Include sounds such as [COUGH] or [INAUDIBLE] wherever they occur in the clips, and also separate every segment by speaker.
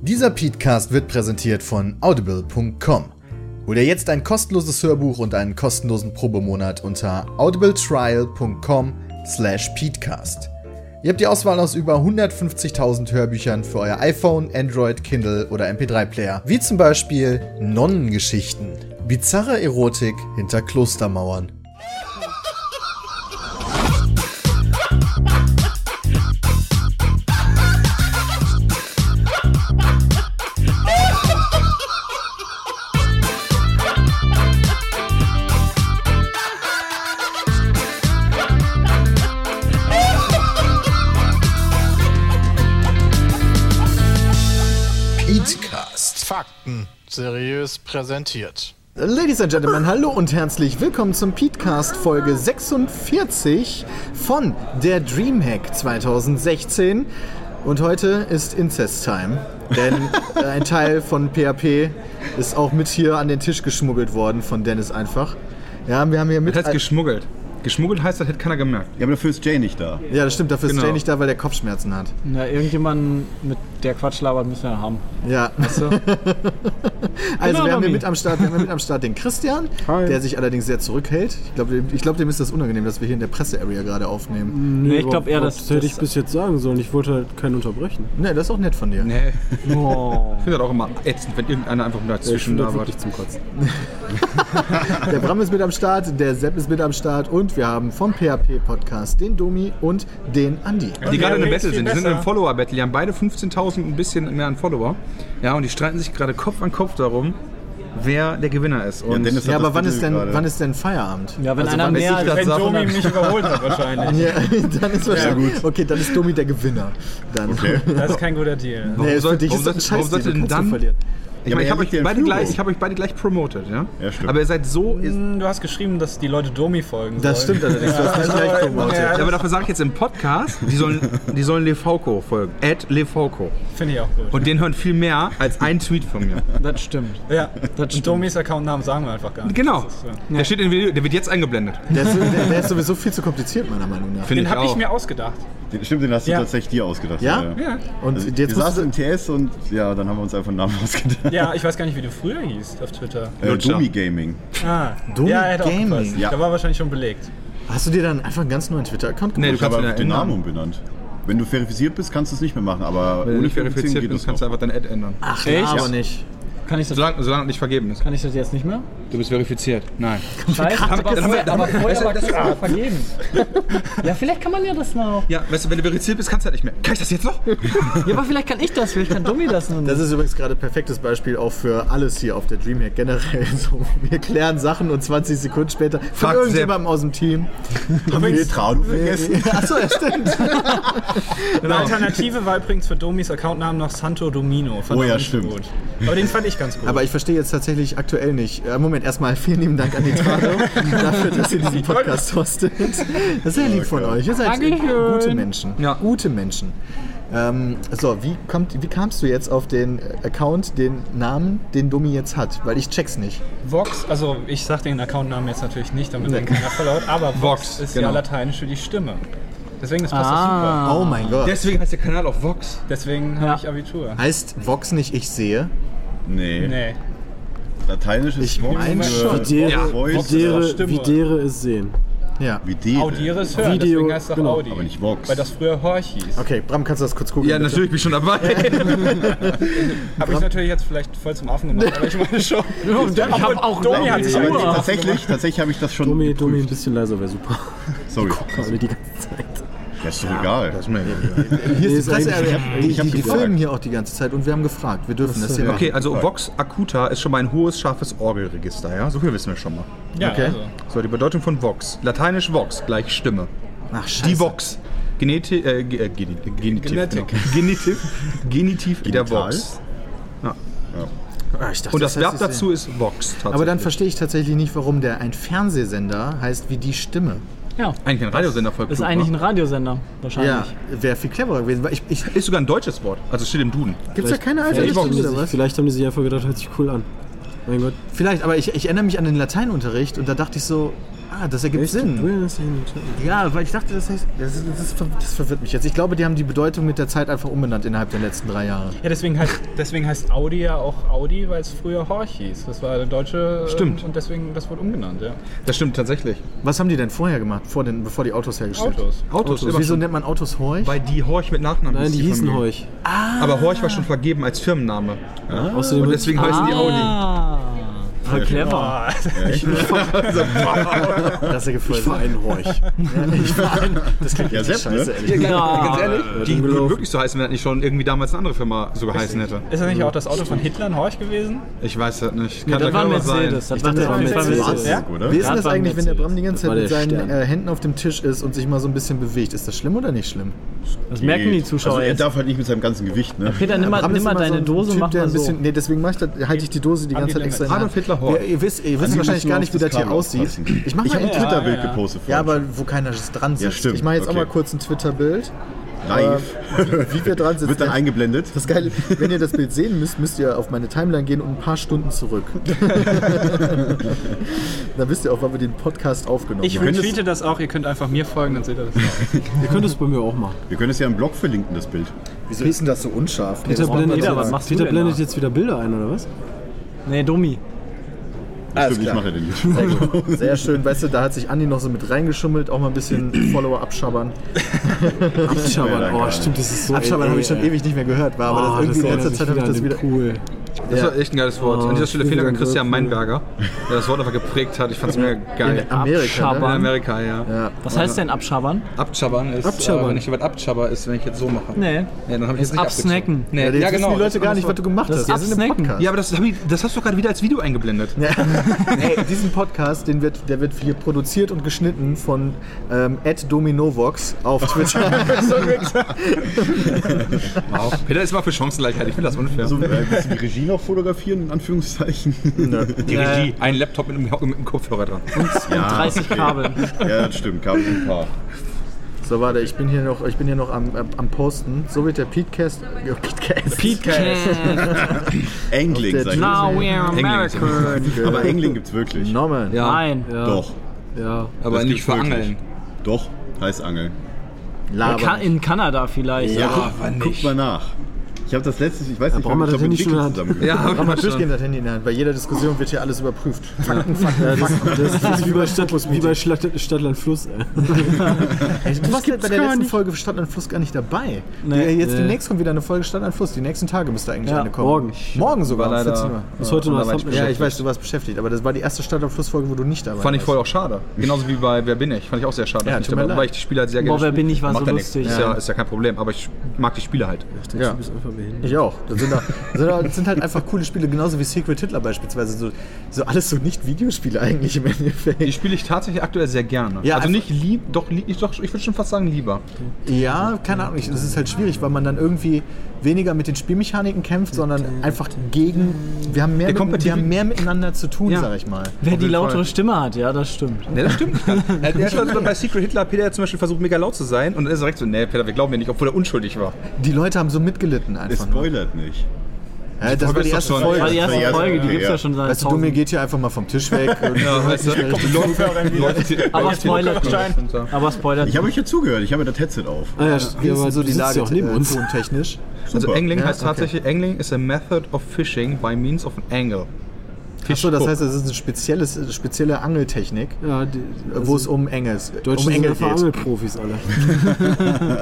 Speaker 1: Dieser Podcast wird präsentiert von audible.com. Hol dir jetzt ein kostenloses Hörbuch und einen kostenlosen Probemonat unter audibletrial.com slash peatcast. Ihr habt die Auswahl aus über 150.000 Hörbüchern für euer iPhone, Android, Kindle oder MP3-Player, wie zum Beispiel Nonnengeschichten, bizarre Erotik hinter Klostermauern. Peatcast.
Speaker 2: Fakten seriös präsentiert.
Speaker 3: Ladies and Gentlemen, hallo und herzlich willkommen zum Podcast Folge 46 von der Dreamhack 2016. Und heute ist Incest Time,
Speaker 4: [LAUGHS]
Speaker 3: denn äh, ein Teil von PHP ist auch mit hier an den Tisch geschmuggelt worden von Dennis einfach. Ja, wir haben hier mit.
Speaker 4: Das heißt geschmuggelt. Geschmuggelt heißt, das hätte keiner gemerkt.
Speaker 5: Ja, aber dafür ist Jay nicht da.
Speaker 3: Ja, das stimmt, dafür ist
Speaker 4: Genau.
Speaker 3: Jay nicht da, weil der Kopfschmerzen hat.
Speaker 6: Na, irgendjemanden Äh, mit der Quatsch labert müssen wir haben.
Speaker 3: Ja. [LAUGHS]
Speaker 6: So.
Speaker 3: Also
Speaker 6: Genau,
Speaker 3: wir haben, hier
Speaker 6: Domi.
Speaker 3: mit am Start, wir haben hier mit am Start den Christian,
Speaker 4: Hi.
Speaker 3: der sich allerdings sehr zurückhält. Ich glaube, dem, ich glaub, dem ist das unangenehm, dass wir hier in der Presse-Area gerade aufnehmen.
Speaker 6: Nee, ich glaube eher,
Speaker 7: das,
Speaker 6: dass
Speaker 7: hätte ich bis jetzt sagen sollen. Ich wollte halt keinen unterbrechen.
Speaker 3: Ne, das ist auch nett von dir.
Speaker 4: Nee.
Speaker 6: Oh.
Speaker 4: Ich finde das auch immer ätzend, wenn irgendeiner einfach nur
Speaker 7: Ich
Speaker 4: dazwischen
Speaker 7: finde das
Speaker 4: labert.
Speaker 7: wirklich zum Kotzen.
Speaker 3: Der Bram ist mit am Start, der Sepp ist mit am Start und wir haben vom PHP-Podcast den Domi und den Andi.
Speaker 4: Die gerade in einem
Speaker 2: Ja,
Speaker 4: Battle sind.
Speaker 2: viel
Speaker 4: Die sind in
Speaker 2: besser.
Speaker 4: einem Follower-Battle. Die haben beide 15.000 und ein bisschen mehr an Follower. Ja, und die streiten sich gerade Kopf an Kopf darum, wer der Gewinner ist. Und
Speaker 5: Dennis
Speaker 3: Ja,
Speaker 5: hat
Speaker 3: aber
Speaker 5: das
Speaker 3: wann
Speaker 5: Bild
Speaker 3: ist, denn,
Speaker 5: gerade.
Speaker 3: wann ist denn Feierabend?
Speaker 6: Ja, also wenn einer
Speaker 3: wann
Speaker 6: mehr
Speaker 4: ich das
Speaker 6: als
Speaker 4: sag-
Speaker 6: Domi
Speaker 2: mich überholt hat wahrscheinlich.
Speaker 3: Ja, [LAUGHS] dann ist wahrscheinlich. okay, dann ist Domi der Gewinner. Dann. Okay.
Speaker 2: Das ist kein guter Deal.
Speaker 3: Nee,
Speaker 4: soll-
Speaker 3: für dich
Speaker 4: warum
Speaker 3: ist das ein
Speaker 4: sollte- warum
Speaker 3: Scheiß,
Speaker 4: sollte denn dann-
Speaker 3: verlieren.
Speaker 4: ich meine, ich
Speaker 5: Ja, aber er
Speaker 4: habe
Speaker 5: liegt ja
Speaker 4: euch,
Speaker 5: in
Speaker 4: beide
Speaker 5: Führung.
Speaker 4: gleich- ich hab euch beide gleich promotet, ja?
Speaker 5: Ja, stimmt.
Speaker 4: Aber ihr seid so. Ja,
Speaker 2: Hm, Du hast geschrieben, dass die Leute Domi folgen
Speaker 3: Das
Speaker 2: sollen.
Speaker 3: stimmt allerdings, du hast nicht gleich promotet.
Speaker 4: aber dafür sage ich jetzt im Podcast, die sollen, die sollen Lefauco folgen. At Lefauco.
Speaker 2: Finde ich auch gut.
Speaker 4: Und den hören viel mehr als ein Tweet von mir.
Speaker 6: Das stimmt.
Speaker 2: ja,
Speaker 6: Das stimmt.
Speaker 2: Domis Accountnamen sagen wir einfach gar nicht.
Speaker 4: Genau.
Speaker 2: Das ist, äh,
Speaker 4: Der steht in dem Video, der wird jetzt eingeblendet.
Speaker 3: Der ist, der, der ist sowieso viel zu kompliziert, meiner Meinung nach.
Speaker 4: Finde
Speaker 2: Den habe ich mir ausgedacht.
Speaker 5: Den, stimmt, den hast du
Speaker 2: Ja.
Speaker 5: tatsächlich dir ausgedacht.
Speaker 3: Ja?
Speaker 2: Ja.
Speaker 3: Und
Speaker 5: Also,
Speaker 3: jetzt
Speaker 5: wir
Speaker 3: musst
Speaker 5: saßen
Speaker 3: du,
Speaker 5: im TS und ja, dann haben wir uns einfach einen Namen [LAUGHS] ausgedacht.
Speaker 2: Ja, ich weiß gar nicht, wie du früher hießt auf Twitter.
Speaker 5: Äh,
Speaker 4: Lutscher.
Speaker 5: Dummy Gaming.
Speaker 2: Ah,
Speaker 3: Domi
Speaker 2: ja, hätte auch
Speaker 3: Gaming.
Speaker 2: gepasst.
Speaker 5: Ja.
Speaker 2: Da war wahrscheinlich schon belegt.
Speaker 3: hast du dir dann einfach einen ganz neuen Twitter-Account
Speaker 4: Nee,
Speaker 3: gemacht?
Speaker 4: du kannst
Speaker 5: aber
Speaker 4: wieder
Speaker 5: auf den Namen
Speaker 4: ändern.
Speaker 5: umbenannt. Wenn du verifiziert bist, kannst du es nicht mehr machen, aber
Speaker 4: Wenn du
Speaker 5: ohne
Speaker 4: nicht
Speaker 5: Verifizierung
Speaker 4: verifiziert
Speaker 5: geht
Speaker 4: bist,
Speaker 5: das
Speaker 4: kannst du
Speaker 5: noch.
Speaker 4: einfach dein Ad ändern.
Speaker 3: Ach,
Speaker 6: Echt?
Speaker 3: ja, aber
Speaker 6: Ja.
Speaker 3: nicht.
Speaker 6: Kann ich das,
Speaker 4: Solange, solange nicht vergeben ist.
Speaker 6: kann ich das jetzt nicht mehr?
Speaker 4: Du bist verifiziert. Nein.
Speaker 6: Scheiße, aber,
Speaker 4: aber-
Speaker 6: vorher, aber vorher war
Speaker 4: das-
Speaker 6: das auch vergeben. Ja, vielleicht kann man ja das noch.
Speaker 4: Ja, weißt du, wenn du verifiziert bist, kannst du das nicht mehr. Kann ich das jetzt noch?
Speaker 6: Ja, aber vielleicht kann ich das, vielleicht kann Domi das noch.
Speaker 3: Das ist übrigens gerade ein perfektes Beispiel auch für alles hier auf der Dreamhack generell. [LAUGHS] So, wir klären Sachen und 20 Sekunden später von
Speaker 4: Fuck,
Speaker 3: irgendjemandem aus dem [LAUGHS] Team.
Speaker 5: Haben wir die Trauung vergessen?
Speaker 3: Achso, ja, stimmt.
Speaker 2: Eine Alternative war übrigens für Domis Accountnamen noch Santo Domino. Fand
Speaker 5: Oh
Speaker 2: ich
Speaker 5: ja,
Speaker 2: nicht so
Speaker 5: stimmt.
Speaker 2: Gut. Aber den fand ich ganz gut.
Speaker 3: Aber ich verstehe jetzt tatsächlich aktuell nicht. Äh, Moment, erstmal vielen lieben Dank an die [LAUGHS] Trado dafür, dass ihr diesen Podcast hostet. Das ist sehr lieb von euch. Ihr seid
Speaker 6: Dankeschön.
Speaker 3: gute Menschen.
Speaker 4: Ja.
Speaker 3: Gute Menschen. Ähm, so, wie, kommt, wie kamst du jetzt auf den Account, den Namen, den Dummy jetzt hat? Weil ich check's nicht.
Speaker 2: Vox, also ich sag den Accountnamen jetzt natürlich nicht, damit den keiner verlaut, aber Vox,
Speaker 4: Vox,
Speaker 2: ist
Speaker 4: genau.
Speaker 2: ja lateinisch für die Stimme. Deswegen, das passt doch super.
Speaker 6: ah,
Speaker 3: Oh mein Gott.
Speaker 4: Deswegen heißt der Kanal auf Vox.
Speaker 2: Deswegen habe
Speaker 6: Ja.
Speaker 2: ich Abitur.
Speaker 3: heißt Vox nicht ich sehe?
Speaker 5: Nee.
Speaker 2: Nee.
Speaker 5: Lateinisch ist
Speaker 3: Ich meine schon.
Speaker 5: Vox-
Speaker 7: Videre,
Speaker 5: Voice,
Speaker 7: Videre,
Speaker 2: Stimme.
Speaker 7: Videre ist sehen.
Speaker 3: Ja.
Speaker 5: Videre.
Speaker 2: Audiere ist hören,
Speaker 7: Video,
Speaker 2: deswegen heißt es auch
Speaker 7: genau.
Speaker 2: Audi.
Speaker 5: Aber nicht Vox.
Speaker 2: Weil das früher Horch hieß.
Speaker 3: Okay, Bram, kannst du das kurz gucken?
Speaker 4: [LAUGHS] Ja, natürlich bin ich schon dabei.
Speaker 2: Habe ich natürlich jetzt vielleicht voll zum Affen gemacht, aber ich meine schon.
Speaker 6: [LAUGHS] ich hab auch
Speaker 2: Domi hat sich
Speaker 5: Aber
Speaker 2: auch
Speaker 5: nee, tatsächlich, tatsächlich habe ich das schon.
Speaker 7: Domi, Domi, ein
Speaker 5: geprüft.
Speaker 7: bisschen leiser wäre super.
Speaker 5: Sorry.
Speaker 7: Alle die ganze Zeit.
Speaker 5: Ja, ist doch egal.
Speaker 3: Hier
Speaker 7: Nee,
Speaker 3: ist die
Speaker 7: ist
Speaker 3: Presse.
Speaker 7: eigentlich-
Speaker 3: aber Die,
Speaker 5: ich hab
Speaker 3: die, die
Speaker 5: gefragt.
Speaker 3: filmen hier auch die ganze Zeit und wir haben gefragt. Wir dürfen das hier machen.
Speaker 4: [LAUGHS] Okay, also Vox Acuta ist schon mal ein hohes, scharfes Orgelregister, ja? So viel wissen wir schon mal.
Speaker 2: Ja,
Speaker 3: Okay.
Speaker 2: also.
Speaker 4: So, die Bedeutung von Vox. Lateinisch Vox, gleich Stimme.
Speaker 3: Ach, scheiße.
Speaker 4: Die Vox. Geneti äh, ge- äh, Geni äh, Genitiv.
Speaker 2: Genetik.
Speaker 4: Genau. Genitiv. Genitiv der
Speaker 5: Genital.
Speaker 4: Vox.
Speaker 3: Ah, ich dachte,
Speaker 4: Und das, Verb
Speaker 3: heißt, ich
Speaker 4: dazu ist Vox tatsächlich.
Speaker 3: Aber dann verstehe ich tatsächlich nicht, warum der ein Fernsehsender heißt wie die Stimme.
Speaker 6: Ja,
Speaker 4: Eigentlich ein ne? Radiosender voll
Speaker 6: das ist
Speaker 4: klug,
Speaker 6: eigentlich ein
Speaker 4: wa?
Speaker 6: Radiosender,
Speaker 3: Ja,
Speaker 6: wahrscheinlich.
Speaker 3: wäre viel cleverer gewesen. Weil ich, ich,
Speaker 4: Ist sogar ein deutsches Wort. Also steht im Duden.
Speaker 3: gibt's da keine
Speaker 7: Vielleicht haben, die
Speaker 3: Alternative oder
Speaker 7: sich,
Speaker 3: was?
Speaker 7: vielleicht haben die sich einfach gedacht, hört sich cool an. Mein Gott.
Speaker 3: Vielleicht, aber ich, ich erinnere mich an den Lateinunterricht und da dachte ich so, Ah, das ergibt Sinn.
Speaker 7: Awareness and Intelligence.
Speaker 3: Ja, weil ich dachte, das heißt. Das, ist, das, ist, ver- das verwirrt mich jetzt. Ich glaube, die haben die Bedeutung mit der Zeit einfach umbenannt innerhalb der letzten drei Jahre.
Speaker 2: Ja, deswegen heißt, deswegen heißt Audi ja auch Audi, weil es früher Horch hieß. Das war der deutsche. ähm,
Speaker 4: Stimmt.
Speaker 2: Und deswegen, das wurde umgenannt, ja.
Speaker 4: Das stimmt tatsächlich.
Speaker 3: Was haben die denn vorher gemacht, vor den, bevor die Autos hergestellt wurden?
Speaker 2: Autos.
Speaker 4: Autos, immer
Speaker 3: Wieso
Speaker 4: schon.
Speaker 3: nennt man Autos Horch?
Speaker 4: Weil die Horch mit Nachnamen
Speaker 7: Nein,
Speaker 4: ist,
Speaker 7: die hießen
Speaker 4: Familie.
Speaker 7: Horch.
Speaker 4: Aber Horch war schon vergeben als Firmenname.
Speaker 7: Außerdem
Speaker 4: Und deswegen heißen
Speaker 6: Ah,
Speaker 4: die Audi.
Speaker 7: Voll clever.
Speaker 3: Das ist
Speaker 7: Ich war ein Horch.
Speaker 5: Ja, selbst, ne?
Speaker 3: ehrlich.
Speaker 7: Ja,
Speaker 4: Ganz ehrlich, die
Speaker 7: gelaufen.
Speaker 4: würde wirklich so heißen, wenn das nicht schon irgendwie damals eine andere Firma so geheißen hätte.
Speaker 2: Ist das nicht auch das Auto von Hitler ein Horch gewesen?
Speaker 4: Ich weiß das nicht.
Speaker 7: Nee,
Speaker 4: Kann
Speaker 7: das
Speaker 4: da
Speaker 7: war
Speaker 4: aber
Speaker 7: Mercedes.
Speaker 4: sein.
Speaker 7: Das war, das war
Speaker 2: das war
Speaker 7: Mercedes.
Speaker 2: Mercedes. Ja?
Speaker 5: oder?
Speaker 3: Wie ist denn
Speaker 7: Grad
Speaker 3: das
Speaker 7: war
Speaker 3: eigentlich, wenn der
Speaker 7: Mercedes.
Speaker 3: Bram die ganze Zeit
Speaker 7: Das war
Speaker 3: mit
Speaker 7: der
Speaker 3: seinen
Speaker 7: Stern.
Speaker 3: äh, Händen auf dem Tisch ist und sich mal so ein bisschen bewegt? Ist das schlimm oder nicht schlimm?
Speaker 6: Das merken die Zuschauer
Speaker 5: Also, er
Speaker 6: jetzt.
Speaker 5: darf halt nicht mit seinem ganzen Gewicht, ne?
Speaker 6: Peter, nimm mal,
Speaker 3: Bram ist
Speaker 6: nimm mal
Speaker 3: immer
Speaker 6: deine
Speaker 3: so ein
Speaker 6: Dose und
Speaker 3: typ,
Speaker 6: mach
Speaker 3: der
Speaker 6: mal
Speaker 3: ein bisschen,
Speaker 6: so.
Speaker 3: Nee, deswegen mach ich da, halte ich die Dose die ganze Zeit extra in der
Speaker 4: Adolf
Speaker 3: Hand.
Speaker 4: Hitler Horch.
Speaker 3: Ja, ihr wisst, ihr wisst
Speaker 5: Angeblich
Speaker 3: wahrscheinlich gar nicht, wie
Speaker 5: muss
Speaker 3: das hier
Speaker 5: Kamera
Speaker 3: aussieht.
Speaker 5: aufpassen.
Speaker 3: Ich mach
Speaker 5: Ich
Speaker 3: mal
Speaker 5: habe ein
Speaker 3: jetzt.
Speaker 5: Twitter-Bild gepostet.
Speaker 3: Ja,
Speaker 5: vorhin.
Speaker 3: aber wo keiner dran sitzt.
Speaker 5: Ja, stimmt.
Speaker 3: Ich mache jetzt auch
Speaker 5: Okay.
Speaker 3: mal kurz ein Twitter-Bild.
Speaker 5: live.
Speaker 3: Wie wir dran sitzen.
Speaker 5: Wird dann eingeblendet.
Speaker 3: Das Geile, wenn ihr das Bild sehen müsst, müsst ihr auf meine Timeline gehen und ein paar Stunden [LAUGHS] zurück. dann wisst ihr auch, wann wir den Podcast aufgenommen
Speaker 2: Ich
Speaker 3: haben.
Speaker 2: retweete das auch, ihr könnt einfach mir folgen, dann seht ihr das.
Speaker 7: Ihr könnt es bei mir auch machen.
Speaker 5: Wir können es ja im Blog verlinken, das Bild.
Speaker 3: Wieso ist denn das so unscharf?
Speaker 7: Peter blendet,
Speaker 6: Peter,
Speaker 7: jetzt-
Speaker 6: was machst du
Speaker 7: Peter
Speaker 6: denn
Speaker 7: blendet
Speaker 6: da?
Speaker 7: jetzt wieder Bilder ein, oder was?
Speaker 6: [LAUGHS] Nee, Dummi.
Speaker 3: Alles
Speaker 5: Stimmt, ich
Speaker 3: klar.
Speaker 5: mache den YouTube.
Speaker 3: [LAUGHS] Sehr schön, weißt du, da hat sich Andi noch so mit reingeschummelt, auch mal ein [CLEARS THROAT] bisschen Follower abschabbern.
Speaker 7: Abschabbern.
Speaker 5: gar
Speaker 7: Oh,
Speaker 5: nicht.
Speaker 7: stimmt, das ist so.
Speaker 3: Abschabbern habe ich schon
Speaker 7: ey, ey.
Speaker 3: ewig nicht mehr gehört, war, aber
Speaker 7: Oh,
Speaker 3: das irgendwie in letzter Zeit habe ich das wieder.
Speaker 7: cool.
Speaker 4: Das
Speaker 3: Ja.
Speaker 4: war echt ein geiles Wort.
Speaker 7: Oh,
Speaker 4: An dieser Stelle vielen Dank an
Speaker 7: vielen
Speaker 4: Christian
Speaker 7: Dank.
Speaker 4: Meinberger, der das Wort einfach geprägt hat. Ich fand's mega geil.
Speaker 3: In Amerika.
Speaker 4: In
Speaker 3: Ne?
Speaker 6: Abschabbern.
Speaker 4: Amerika, ja.
Speaker 6: Was heißt denn abschabbern?
Speaker 4: Abschabbern ist,
Speaker 7: Abschabbern.
Speaker 4: Äh, wenn ich jemand abschabber ist, wenn ich jetzt so mache.
Speaker 6: Nee.
Speaker 4: Nee, dann habe ich
Speaker 6: Ist
Speaker 4: jetzt nicht
Speaker 6: absnacken.
Speaker 4: abgesnackt. Nee,
Speaker 3: Ja,
Speaker 4: ja,
Speaker 3: jetzt
Speaker 4: genau.
Speaker 3: wissen die Leute
Speaker 4: das
Speaker 3: gar
Speaker 4: ist
Speaker 3: nicht, was du gemacht
Speaker 6: Das
Speaker 3: hast.
Speaker 6: ist
Speaker 3: Wir sind im
Speaker 6: absnacken.
Speaker 3: Podcast.
Speaker 4: Ja, aber das, hab ich, das hast du gerade wieder als Video eingeblendet.
Speaker 3: [LAUGHS] Ey, diesen Podcast, den wird, der wird hier produziert und geschnitten von ähm, @dominovox auf Twitter.
Speaker 4: Wow. Peter ist mal für Chancengleichheit. Ich finde das unfair.
Speaker 5: Also, äh, willst du die Regie noch fotografieren, in Anführungszeichen?
Speaker 4: die Regie. Ein Laptop mit einem, mit einem Kopfhörer dran.
Speaker 5: [LAUGHS] Ja,
Speaker 6: 30
Speaker 5: okay. [LAUGHS]
Speaker 6: Kabel.
Speaker 5: Ja, das stimmt, gab es ein paar.
Speaker 3: so, warte, ich bin hier noch, ich bin hier noch am, am- am Posten. So wird der Petecast. Ja, Petecast.
Speaker 5: Engling,
Speaker 3: der
Speaker 5: sag ich
Speaker 3: Now
Speaker 5: jetzt.
Speaker 6: we're
Speaker 4: Engländer sind
Speaker 5: Aber Engling gibt's wirklich.
Speaker 3: Norman.
Speaker 4: Ja.
Speaker 6: Nein.
Speaker 5: Doch,
Speaker 7: Ja.
Speaker 4: Aber
Speaker 5: Das
Speaker 4: nicht
Speaker 5: gibt's
Speaker 4: für
Speaker 5: wirklich.
Speaker 4: Angeln.
Speaker 5: doch, heißt Angeln.
Speaker 3: Laber.
Speaker 6: Ka in Kanada vielleicht.
Speaker 5: guck, guck mal nach. Ich habe das letztes, ich weiß nicht,
Speaker 7: braucht man das
Speaker 5: ich
Speaker 7: Handy schon in der Hand.
Speaker 5: zusammen
Speaker 4: Ja, hab ich
Speaker 3: Mach mal
Speaker 4: mal
Speaker 3: durchgehend
Speaker 4: schon.
Speaker 3: das Handy in der Hand. Bei jeder Diskussion wird hier alles überprüft. Äh, Fakten,
Speaker 7: Ja,
Speaker 3: Fakten.
Speaker 7: das, das, das ist wie bei, Stadt, wie bei Stadt, Stadtland Fluss. Ey.
Speaker 3: Du warst bei der letzten Folge Stadt an Fluss gar nicht dabei.
Speaker 6: Nee.
Speaker 3: Ja, jetzt
Speaker 7: Nee.
Speaker 3: demnächst kommt wieder eine Folge Stadt an Fluss. Die nächsten Tage müsste eigentlich
Speaker 7: Ja,
Speaker 3: eine kommen.
Speaker 7: morgen.
Speaker 3: Morgen sogar,
Speaker 4: War
Speaker 3: um
Speaker 4: leider-
Speaker 3: 14 Uhr.
Speaker 7: Bis heute noch
Speaker 4: Anderweitig
Speaker 7: das Thumbnail.
Speaker 3: Ja, ich weiß, du warst beschäftigt, aber das war die erste Stadt am Flussfolge, wo du nicht dabei warst.
Speaker 4: Fand ich voll auch schade. Genauso wie bei Wer bin ich? Fand ich auch sehr schade.
Speaker 3: Ja,
Speaker 4: dass ich
Speaker 3: tut mir
Speaker 4: dabei war,
Speaker 3: leid.
Speaker 4: weil ich die Spiele halt sehr gerne
Speaker 6: Boah, Wer
Speaker 4: spiele.
Speaker 6: bin ich war so
Speaker 4: Macht ja nichts.
Speaker 6: lustig.
Speaker 4: Ist ja, ist ja kein Problem, aber ich mag die Spiele halt.
Speaker 7: Der Typ ist einfach behindert.
Speaker 3: Ich auch. Das sind, [LAUGHS] da, sind, da, das sind halt einfach coole Spiele, genauso wie Secret Hitler beispielsweise. So, so alles so nicht Videospiele eigentlich im
Speaker 4: Die
Speaker 3: Endeffekt.
Speaker 4: spiele ich tatsächlich aktuell sehr gerne.
Speaker 3: Ja, einfach-
Speaker 4: also nicht lieb, doch, lieb, ich, doch, ich würde schon fast sagen lieber.
Speaker 3: Ja, keine Ahnung. ich- Das ist halt schwierig, weil man dann irgendwie weniger mit den Spielmechaniken kämpft, sondern einfach gegen. Wir haben mehr,
Speaker 4: Der
Speaker 3: mit, wir
Speaker 4: kompetitive-
Speaker 3: haben mehr miteinander zu tun,
Speaker 4: Ja.
Speaker 3: sag ich mal.
Speaker 6: Wer die
Speaker 4: jeden
Speaker 6: lautere
Speaker 4: Fall.
Speaker 6: Stimme hat, ja, das stimmt.
Speaker 4: Ne, das [LAUGHS] stimmt. Er- er hat bei Secret Hitler Peter hat zum Beispiel versucht, mega laut zu sein und dann ist er direkt so, nee, Peter, wir glauben dir nicht, obwohl er unschuldig war.
Speaker 3: Die Leute haben so mitgelitten
Speaker 5: Es
Speaker 3: einfach. nur.
Speaker 5: spoilert nicht.
Speaker 3: Ja, das war die
Speaker 4: ist doch
Speaker 3: erste
Speaker 4: schon-
Speaker 6: War die
Speaker 3: Folge.
Speaker 5: Ja,
Speaker 6: erste
Speaker 5: ja,
Speaker 6: Folge, die
Speaker 5: ja,
Speaker 6: gibt's
Speaker 5: ja.
Speaker 6: ja schon seit
Speaker 3: Weißt du, du mir
Speaker 6: 1000
Speaker 3: geht hier einfach mal vom Tisch [LAUGHS] weg. Und
Speaker 4: Ja, weißt du,
Speaker 3: also,
Speaker 6: Aber spoilert
Speaker 4: nicht.
Speaker 6: [LAUGHS] Aber Spoiler.
Speaker 5: Ich habe euch ja zugehört, ich habe ja das Headset auf.
Speaker 7: Ah, ja,
Speaker 3: Wie
Speaker 7: ja,
Speaker 3: ist
Speaker 7: aber
Speaker 3: denn so die Lage
Speaker 7: ja auch neben
Speaker 3: äh,
Speaker 7: uns.
Speaker 3: tontechnisch?
Speaker 4: Also
Speaker 5: Super.
Speaker 4: Angling
Speaker 3: Ja,
Speaker 4: heißt
Speaker 3: okay.
Speaker 4: tatsächlich, Angling is a method of fishing by means of an angle.
Speaker 3: Ach so, das
Speaker 4: Fischhook.
Speaker 3: heißt, es ist eine spezielles, spezielle Angeltechnik,
Speaker 7: Ja, die, also
Speaker 3: wo es um Engels,
Speaker 7: Deutsche
Speaker 3: um
Speaker 7: sind
Speaker 3: Engel
Speaker 7: einfach
Speaker 3: geht.
Speaker 7: Angelprofis alle.
Speaker 3: [LAUGHS]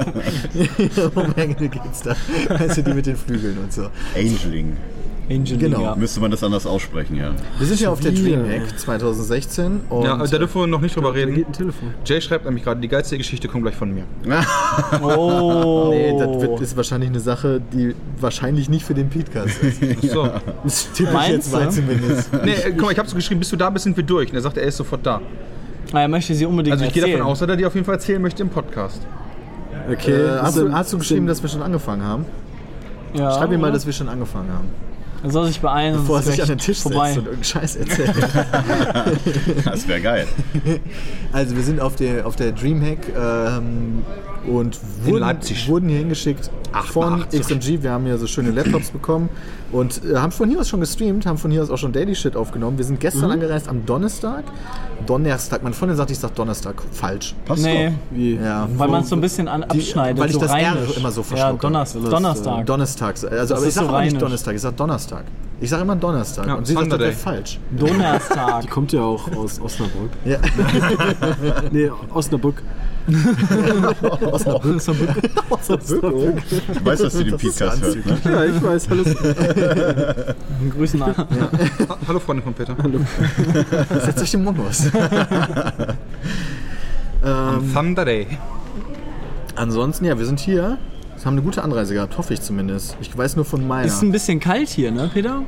Speaker 3: um Engel geht's da. Weißt du, die mit den Flügeln und so.
Speaker 5: Angeling.
Speaker 6: Angel
Speaker 3: Genau.
Speaker 6: Liga.
Speaker 5: Müsste man das anders aussprechen, ja. [LAUGHS]
Speaker 3: Wir sind ja auf der
Speaker 7: Wir.
Speaker 3: Dreamhack 2016 und
Speaker 4: Ja, äh, also da dürfen wir noch nicht drüber
Speaker 7: Da geht
Speaker 4: reden.
Speaker 7: ein Telefon.
Speaker 4: Jay schreibt nämlich gerade, die geilste Geschichte kommt gleich von mir.
Speaker 6: Oh.
Speaker 3: nee, das wird, ist wahrscheinlich eine Sache, die wahrscheinlich nicht für den Podcast ist.
Speaker 4: So.
Speaker 3: Das tippe ich
Speaker 6: Meinst
Speaker 3: jetzt mal
Speaker 6: du?
Speaker 3: zumindest.
Speaker 4: Nee, äh, guck mal, ich habe so geschrieben, bis du da bist, sind wir durch. Und er sagt, er ist sofort da.
Speaker 6: Ah, er möchte sie unbedingt
Speaker 4: Also ich gehe
Speaker 6: erzählen.
Speaker 4: davon aus, dass er dir auf jeden Fall erzählen möchte im Podcast.
Speaker 7: Okay.
Speaker 3: Äh, hast,
Speaker 7: sind-
Speaker 3: du, hast du geschrieben,
Speaker 7: sind-
Speaker 3: dass wir schon angefangen haben?
Speaker 6: Ja,
Speaker 3: Schreib mir mal,
Speaker 6: oder?
Speaker 3: dass wir schon angefangen haben.
Speaker 6: Er soll sich beeilen,
Speaker 3: Bevor er
Speaker 6: sonst ist
Speaker 3: sich an den
Speaker 6: recht
Speaker 3: Tisch setzt
Speaker 6: vorbei.
Speaker 3: und irgendeinen Scheiß erzählt.
Speaker 5: Das wäre geil.
Speaker 3: Also wir sind auf der, auf der Dreamhack ähm, und wurden,
Speaker 4: Leipzig.
Speaker 3: wurden hier hingeschickt von
Speaker 4: 88.
Speaker 3: XMG. Wir haben hier so schöne Laptops bekommen und äh, haben von hier aus schon gestreamt, haben von hier aus auch schon Daily Shit aufgenommen. Wir sind gestern
Speaker 4: Mhm.
Speaker 3: angereist am Donnerstag. Donnerstag, meine Freundin sagt, ich sag Donnerstag falsch.
Speaker 5: Passt
Speaker 6: Nee,
Speaker 7: Wie?
Speaker 3: Ja.
Speaker 6: weil man es so ein bisschen an, abschneidet.
Speaker 3: weil ich
Speaker 6: so
Speaker 3: das R
Speaker 6: rheinisch.
Speaker 3: immer so
Speaker 6: Ja,
Speaker 3: verschlucke. äh,
Speaker 6: Donners
Speaker 4: äh,
Speaker 6: Donnerstag.
Speaker 3: Donnerstag. Also,
Speaker 6: Das
Speaker 3: aber ich
Speaker 6: ist so
Speaker 3: sage auch nicht
Speaker 6: rheinisch.
Speaker 3: Donnerstag, ich sage Donnerstag. Ich sage immer Donnerstag.
Speaker 4: Ja,
Speaker 3: und sie sagt, das
Speaker 4: Sunday.
Speaker 3: wäre falsch.
Speaker 4: [LAUGHS]
Speaker 3: [LAUGHS]
Speaker 6: Donnerstag.
Speaker 7: Kommt ja auch aus Osnabrück.
Speaker 3: Ja.
Speaker 7: [LAUGHS] Nee, Osnabrück.
Speaker 3: Osnabrück. Osnabrück.
Speaker 5: Du weißt, dass du den
Speaker 3: Das ist
Speaker 5: Podcast hörst, ne?
Speaker 7: Ja, ich weiß, alles.
Speaker 6: Grüßen an.
Speaker 4: Ha- Hallo, Freunde von Peter.
Speaker 3: Setzt euch den Mund aus.
Speaker 4: Thunder Day.
Speaker 3: Ansonsten, ja, wir sind hier. Wir haben eine gute Anreise gehabt, hoffe ich zumindest. Ich weiß nur von meiner. Äh,
Speaker 6: Ist ein bisschen kalt hier, ne, Peter?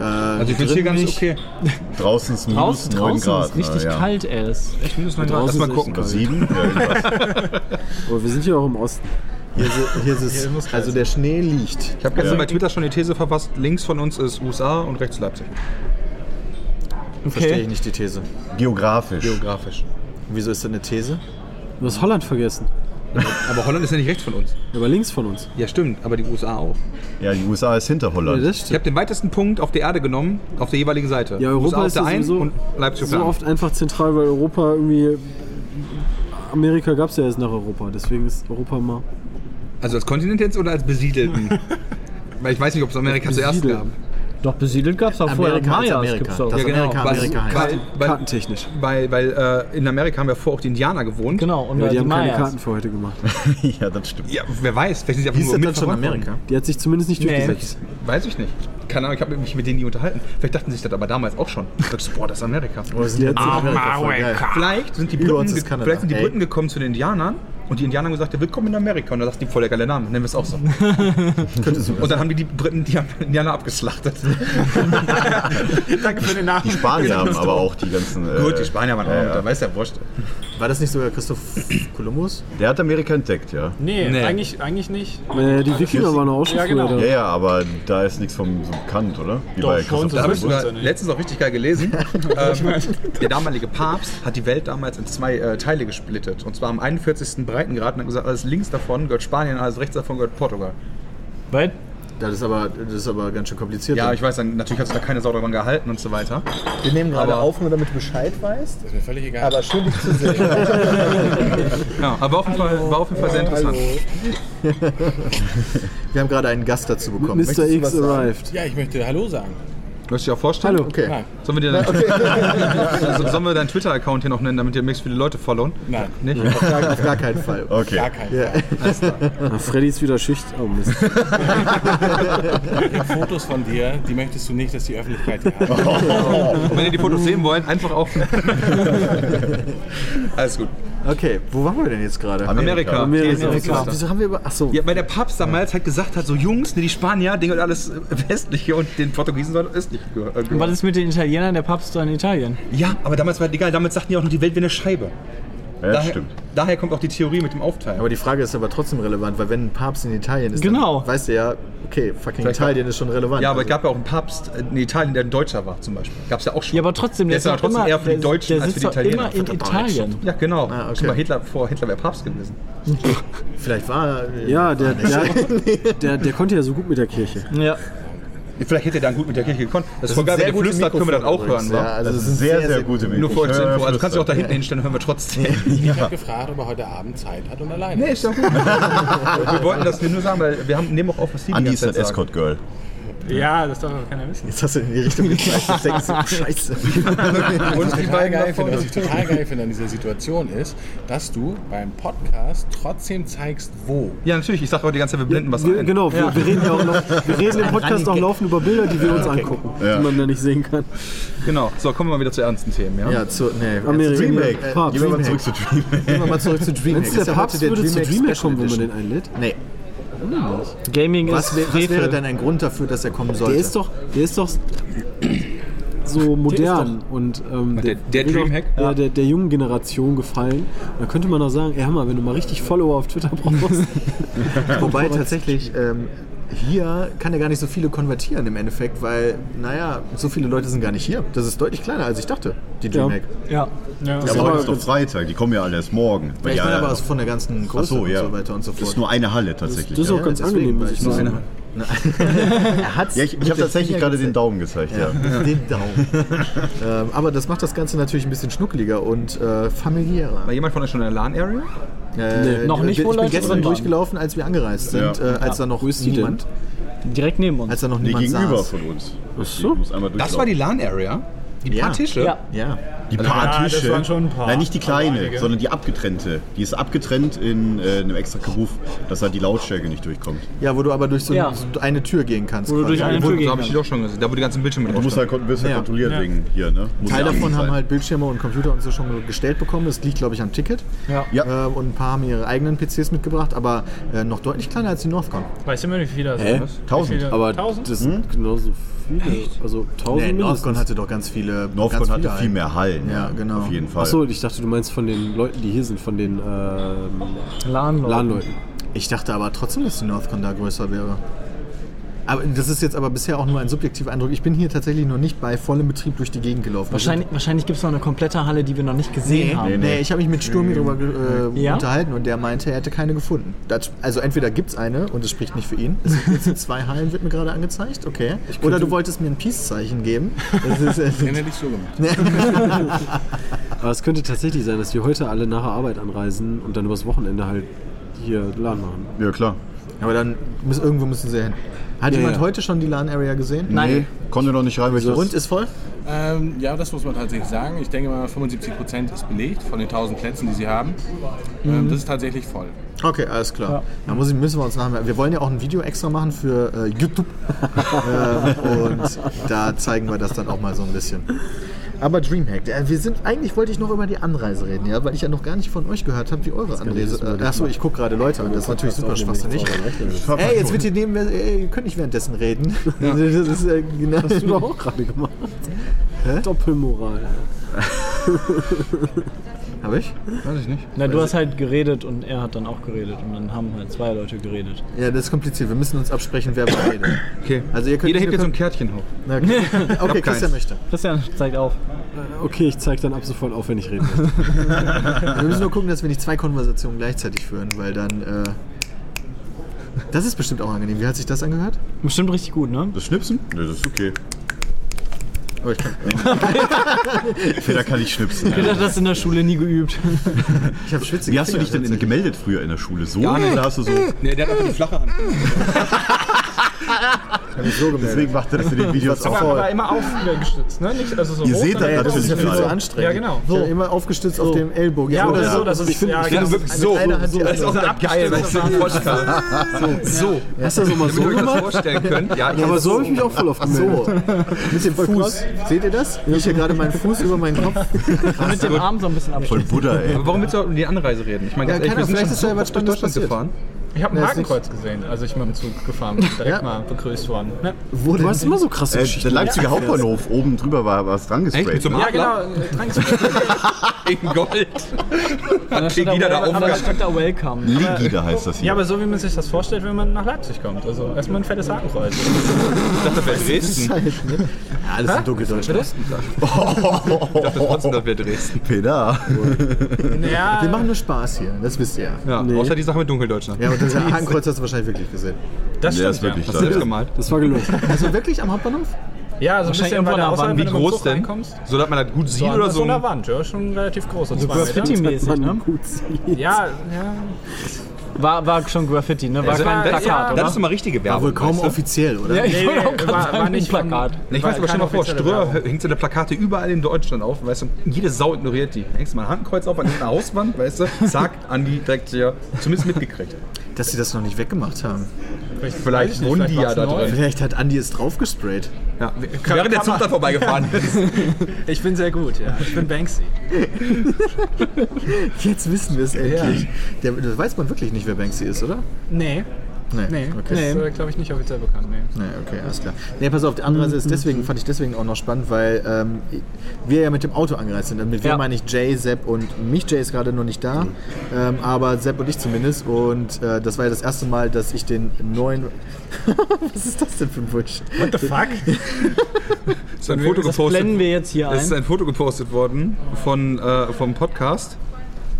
Speaker 4: Also, ich finde hier ganz okay.
Speaker 5: Draußen ist minus
Speaker 6: Draußen,
Speaker 5: 9
Speaker 6: draußen
Speaker 5: Grad.
Speaker 6: ist richtig
Speaker 5: ne, ja.
Speaker 6: kalt, ey. Das
Speaker 4: Ich muss mal
Speaker 7: draußen
Speaker 4: erstmal
Speaker 7: ist
Speaker 4: gucken.
Speaker 5: Oder 7? Ja, irgendwas.
Speaker 7: Aber wir sind hier auch im Osten.
Speaker 3: Hier ist, hier ist es, also der Schnee liegt.
Speaker 4: Ich habe gestern
Speaker 5: Ja.
Speaker 4: bei Twitter schon die These verfasst: links von uns ist USA und rechts Leipzig.
Speaker 3: Verstehe
Speaker 6: okay.
Speaker 3: ich nicht die These.
Speaker 5: Geografisch.
Speaker 4: Geografisch.
Speaker 3: Wieso ist das eine These?
Speaker 7: Du hast Holland vergessen.
Speaker 4: Aber Holland ist ja nicht rechts von uns.
Speaker 7: Aber links von uns.
Speaker 4: Ja, stimmt, aber die USA auch.
Speaker 5: ja, die USA ist hinter Holland.
Speaker 4: Ich habe den weitesten Punkt auf der Erde genommen, auf der jeweiligen Seite.
Speaker 7: Ja, Europa
Speaker 4: USA
Speaker 7: ist
Speaker 4: auf der
Speaker 7: ja
Speaker 4: einen
Speaker 7: sowieso
Speaker 4: und Leipzig auf der
Speaker 7: so
Speaker 4: anderen.
Speaker 7: oft einfach zentral, weil Europa irgendwie. Amerika gab es ja erst nach Europa, deswegen ist Europa mal.
Speaker 4: Also als Kontinent jetzt oder als Besiedelten?
Speaker 7: [LAUGHS]
Speaker 4: Weil ich weiß nicht, ob es Amerika zuerst
Speaker 7: Besiedelt.
Speaker 4: gab.
Speaker 6: Doch besiedelt gab es auch vorher.
Speaker 3: Amerika als
Speaker 6: Mayas
Speaker 3: Amerika.
Speaker 6: gibt's auch.
Speaker 3: Das-
Speaker 6: Ja,
Speaker 4: genau.
Speaker 3: Amerika,
Speaker 4: weil,
Speaker 3: Amerika heißt.
Speaker 4: weil, weil,
Speaker 7: Kartentechnisch.
Speaker 4: weil, weil äh, in Amerika haben ja vorher auch die Indianer gewohnt.
Speaker 6: genau, und
Speaker 7: Ja,
Speaker 6: ja,
Speaker 7: die haben keine
Speaker 6: Mayas.
Speaker 7: Karten für heute gemacht.
Speaker 5: [LAUGHS] ja, das stimmt.
Speaker 4: Ja, wer weiß, vielleicht sind sie einfach
Speaker 3: Hieß
Speaker 4: nur
Speaker 3: das dann schon
Speaker 4: mitverfolgt worden.
Speaker 3: Amerika?
Speaker 7: Die hat sich zumindest nicht
Speaker 6: Nee.
Speaker 7: durchgesetzt.
Speaker 4: Weiß ich nicht. Keine Ahnung, ich habe mich mit denen nie unterhalten. Vielleicht dachten sie sich das aber damals auch
Speaker 7: [LAUGHS]
Speaker 4: schon. Ich dachte, boah, Oh, das ist Amerika.
Speaker 3: Oder sind die jetzt in Amerika? Voll geil.
Speaker 4: Vielleicht sind die
Speaker 3: Über
Speaker 4: Briten,
Speaker 3: uns ist
Speaker 4: ge-
Speaker 3: Kanada.
Speaker 4: vielleicht sind die
Speaker 3: Ey.
Speaker 4: Briten gekommen zu den Indianern und die Indianer haben gesagt, ja, willkommen in Amerika. Und dann sagten die, voll der geile Name, nennen wir es auch so. und dann haben die die Briten die Indianer abgeschlachtet.
Speaker 2: Danke für den
Speaker 5: Die
Speaker 2: Namen.
Speaker 5: Spanier haben aber auch die ganzen. äh,
Speaker 4: Gut, die Spanier waren auch
Speaker 5: ja,
Speaker 4: noch
Speaker 5: ja.
Speaker 4: da, weiß ja wurscht.
Speaker 3: War das nicht sogar Christoph Kolumbus?
Speaker 5: Der hat Amerika entdeckt, ja.
Speaker 2: Nee,
Speaker 4: Nee.
Speaker 2: Eigentlich, eigentlich nicht.
Speaker 7: Äh, die Wikinger waren auch schon
Speaker 2: Ja, genau.
Speaker 7: früher da.
Speaker 5: Ja, ja, aber da ist nichts vom so bekannt, oder? Wie
Speaker 2: Doch, schon so.
Speaker 4: Da habe ich
Speaker 5: Kolumbus.
Speaker 4: sogar
Speaker 2: Wusste nicht.
Speaker 4: äh, letztens auch richtig geil gelesen. ähm, der damalige Papst hat die Welt damals in zwei äh, Teile gesplittet. Und zwar am 41. Breitengrad und hat gesagt, alles links davon gehört Spanien, alles rechts davon gehört Portugal.
Speaker 6: Weil
Speaker 3: Das ist aber, das ist aber ganz schön kompliziert.
Speaker 4: Ja, ich weiß, dann, natürlich hat sich da keine Sau dran gehalten und so weiter.
Speaker 3: Wir nehmen gerade
Speaker 4: Aber-
Speaker 3: auf, nur damit du Bescheid weißt. Ist mir völlig egal. Aber schön, dich zu sehen.
Speaker 4: Ja, aber war auf jeden Fall, war auf jeden Fall sehr interessant.
Speaker 3: Wir haben gerade einen Gast dazu bekommen.
Speaker 7: Mr.
Speaker 3: genau. Möchtest du was
Speaker 7: X
Speaker 3: sagen?
Speaker 7: arrived.
Speaker 8: Ja, ich möchte Hallo sagen.
Speaker 4: Möchtest du dich auch vorstellen? Hallo.
Speaker 3: Okay.
Speaker 4: Sollen wir, dir dann, [LAUGHS] also, sollen wir deinen Twitter-Account hier noch nennen, damit dir möglichst viele Leute followen?
Speaker 8: Nein.
Speaker 4: Nicht?
Speaker 3: Auf, gar, auf gar keinen Fall.
Speaker 5: Okay.
Speaker 8: Gar kein
Speaker 3: Ja.
Speaker 7: Ah, Freddy ist wieder Schicht. Oh Mist.
Speaker 8: Fotos von dir, die möchtest du nicht, dass die Öffentlichkeit die hat.
Speaker 4: Und wenn ihr die Fotos sehen wollt, einfach
Speaker 6: [LAUGHS]
Speaker 4: auch. Alles gut.
Speaker 3: Okay, wo waren wir denn jetzt gerade?
Speaker 4: Amerika.
Speaker 7: Amerika.
Speaker 3: Wieso- Wieso haben wir über. Achso.
Speaker 4: Ja, weil der Papst damals halt gesagt hat, so Jungs, ne, die Spanier, denen gehört alles Westliche und den Portugiesen soll das nicht gehö- äh,
Speaker 6: was
Speaker 4: gehören.
Speaker 6: ist mit den Italienern? Der Papst war in Italien.
Speaker 4: Ja, aber damals war das egal, damals sagten die auch noch, die Welt wäre eine Scheibe.
Speaker 5: Ja, das
Speaker 4: daher,
Speaker 5: stimmt.
Speaker 4: daher kommt auch die Theorie mit dem Aufteilen.
Speaker 3: Aber die Frage ist aber trotzdem relevant, weil wenn ein Papst in Italien ist,
Speaker 6: Genau.
Speaker 3: dann weißt du ja, okay, fucking
Speaker 4: Vielleicht
Speaker 3: Italien ist schon relevant.
Speaker 4: ja, aber es
Speaker 3: Also-
Speaker 4: gab ja auch einen Papst in Italien, der ein Deutscher war zum Beispiel. Gab es ja auch schon.
Speaker 6: Ja, aber trotzdem,
Speaker 4: der ist ja
Speaker 6: doch
Speaker 4: trotzdem eher für die
Speaker 6: der-
Speaker 4: Deutschen
Speaker 6: der
Speaker 4: als für die
Speaker 6: sitzt doch
Speaker 4: Italiener.
Speaker 6: immer in Italien.
Speaker 4: Ja, genau.
Speaker 3: Ah, okay.
Speaker 4: Schon mal Hitler, vor Hitler wäre Papst gewesen.
Speaker 3: Vielleicht war äh, er.
Speaker 7: Ja, der, der, der, der konnte ja so gut mit der Kirche.
Speaker 6: Ja.
Speaker 4: Vielleicht hätte er dann gut mit der Kirche gekonnt. Das, ist voll geil, wenn
Speaker 3: gute
Speaker 4: geflüstert können wir das auch
Speaker 3: Mikrofone
Speaker 4: hören,
Speaker 3: übrigens,
Speaker 4: wa?
Speaker 3: Ja, also
Speaker 5: Das
Speaker 3: es
Speaker 5: sind sehr, sehr gute
Speaker 4: Nur
Speaker 5: Mikros.
Speaker 4: vor uns Info. Also kannst du auch da
Speaker 5: Ja,
Speaker 4: hinten hinstellen, hören wir trotzdem.
Speaker 8: Ich habe gefragt, ob er heute Abend Zeit hat und alleine.
Speaker 4: Nee, ist doch
Speaker 8: [LAUGHS]
Speaker 4: gut. wir wollten das nur sagen, weil wir haben, nehmen auch auf, was die die
Speaker 5: Andi ist halt
Speaker 4: ganze
Speaker 5: das
Speaker 4: Zeit sagen.
Speaker 5: Escort-Girl.
Speaker 2: Ja, das darf doch keiner wissen.
Speaker 3: Jetzt hast du in die Richtung gezeigt. Ich denke so, scheiße.
Speaker 4: Und die
Speaker 8: total geil
Speaker 4: beiden da
Speaker 8: finde, was
Speaker 4: vorne.
Speaker 8: ich total geil finde an dieser Situation ist, dass du beim Podcast trotzdem zeigst, wo.
Speaker 4: Ja, natürlich. Ich sage heute die ganze Zeit, wir blenden was
Speaker 7: Wir-
Speaker 4: ein.
Speaker 7: Genau, wir, wir reden ja auch noch, wir reden im Podcast auch laufend über Bilder, die wir uns angucken, die man da nicht sehen kann.
Speaker 4: Genau. So, kommen wir mal wieder zu ernsten Themen, ja?
Speaker 3: Ja, zu. Nee,
Speaker 7: Amerika.
Speaker 5: Dreamhack.
Speaker 7: Papst.
Speaker 5: Gehen wir mal
Speaker 7: Dreamhack.
Speaker 5: zurück zu Dreamhack.
Speaker 3: Gehen wir mal zurück zu Dreamhack.
Speaker 7: Wenn's der
Speaker 3: ja heute
Speaker 7: Papst würde zu
Speaker 3: Dreamhack
Speaker 7: Dreamhack
Speaker 3: Special
Speaker 7: kommen, wenn man den
Speaker 3: Edition.
Speaker 7: einlädt.
Speaker 3: Nee.
Speaker 6: Gaming
Speaker 3: Was, wär,
Speaker 6: ist
Speaker 3: was wäre
Speaker 6: Frevel.
Speaker 3: denn ein Grund dafür, dass er kommen sollte?
Speaker 7: Der ist doch, der ist doch so modern und ähm,
Speaker 4: Der- der
Speaker 7: wird auch-
Speaker 4: Dreamhack?
Speaker 7: Ja, der, der jungen Generation gefallen. Da könnte man auch sagen, ey, Hammer, wenn du mal richtig Follower auf Twitter brauchst.
Speaker 3: Wobei tatsächlich ähm, hier kann er gar nicht so viele konvertieren im Endeffekt, weil, naja, so viele Leute sind gar nicht hier. Das ist deutlich kleiner, als ich dachte, die DreamHack.
Speaker 2: Ja.
Speaker 5: Ja, aber
Speaker 7: aber
Speaker 5: heute ist doch Freitag, die kommen ja alle erst morgen.
Speaker 3: Ja. Ich meine aber
Speaker 5: alle-
Speaker 3: aus- von der ganzen
Speaker 5: Ach
Speaker 3: Größe
Speaker 5: so, ja.
Speaker 3: und so weiter und so fort.
Speaker 5: Das ist nur eine Halle tatsächlich.
Speaker 7: Das ist
Speaker 5: ja.
Speaker 7: auch ganz
Speaker 3: deswegen
Speaker 7: angenehm,
Speaker 3: war
Speaker 7: muss ich
Speaker 3: ich so- [LAUGHS]
Speaker 7: sagen.
Speaker 3: Er hat's
Speaker 5: ja, ich ich
Speaker 3: mit
Speaker 5: habe
Speaker 3: dem
Speaker 5: tatsächlich
Speaker 3: Finger
Speaker 5: gerade
Speaker 3: gezeigt.
Speaker 5: den Daumen gezeigt, ja.
Speaker 3: Den Daumen. ähm, aber das macht das Ganze natürlich ein bisschen schnuckeliger und äh, familiärer.
Speaker 4: War jemand von euch schon in der LAN-Area?
Speaker 3: Äh,
Speaker 7: Nee.
Speaker 6: Noch nicht,
Speaker 3: ich
Speaker 6: wo
Speaker 3: bin
Speaker 6: Leute
Speaker 3: gestern
Speaker 6: drin waren.
Speaker 3: durchgelaufen, als wir angereist sind,
Speaker 5: Ja.
Speaker 3: äh, als da noch
Speaker 7: Wo ist die denn?
Speaker 3: niemand,
Speaker 6: Direkt neben uns.
Speaker 3: als da noch
Speaker 5: Nee,
Speaker 3: niemand
Speaker 5: gegenüber
Speaker 3: saß.
Speaker 5: von uns.
Speaker 7: so.
Speaker 5: Ich muss einmal
Speaker 4: Das
Speaker 5: durchlaufen.
Speaker 4: war die LAN-Area? Die
Speaker 3: Ja.
Speaker 4: paar Tische?
Speaker 6: ja.
Speaker 3: Ja,
Speaker 5: Die paar
Speaker 2: Ja, das
Speaker 5: Tische.
Speaker 2: waren schon ein paar.
Speaker 5: Nein, nicht die kleine,
Speaker 2: Aber einige.
Speaker 5: sondern die abgetrennte. Die ist abgetrennt in äh, einem extra Kabuff, dass da die Lautstärke nicht durchkommt.
Speaker 3: ja, wo du aber durch so
Speaker 6: Ja.
Speaker 3: so eine Tür gehen kannst.
Speaker 6: Wo du
Speaker 3: quasi.
Speaker 6: durch eine
Speaker 4: Da
Speaker 6: Tür gehen
Speaker 4: habe ich die
Speaker 6: kannst.
Speaker 4: doch schon gesehen. Da wo die ganzen Bildschirme
Speaker 5: Du
Speaker 4: drauf
Speaker 5: musst
Speaker 4: standen.
Speaker 5: halt kon- wirst halt
Speaker 3: Ja.
Speaker 5: kontrolliert wegen hier, ne? Muss
Speaker 3: Teil
Speaker 5: ja
Speaker 3: davon
Speaker 5: sein.
Speaker 3: haben halt Bildschirme und Computer und so schon gestellt bekommen. Das liegt, glaube ich, am Ticket. Äh,
Speaker 5: Ja.
Speaker 3: und ein paar haben ihre eigenen PCs mitgebracht, aber äh, noch deutlich kleiner als die Northcon.
Speaker 2: Weißt du immer, wie viele das
Speaker 7: Hä?
Speaker 2: sind? Was? Wie
Speaker 5: 1000,
Speaker 2: viele?
Speaker 7: Aber
Speaker 2: 1000?
Speaker 7: das sind genauso viele. Also 1000
Speaker 3: Nee, Northcon
Speaker 7: mindestens.
Speaker 3: hatte doch ganz viele.
Speaker 5: Northcon
Speaker 3: ganz
Speaker 5: hatte
Speaker 3: viele halt.
Speaker 5: viel mehr Hallen.
Speaker 3: Ja, genau.
Speaker 5: Auf jeden Fall.
Speaker 7: Achso, ich dachte, du meinst von den Leuten, die hier sind, von den ähm,
Speaker 6: LAN-Leuten.
Speaker 7: LAN-Leuten.
Speaker 3: Ich dachte aber trotzdem, dass die Northcon da größer wäre. Aber das ist jetzt aber bisher auch nur ein subjektiver Eindruck. Ich bin hier tatsächlich noch nicht bei vollem Betrieb durch die Gegend gelaufen.
Speaker 6: Wahrscheinlich, wahrscheinlich gibt es noch eine komplette Halle, die wir noch nicht gesehen
Speaker 3: Nee,
Speaker 6: haben.
Speaker 3: nee, ich habe mich mit Sturmi darüber ge- äh,
Speaker 6: Ja?
Speaker 3: unterhalten und der meinte, er hätte keine gefunden. Das, also entweder gibt es eine und es spricht nicht für ihn. Es sind jetzt zwei Hallen, wird mir gerade angezeigt, okay. Oder du wolltest mir ein Peace-Zeichen geben. Das ist, äh,
Speaker 8: Den hätte ich so gemacht.
Speaker 7: Aber es könnte tatsächlich sein, dass wir heute alle nach der Arbeit anreisen und dann übers Wochenende halt hier LAN machen. [LAUGHS]
Speaker 5: Ja, klar.
Speaker 3: aber dann, müssen, irgendwo müssen sie hin. Hat
Speaker 7: Ja,
Speaker 3: jemand
Speaker 7: ja.
Speaker 3: heute schon die LAN-Area gesehen?
Speaker 5: Nee, konnte noch nicht rein, weil ich
Speaker 3: Und ist voll?
Speaker 8: Ähm, ja, das muss man tatsächlich sagen. Ich denke mal, 75% ist belegt von den 1000 Plätzen, die sie haben. Ähm, das ist tatsächlich voll.
Speaker 3: Okay, alles klar. Da muss ich, müssen wir uns nachher. Wir wollen ja auch ein Video extra machen für äh,
Speaker 7: [LAUGHS]
Speaker 3: YouTube. äh, und da zeigen wir das dann auch mal so ein bisschen. Aber Dreamhack, äh, wir sind eigentlich wollte ich noch über die Anreise reden, ja, weil ich ja noch gar nicht von euch gehört habe, wie eure Anreise. Äh, achso, ich gucke gerade Leute an, das ist natürlich super schwachsinnig.
Speaker 7: ne?
Speaker 3: Ey, jetzt wird hier neben mir, ey, ihr könnt nicht währenddessen reden. [LAUGHS] Das ist äh, genau.
Speaker 7: Hast du doch auch gerade gemacht. Doppelmoral.
Speaker 3: Habe ich?
Speaker 4: Weiß ich nicht.
Speaker 6: Na, du hast halt geredet und er hat dann auch geredet und dann haben halt zwei Leute geredet.
Speaker 3: Ja, das ist kompliziert. Wir müssen uns absprechen,
Speaker 7: [COUGHS]
Speaker 3: wer was redet.
Speaker 4: Okay.
Speaker 3: Also ihr könnt-
Speaker 4: Jeder hebt
Speaker 3: ihr
Speaker 4: jetzt so ein
Speaker 3: könnt-
Speaker 4: Kärtchen hoch.
Speaker 3: Na, Okay, okay Christian möchte.
Speaker 6: Christian zeigt auf.
Speaker 7: Okay, ich zeig dann ab sofort auf, wenn ich rede.
Speaker 3: Wir müssen nur gucken, dass wir nicht zwei Konversationen gleichzeitig führen, weil dann. Äh, das ist bestimmt auch angenehm. Wie hat sich das angehört?
Speaker 6: Bestimmt richtig gut, ne?
Speaker 5: Das Schnipsen? Nee, das ist okay.
Speaker 3: Oh, ich kann, [LAUGHS]
Speaker 5: Feder kann ich schnipsen.
Speaker 6: Ich das in der Schule nie [LAUGHS] geübt.
Speaker 3: ich habe schwitzige
Speaker 5: Wie hast du
Speaker 3: Finger
Speaker 5: dich denn in-
Speaker 3: tatsächlich.
Speaker 5: gemeldet früher in der Schule? So?
Speaker 4: Ja, nee.
Speaker 5: Oder hast du so?
Speaker 4: Nee, der hat einfach die flache Hand.
Speaker 5: Deswegen macht er das in den Videos
Speaker 2: aber,
Speaker 5: auch.
Speaker 2: aber immer aufgestützt, ne? Nicht, also so
Speaker 5: Ihr
Speaker 2: hoch,
Speaker 5: seht das
Speaker 2: sondern
Speaker 3: Das ist
Speaker 5: natürlich
Speaker 3: ja viel zu
Speaker 5: gerade.
Speaker 3: anstrengend.
Speaker 2: Ja, genau.
Speaker 3: So. Ich hab immer aufgestützt auf dem Ellbogen.
Speaker 2: Ja, oder
Speaker 3: Ja.
Speaker 2: so, das ist, ja, genau.
Speaker 4: wirklich so.
Speaker 3: Mit einer Hand die
Speaker 4: Das ist auch
Speaker 3: andere.
Speaker 4: so geil, weißt du, im Podcast. So.
Speaker 7: Hast du das nochmal so
Speaker 4: Damit ihr euch das
Speaker 7: gemacht?
Speaker 4: vorstellen könnt. Ja, ich
Speaker 7: Ja, aber so habe ich mich auch voll oft
Speaker 3: So,
Speaker 7: gemeldet.
Speaker 3: mit dem Fuß. Seht ihr das? Ich hier gerade meinen Fuß über meinen Kopf.
Speaker 6: Mit dem Arm so ein bisschen
Speaker 5: Voll
Speaker 6: abschließen.
Speaker 5: Buddha, ey.
Speaker 4: Aber warum willst du über die Anreise reden? Ich meine,
Speaker 3: Ja,
Speaker 4: ganz ehrlich,
Speaker 3: keiner,
Speaker 4: wir sind
Speaker 3: vielleicht
Speaker 4: schon
Speaker 3: ist ja
Speaker 4: so
Speaker 3: was
Speaker 4: oft durch
Speaker 3: Spannendes
Speaker 4: Deutschland
Speaker 3: passiert.
Speaker 4: gefahren.
Speaker 2: Ich habe ein
Speaker 3: Ja, ist
Speaker 2: Hakenkreuz gesehen, als ich mit dem Zug gefahren bin. Direkt
Speaker 3: Ja.
Speaker 2: mal begrüßt worden. Ne?
Speaker 3: Wo
Speaker 7: Du hast immer so
Speaker 3: [LAUGHS]
Speaker 7: krasse
Speaker 5: Äh,
Speaker 7: Geschichten.
Speaker 5: der Leipziger Hauptbahnhof, oben drüber war was dran
Speaker 4: Echt? Mit
Speaker 5: gesprayt.
Speaker 4: so einem
Speaker 5: ne?
Speaker 2: Ja,
Speaker 4: Adler?
Speaker 2: genau. äh, Trank-
Speaker 4: [LAUGHS] In Gold.
Speaker 6: Da
Speaker 4: Hat
Speaker 6: steht
Speaker 4: Pegida da
Speaker 6: aber da
Speaker 4: aufgegangen.
Speaker 6: steht da Welcome.
Speaker 5: Legida heißt das hier. [LAUGHS]
Speaker 2: Ja, aber so wie man sich das vorstellt, wenn man nach Leipzig kommt. Also erstmal ein fettes Hakenkreuz.
Speaker 4: Ich dachte, das wäre Dresden.
Speaker 3: Zeit, ne? Ja, alles in Dunkeldeutschland.
Speaker 4: Ich dachte,
Speaker 5: [LAUGHS]
Speaker 4: trotzdem, das wäre Dresden.
Speaker 5: Peda.
Speaker 2: Ja,
Speaker 3: Wir machen nur Spaß hier, das wisst ihr. Ja,
Speaker 4: Ja, außer die Sache mit Dunkeldeutschland.
Speaker 3: ja und das Hakenkreuz hast du wahrscheinlich wirklich gesehen.
Speaker 2: das
Speaker 5: Der
Speaker 2: stimmt.
Speaker 5: ist wirklich
Speaker 4: Hast du selbst
Speaker 5: da.
Speaker 4: gemalt?
Speaker 7: Das war gelogen.
Speaker 3: Also wirklich am Hauptbahnhof?
Speaker 2: ja. ja, also ein
Speaker 6: Wahrscheinlich
Speaker 2: bisschen
Speaker 6: irgendwo
Speaker 2: weiter
Speaker 6: an der
Speaker 2: außerhalb,
Speaker 6: Wand.
Speaker 2: wenn
Speaker 4: Wie
Speaker 2: du mit dem
Speaker 4: groß
Speaker 2: Zug
Speaker 4: denn?
Speaker 2: reinkommst.
Speaker 4: So, dass man das gut sieht
Speaker 2: So an
Speaker 4: oder
Speaker 2: der
Speaker 4: so?
Speaker 2: so einer Wand, ja, schon relativ groß. Also zwei Meter.
Speaker 6: Graffiti-mäßig, ne?
Speaker 7: Gut sieht.
Speaker 2: Ja, ja.
Speaker 6: War, war schon Graffiti, ne? War
Speaker 4: Also,
Speaker 6: kein
Speaker 4: das,
Speaker 6: Plakat,
Speaker 4: das ist
Speaker 6: oder?
Speaker 4: immer richtige
Speaker 3: War
Speaker 4: Werbung.
Speaker 3: wohl kaum
Speaker 4: weißt du?
Speaker 3: offiziell, oder?
Speaker 6: Ja, [LAUGHS] ich
Speaker 2: Nee,
Speaker 6: wollte auch
Speaker 2: war-
Speaker 6: gerade
Speaker 2: war
Speaker 6: sagen,
Speaker 2: nicht
Speaker 6: nicht
Speaker 2: von-
Speaker 6: Plakat.
Speaker 4: Nee, ich weiß aber
Speaker 2: Keine
Speaker 4: schon mal vor,
Speaker 2: offizielle
Speaker 4: Ströer
Speaker 2: Werbung.
Speaker 4: hängt seine Plakate überall in Deutschland auf, weißt du, und jede Sau ignoriert die. Hängst du mal ein Hakenkreuz auf an irgendeiner Hauswand, weißt du, zack, Andi direkt hier, zumindest mitgekriegt.
Speaker 3: Dass sie das noch nicht weggemacht haben.
Speaker 4: Vielleicht
Speaker 2: weiß ich nicht,
Speaker 4: wohnen die
Speaker 2: vielleicht
Speaker 4: ja da
Speaker 2: war's neu.
Speaker 4: drin.
Speaker 3: Vielleicht hat Andi es draufgesprayt.
Speaker 4: Ja, während der Zug da vorbeigefahren ist.
Speaker 2: Ich bin sehr gut, ja. Ich bin Banksy.
Speaker 3: Jetzt wissen wir es endlich. Der, das weiß man wirklich nicht, wer Banksy ist, oder?
Speaker 2: Nee.
Speaker 3: Nee,
Speaker 2: Nee,
Speaker 3: okay.
Speaker 2: ist, äh, glaube ich, nicht offiziell bekannt. Nee.
Speaker 3: Nee, okay, alles klar. Nee, pass auf, die Anreise ist deswegen, fand ich deswegen auch noch spannend, weil ähm, wir ja mit dem Auto angereist sind. Und mit wem
Speaker 7: Ja.
Speaker 3: meine ich Jay, Sepp und mich. Jay ist gerade nur nicht da, ähm, aber Sepp und ich zumindest. Und äh, das war ja das erste Mal, dass ich den neuen... [LAUGHS] Was ist das denn für ein Wunsch?
Speaker 2: What the fuck?
Speaker 4: Ist ein Foto
Speaker 6: Das blenden
Speaker 4: gepostet.
Speaker 6: wir jetzt hier
Speaker 4: Es ist
Speaker 6: ein.
Speaker 4: ein Foto gepostet worden von, äh, vom Podcast.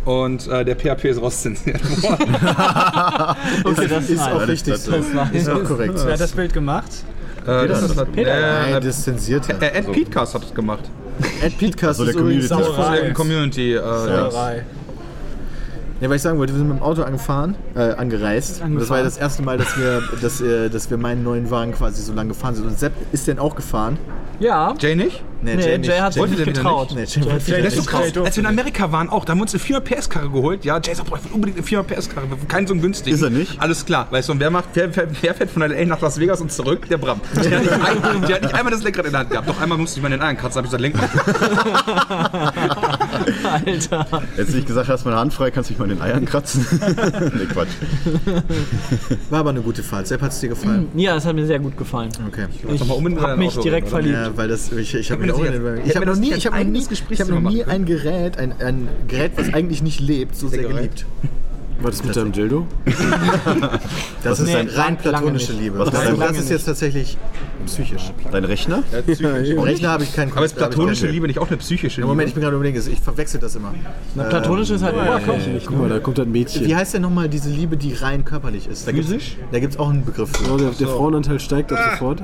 Speaker 4: Und äh, der PHP ist rauszensiert worden.
Speaker 6: Okay, das
Speaker 3: ist
Speaker 6: nein.
Speaker 3: auch richtig
Speaker 5: das-
Speaker 3: so. Ist auch korrekt.
Speaker 2: Wer hat das Bild gemacht?
Speaker 4: äh, das ist
Speaker 3: Nein,
Speaker 4: äh,
Speaker 3: das zensiert er.
Speaker 4: äh, Ed Petecast hat das gemacht.
Speaker 3: Ed Pietcast
Speaker 5: Also der
Speaker 3: ist übrigens
Speaker 5: Community.
Speaker 2: Sauerei.
Speaker 4: Von der Community. Äh, ja.
Speaker 2: Sauerei.
Speaker 3: Ja, weil ich sagen wollte, wir sind mit dem Auto angefahren, äh, angereist. Und Das war ja das erste Mal, dass wir, dass, äh, dass wir meinen neuen Wagen quasi so lange gefahren sind. Und Sepp ist denn auch gefahren?
Speaker 6: Ja. halt
Speaker 4: Jay nicht?
Speaker 6: Nee, Jay, hat sich
Speaker 4: Wollte
Speaker 6: nicht
Speaker 4: der wieder
Speaker 6: getraut.
Speaker 3: Nee, Jay wollte
Speaker 2: Jay
Speaker 4: Das
Speaker 2: ist
Speaker 4: ist so krass.
Speaker 2: Jay durfte
Speaker 4: Als wir in Amerika waren, auch, da haben wir uns eine 400 PS-Karre geholt. Ja, Jay sagt, boah, ich will unbedingt eine 400 PS-Karre. Keinen so einen günstigen.
Speaker 5: Ist er nicht?
Speaker 4: Alles klar. Weißt du, und wer, macht, wer, wer, wer fährt von L.A. nach Las Vegas und zurück? Der Bram. Der hat nicht, ein, der hat nicht einmal das Lenkrad in der Hand gehabt. Doch einmal musste ich meinen Eiern kratzen, habe ich gesagt, Lenkrad.
Speaker 6: Alter.
Speaker 5: Jetzt nicht gesagt, hast meine Hand frei, kannst mich mal in den Eiern kratzen. nee, Quatsch.
Speaker 3: War aber eine gute Fahrt. Sepp hat es dir gefallen.
Speaker 6: Ja, das hat mir sehr gut gefallen.
Speaker 3: Okay.
Speaker 6: Ich
Speaker 4: doch mal unbedingt in
Speaker 6: hab
Speaker 4: dein
Speaker 6: mich
Speaker 4: Auto rein,
Speaker 6: direkt
Speaker 4: oder?
Speaker 3: Ja,
Speaker 6: verliebt.
Speaker 3: weil das ich, ich habe mir
Speaker 4: Hätten wir das
Speaker 3: auch in
Speaker 4: nicht-
Speaker 3: den-
Speaker 4: hätten
Speaker 3: ich
Speaker 4: wir
Speaker 3: habe
Speaker 4: das
Speaker 3: noch nie
Speaker 4: nicht
Speaker 3: ich
Speaker 4: ein
Speaker 3: habe noch nie
Speaker 4: eigenes Gespräch
Speaker 3: ich habe noch
Speaker 4: drüber
Speaker 3: nie
Speaker 4: machen
Speaker 3: ein Gerät ein, ein Gerät was eigentlich nicht lebt so sehr
Speaker 4: Gerät.
Speaker 3: geliebt.
Speaker 7: War das mit deinem Dildo?
Speaker 3: Das ist
Speaker 6: Nee,
Speaker 3: eine rein
Speaker 6: lange
Speaker 3: platonische
Speaker 6: nicht.
Speaker 3: Liebe.
Speaker 5: Was
Speaker 3: das,
Speaker 5: ist denn-
Speaker 3: das ist jetzt tatsächlich psychisch.
Speaker 5: Dein Rechner?
Speaker 3: Im Rechner habe ich keinen
Speaker 4: Aber
Speaker 3: Kontakt, habe
Speaker 4: ist
Speaker 3: ich
Speaker 4: platonische
Speaker 3: keinen-
Speaker 4: Liebe nicht auch eine psychische Liebe?
Speaker 3: Moment, ich bin gerade überlegen, ich verwechsel das immer.
Speaker 6: Na, platonisch ist halt oberkörperlich.
Speaker 7: Äh, Guck mal, da kommt ein Mädchen.
Speaker 3: Wie heißt denn nochmal diese Liebe, die rein körperlich ist? Da Physisch? Gibt's, da gibt es auch einen Begriff
Speaker 7: Oh,
Speaker 3: für.
Speaker 7: der, der Frauenanteil steigt ab sofort.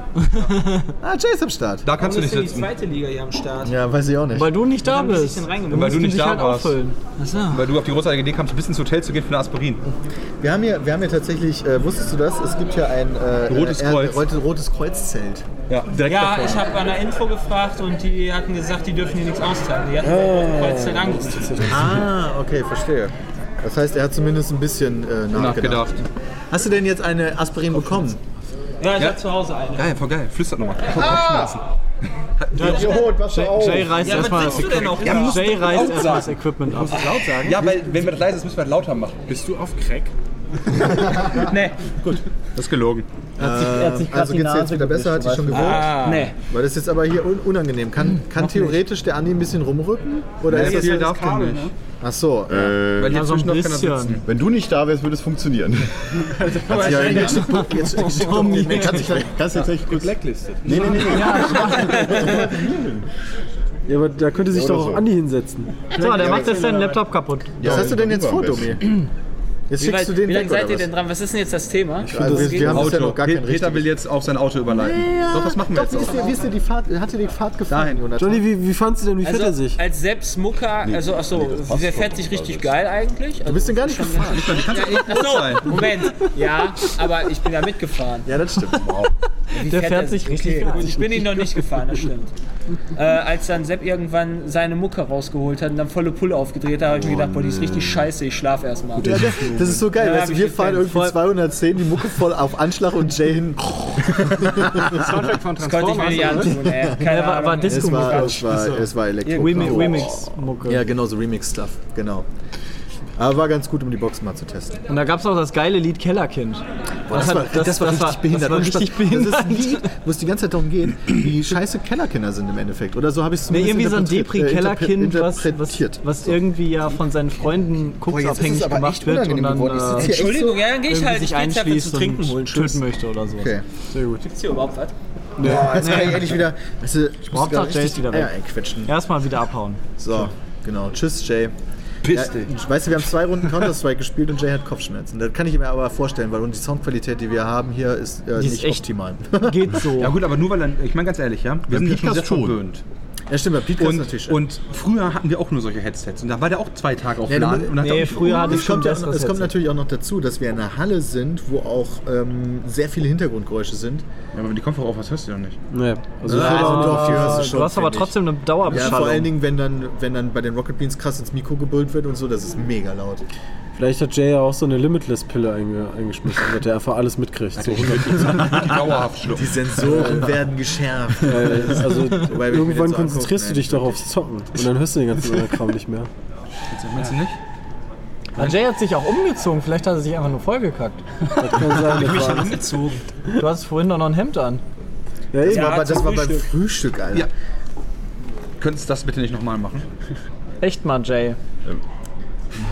Speaker 3: Ah, Jay ist am Start.
Speaker 4: da kannst du nicht sitzen.
Speaker 9: zweite Liga hier am Start.
Speaker 3: Ja, weiß ich auch nicht.
Speaker 6: Weil du nicht da
Speaker 9: Haben sie sich
Speaker 6: bist.
Speaker 9: denn
Speaker 6: Du
Speaker 9: reingemacht?
Speaker 4: Weil du
Speaker 6: musst
Speaker 4: nicht
Speaker 6: dich
Speaker 4: da
Speaker 6: halt
Speaker 4: warst.
Speaker 6: auffüllen. Achso.
Speaker 4: Weil du auf die großartige Idee kamst, bis ins Hotel zu gehen für eine Aspirin.
Speaker 3: Wir haben hier, wir haben hier tatsächlich, äh, wusstest du das? Es gibt hier ein äh,
Speaker 4: Rotes
Speaker 3: äh, ein
Speaker 4: Kreuz.
Speaker 3: rotes- rotes [LAUGHS] Kreuzzelt.
Speaker 4: Ja, direkt
Speaker 9: Ja,
Speaker 4: davor.
Speaker 9: ich habe bei einer Info gefragt und die hatten gesagt, die dürfen hier nichts austeilen. Die hatten Kreuzzeit Angst.
Speaker 3: Ah, okay, verstehe. Das heißt, er hat zumindest ein bisschen äh, nachgedacht.
Speaker 4: nachgedacht.
Speaker 3: Hast du denn jetzt eine Aspirin bekommen?
Speaker 9: Ja, ich
Speaker 4: Ja.
Speaker 9: hab zu Hause eine.
Speaker 4: Geil, voll geil. Flüstert nochmal.
Speaker 6: Jay reißt erstmal das
Speaker 9: denn noch?
Speaker 4: Ja, musst
Speaker 6: Jay
Speaker 4: du
Speaker 6: reißt
Speaker 4: laut
Speaker 6: erstmal das Equipment ab.
Speaker 4: Ja, weil wenn wir das leise ist, müssen wir das lauter machen.
Speaker 8: Bist du auf
Speaker 4: [LAUGHS]
Speaker 8: Crack?
Speaker 9: Nee,
Speaker 4: Das ist gelogen.
Speaker 6: Er hat sich grad
Speaker 3: Also
Speaker 6: die
Speaker 3: geht's dir jetzt
Speaker 6: Nase
Speaker 3: wieder besser, hat
Speaker 6: gewischt,
Speaker 3: die schon gewohnt?
Speaker 9: nee.
Speaker 3: Weil das ist jetzt aber hier un unangenehm. Kann, kann theoretisch der Andi ein bisschen rumrücken? Oder
Speaker 4: Ja,
Speaker 3: ist
Speaker 4: so
Speaker 3: das
Speaker 4: viel
Speaker 3: jetzt-
Speaker 4: darf der nicht.
Speaker 3: Ach so. Äh,
Speaker 4: Weil hier
Speaker 6: Ja, so ein
Speaker 4: zwischen noch keiner
Speaker 6: bisschen.
Speaker 4: sitzen.
Speaker 5: Wenn du nicht da wärst, würde es funktionieren.
Speaker 3: ja, jetzt, jetzt, jetzt,
Speaker 5: Nee, kannst du kannst du jetzt echt kurz.
Speaker 8: Blacklisted.
Speaker 5: Nee, nee, nee. nee.
Speaker 7: Ja, aber da könnte sich
Speaker 5: oder
Speaker 7: doch auch
Speaker 5: so.
Speaker 7: Andi hinsetzen.
Speaker 6: So, der macht jetzt seinen Laptop kaputt.
Speaker 3: was hast du denn jetzt vor, Domi? Jetzt
Speaker 9: Wie,
Speaker 3: schickst du den weg,
Speaker 9: lange seid
Speaker 3: oder
Speaker 9: ihr
Speaker 3: was?
Speaker 9: denn dran? Was ist denn jetzt das Thema?
Speaker 3: Also wir, wir haben bisher noch gar keinen
Speaker 4: Peter will
Speaker 3: richtigen.
Speaker 4: jetzt auf sein Auto überleiten. doch, das machen
Speaker 3: Wie
Speaker 4: wir jetzt
Speaker 3: ist
Speaker 4: auch.
Speaker 3: dir, wie ist dir die Fahrt, hat dir die Fahrt gefallen,
Speaker 4: Dahin.
Speaker 3: Jonathan?
Speaker 7: Johnny, wie, wie fandst du denn, wie fährt er
Speaker 9: Also,
Speaker 6: äh,
Speaker 7: sich?
Speaker 9: als Selbstmucker, also achso, der fährt sich richtig geil eigentlich. Also,
Speaker 3: Du bist denn gar nicht gefahren.
Speaker 4: Du kannst doch nicht groß sein.
Speaker 9: achso, Moment. Ja, aber ich bin ja mitgefahren.
Speaker 3: Ja, das stimmt.
Speaker 6: Der
Speaker 9: Fährt er
Speaker 6: fährt sich
Speaker 9: sich?
Speaker 6: richtig
Speaker 9: Gut, ich bin ihn noch nicht gefahren, das stimmt. Äh, als dann Sepp irgendwann seine Mucke rausgeholt hat und dann volle Pulle aufgedreht hat, habe ich
Speaker 6: Oh,
Speaker 9: mir gedacht, boah, die ist richtig scheiße, ich schlafe erstmal.
Speaker 3: Ja, das- das ist so geil.
Speaker 9: Ja,
Speaker 3: weißt
Speaker 9: hab
Speaker 3: du,
Speaker 9: ich
Speaker 3: wir fahren
Speaker 9: gesehen.
Speaker 3: irgendwie 210, die Mucke voll auf Anschlag und Jay hin.
Speaker 2: Soundtrack von
Speaker 9: Das konnte ich mir
Speaker 2: Transformers.
Speaker 9: nicht antun, ey. Keine
Speaker 6: Ja, war-
Speaker 9: Ahnung.
Speaker 6: war Disco-
Speaker 3: Es war, es war, es war Elektro.
Speaker 6: Remix, Remix Mucke.
Speaker 3: Ja, genau, so Remix-Stuff. Genau. Aber war ganz gut, um die Box mal zu testen.
Speaker 6: Und da gab es auch das geile Lied Kellerkind. das, hat- Das war
Speaker 3: Ohne
Speaker 6: richtig
Speaker 3: Spaß.
Speaker 6: behindert.
Speaker 3: Das ist ein Lied, wo es die ganze Zeit darum geht, wie scheiße Kellerkinder sind im Endeffekt. Oder so habe ich es
Speaker 6: Nee, irgendwie so ein
Speaker 3: interpretiert- äh,
Speaker 6: Depri-Kellerkind,
Speaker 3: interpre-
Speaker 6: was, was,
Speaker 3: interpretiert.
Speaker 6: was irgendwie ja von seinen Freunden koksabhängig gemacht wird und dann äh,
Speaker 3: hier
Speaker 9: Entschuldigung, ja, dann gehe ich
Speaker 6: irgendwie
Speaker 9: halt.
Speaker 6: sich
Speaker 9: Ich gehe jetzt dafür zu
Speaker 6: einschließt
Speaker 9: trinken holen.
Speaker 6: und
Speaker 9: Tschüss.
Speaker 6: töten möchte oder so.
Speaker 3: Okay.
Speaker 7: Sehr gut.
Speaker 9: Gibt's hier überhaupt was?
Speaker 3: Boah, jetzt kann ich endlich wieder. Weißt du, ich muss
Speaker 6: Hauptsache,
Speaker 3: gerade
Speaker 6: Jay
Speaker 3: richtig
Speaker 6: ist wieder weg.
Speaker 3: Eier einquetschen.
Speaker 6: Erstmal wieder abhauen.
Speaker 3: So, genau. Tschüss, Jay. Ja,
Speaker 4: Piss dich.
Speaker 3: weißt du, wir haben zwei Runden Counter-Strike gespielt und Jay hat Kopfschmerzen. Das kann ich mir aber vorstellen, weil und die Soundqualität, die wir haben hier, ist, äh,
Speaker 6: Die ist
Speaker 3: nicht
Speaker 6: echt-
Speaker 3: optimal. [LAUGHS]
Speaker 6: Geht so.
Speaker 4: Ja gut, aber nur weil dann, ich meine ganz ehrlich, ja, wir sind ja schon
Speaker 5: Podcast
Speaker 4: sehr
Speaker 5: schon.
Speaker 4: verwöhnt.
Speaker 3: ja, stimmt, bei Pete ist natürlich
Speaker 4: Und,
Speaker 3: schön.
Speaker 4: und früher hatten wir auch nur solche Headsets und da war der auch zwei Tage auf
Speaker 3: Ja,
Speaker 4: Laden.
Speaker 3: du-
Speaker 4: und hat
Speaker 6: nee,
Speaker 4: auch-
Speaker 6: früher hatte
Speaker 3: oh,
Speaker 6: ich
Speaker 3: es
Speaker 6: schon
Speaker 3: kommt, ja,
Speaker 6: besseres
Speaker 3: es kommt natürlich auch noch dazu, dass wir in einer Halle sind, wo auch ähm, sehr viele Hintergrundgeräusche sind.
Speaker 4: Ja, aber wenn die Kopfhörer auf was hörst du ja nicht.
Speaker 7: Nee, also
Speaker 3: Ja, also doch, die hörst
Speaker 6: Headset.
Speaker 3: schon,
Speaker 6: Du hast aber
Speaker 3: finde ich.
Speaker 6: trotzdem eine
Speaker 3: Ja, vor allen
Speaker 6: Dauerbeschallung.
Speaker 3: Dingen, wenn dann, wenn dann bei den Rocket Beans krass ins Mikro gebrüllt wird und so, das ist mega laut.
Speaker 7: vielleicht hat Jay ja auch so eine Limitless-Pille einge eingeschmissen, damit er einfach alles mitkriegt. So 100%.
Speaker 4: Die dauerhaft
Speaker 3: Die
Speaker 4: schlucken.
Speaker 3: Sensoren werden geschärft.
Speaker 7: Äh, also
Speaker 3: wenn ich mir
Speaker 7: irgendwann
Speaker 3: jetzt so angucke,
Speaker 7: konzentrierst du
Speaker 3: nee,
Speaker 7: dich doch aufs Zocken und dann hörst du den ganzen anderen Kram nicht mehr.
Speaker 4: Meinst du nicht?
Speaker 6: Jay hat sich auch umgezogen, vielleicht hat er sich einfach nur vollgekackt. Das kann sein, das war-
Speaker 9: Umgezogen.
Speaker 6: du hast vorhin doch noch ein Hemd an.
Speaker 3: Ja, eben,
Speaker 9: Ja,
Speaker 3: aber das
Speaker 9: zum
Speaker 3: war beim
Speaker 9: Frühstück.
Speaker 3: Frühstück, Alter.
Speaker 4: Ja. Könntest du das bitte nicht nochmal machen?
Speaker 6: Echt mal, Jay.
Speaker 9: Ähm.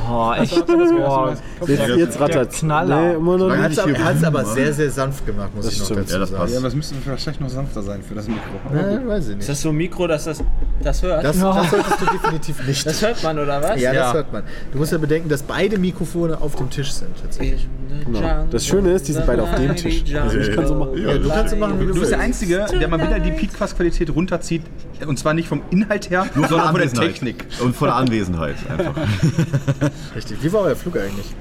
Speaker 6: Boah, echt. Boah.
Speaker 7: Jetzt, jetzt rattert's.
Speaker 6: Knaller.
Speaker 7: Nee, immer noch
Speaker 5: Lange
Speaker 7: nicht.
Speaker 5: nicht hier
Speaker 3: Hat es aber
Speaker 5: rum,
Speaker 3: sehr, sehr sanft gemacht, muss ich noch dazu
Speaker 5: Ja, das
Speaker 3: sagen.
Speaker 5: passt.
Speaker 4: das müsste vielleicht noch sanfter sein für das Mikro.
Speaker 3: Ja, weiß ich
Speaker 9: Ist
Speaker 3: nicht.
Speaker 9: das so ein Mikro, dass das das hört?
Speaker 3: Das, das solltest du definitiv nicht.
Speaker 9: das hört man, oder was?
Speaker 3: ja, das
Speaker 4: Ja.
Speaker 3: hört man. Du musst ja bedenken, dass beide Mikrofone auf dem Tisch sind. Tatsächlich.
Speaker 7: Genau. Das Schöne ist, die sind beide auf dem Tisch. Also ich kann so machen.
Speaker 5: Ja, du kannst so machen, wie
Speaker 4: Du bist der Einzige, der mal wieder die Podcast-Qualität runterzieht. Und zwar nicht vom Inhalt her,
Speaker 5: Nur von der
Speaker 4: sondern von der
Speaker 5: Anwesenheit.
Speaker 4: Technik.
Speaker 5: Und von der Anwesenheit einfach.
Speaker 3: Richtig. Wie war euer Flug eigentlich?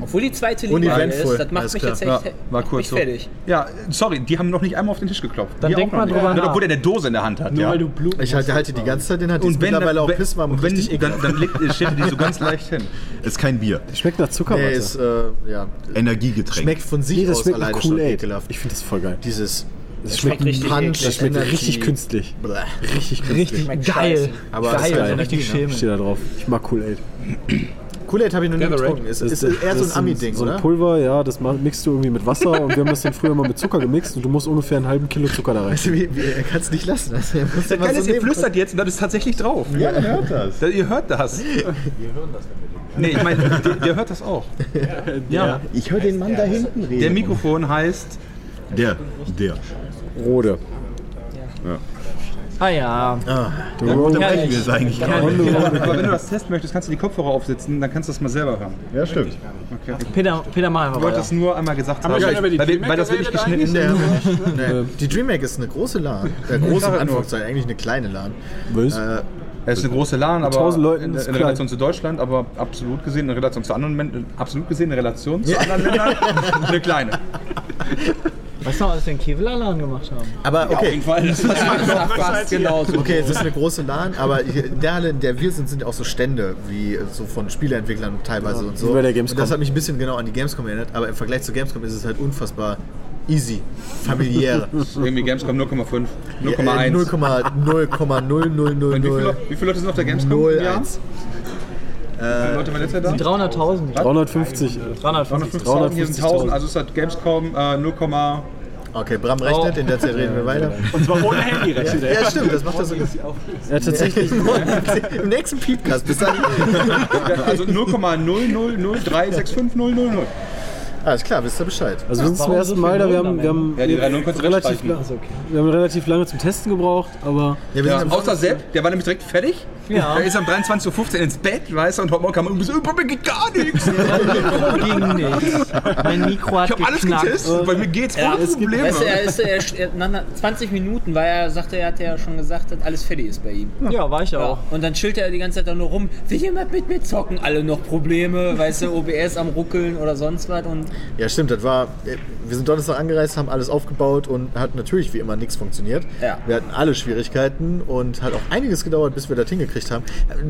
Speaker 9: Obwohl die zweite Linie
Speaker 3: Uneventvoll.
Speaker 9: ist, das macht
Speaker 3: Alles
Speaker 9: mich
Speaker 3: klar.
Speaker 9: jetzt echt
Speaker 4: Ja, war
Speaker 9: macht
Speaker 4: kurz
Speaker 9: mich
Speaker 4: so.
Speaker 9: fertig.
Speaker 4: Ja, sorry, die haben noch nicht einmal auf den Tisch geklopft.
Speaker 6: Dann
Speaker 4: Die
Speaker 6: denk
Speaker 4: auch noch
Speaker 6: mal
Speaker 4: nicht.
Speaker 6: drüber nach.
Speaker 4: Obwohl er eine Dose in der Hand hat. ja.
Speaker 6: Blue.
Speaker 3: Ich halte, halte die ganze Zeit den Hand. Die ist mittlerweile auch pisswarm und
Speaker 4: und wenn
Speaker 3: richtig ekelhaft.
Speaker 4: dann, dann legt, äh, stellt er die so ganz leicht hin.
Speaker 5: Ist kein Bier.
Speaker 7: Schmeckt nach Zuckerwatte.
Speaker 3: Nee, ist, äh, ja.
Speaker 5: Energiegetränk.
Speaker 3: Schmeckt von sich
Speaker 7: Nee, das
Speaker 3: aus
Speaker 7: schmeckt
Speaker 3: alleine
Speaker 7: nach
Speaker 3: schon
Speaker 7: Kool-Aid.
Speaker 3: ekelhaft.
Speaker 7: Ich finde das voll geil.
Speaker 3: Dieses
Speaker 7: Das schmeckt
Speaker 9: richtig
Speaker 3: Punch,
Speaker 9: eklig.
Speaker 7: Das schmeckt
Speaker 3: Energy.
Speaker 7: richtig künstlich.
Speaker 3: Bleh.
Speaker 7: Richtig künstlich.
Speaker 6: Richtig
Speaker 9: Schmeckt
Speaker 6: geil.
Speaker 9: scheiße.
Speaker 3: Aber das
Speaker 6: geil,
Speaker 3: ist halt
Speaker 6: also
Speaker 3: Energie,
Speaker 6: richtig
Speaker 3: ne?
Speaker 7: Steht
Speaker 6: schämen.
Speaker 7: da drauf. Ich mag Kool-Aid.
Speaker 3: Kool-Aid habe ich noch nie
Speaker 6: Gatorade.
Speaker 3: getrunken. Ist, ist, eher so
Speaker 7: das
Speaker 3: ein Ami-Ding,
Speaker 7: So ein
Speaker 3: oder?
Speaker 7: Pulver, ja, das ma- mixt du irgendwie mit Wasser und wir haben das dann früher mal mit Zucker gemixt und du musst ungefähr einen halben Kilo Zucker da rein.
Speaker 3: Weißt du, wie- wie- Er kann es nicht [LAUGHS] lassen. Also, er muss
Speaker 4: Das
Speaker 3: immer
Speaker 4: Geile
Speaker 3: so
Speaker 4: ist, ihr
Speaker 3: nehmen. [LAUGHS]
Speaker 4: flüstert jetzt und das ist tatsächlich drauf. Ja,
Speaker 5: man hört das.
Speaker 4: ihr hört das. Wir hören das, wenn wir Nee, ich meine, der, der hört das auch. Ja.
Speaker 3: Ich höre den Mann da hinten reden.
Speaker 4: Der Mikrofon heißt.
Speaker 5: Der, der.
Speaker 7: Rode.
Speaker 6: Ah ja.
Speaker 7: The Road
Speaker 5: Sprechen wir es eigentlich gar nicht.
Speaker 4: Aber wenn du das testen möchtest, kannst du die Kopfhörer aufsetzen, dann kannst du das mal selber hören.
Speaker 5: Ja, stimmt.
Speaker 6: Peter, Peter, mach
Speaker 4: Ich wollte
Speaker 6: einfach
Speaker 4: das nur einmal gesagt haben,
Speaker 8: schon über die
Speaker 4: weil, wir- weil
Speaker 8: Dreamhack
Speaker 4: das wirklich
Speaker 8: geredet
Speaker 4: geschnitten ist.
Speaker 3: Nee, die DreamHack ist eine große LAN. Äh, große in Anführungszeichen, eigentlich eine kleine LAN.
Speaker 7: Was?
Speaker 3: Äh,
Speaker 4: Es ist eine große LAN, aber
Speaker 7: 1000 Leuten
Speaker 4: in,
Speaker 7: ist
Speaker 4: in
Speaker 7: klein.
Speaker 4: Relation zu Deutschland, aber absolut gesehen in Relation zu anderen Ländern, absolut gesehen in Relation zu anderen Ländern, eine kleine.
Speaker 6: Weißt du noch, als wir den Kevlar-Laden gemacht haben?
Speaker 3: aber okay,
Speaker 9: Weil das war fast genauso.
Speaker 3: okay, es ist eine große LAN, aber hier in der Halle, in der wir sind, sind auch so Stände, wie äh, so von Spieleentwicklern teilweise und so.
Speaker 7: wie bei der Gamescom.
Speaker 3: Und das hat mich ein bisschen genau an die Gamescom erinnert, aber im Vergleich zur Gamescom ist es halt unfassbar easy, familiär.
Speaker 4: Irgendwie Gamescom 0,5,
Speaker 3: Äh,
Speaker 4: 0,1.
Speaker 3: 0,00000.
Speaker 4: Und wie viele, wie viele Leute sind auf der Gamescom? im Jahr?
Speaker 3: 01.
Speaker 4: Wie viele Leute waren letztes Jahr da?
Speaker 6: 300.000.
Speaker 7: 350.
Speaker 6: 350.
Speaker 4: 350.000, hier sind 1000, also ist das Gamescom äh, 0,
Speaker 3: Okay, Bram rechnet, in der Zeit reden wir weiter.
Speaker 8: Und zwar ohne Handy rechnet er.
Speaker 3: Ja, stimmt, das macht er so.
Speaker 7: Ja, tatsächlich.
Speaker 3: [LAUGHS] Im nächsten Podcast, bis dann.
Speaker 4: also 0,000365000.
Speaker 3: Alles klar, wisst ihr Bescheid.
Speaker 7: Also wir sind zum ersten Mal da. Wir haben, wir haben,
Speaker 4: Ja, die drei Null konntest du
Speaker 7: relativ,
Speaker 4: wegstreichen.
Speaker 7: lang, wir haben relativ lange zum Testen gebraucht, aber
Speaker 3: Ja, wir
Speaker 4: Ja,
Speaker 3: sind am
Speaker 4: außer Sepp, der war nämlich direkt fertig.
Speaker 6: Ja.
Speaker 4: Der ist am 23.15 Uhr ins Bett, weißt du, und heute Morgen kam irgendwie so, bei mir geht gar nichts.
Speaker 6: Ging nicht. Mein Mikro hat
Speaker 4: Ich habe alles
Speaker 6: geknackt.
Speaker 4: getestet, bei mir geht's
Speaker 9: Ja,
Speaker 4: ohne
Speaker 9: es gibt-
Speaker 4: Probleme.
Speaker 9: Weißt du, er ist, er, er, nach- nach 20 Minuten, weil er sagte, er hat ja schon gesagt, dass alles fertig ist bei ihm.
Speaker 6: Ja, war ich auch.
Speaker 9: Und dann chillt er die ganze Zeit da nur rum. Will jemand mit mir zocken? Alle noch Probleme, weißt du, OBS am Ruckeln oder sonst was. Und
Speaker 3: Ja, stimmt, das war. äh, Wir sind Donnerstag angereist, haben alles aufgebaut und hat natürlich wie immer nichts funktioniert.
Speaker 9: Ja.
Speaker 3: Wir hatten alle Schwierigkeiten und hat auch einiges gedauert, bis wir das hingekriegt haben.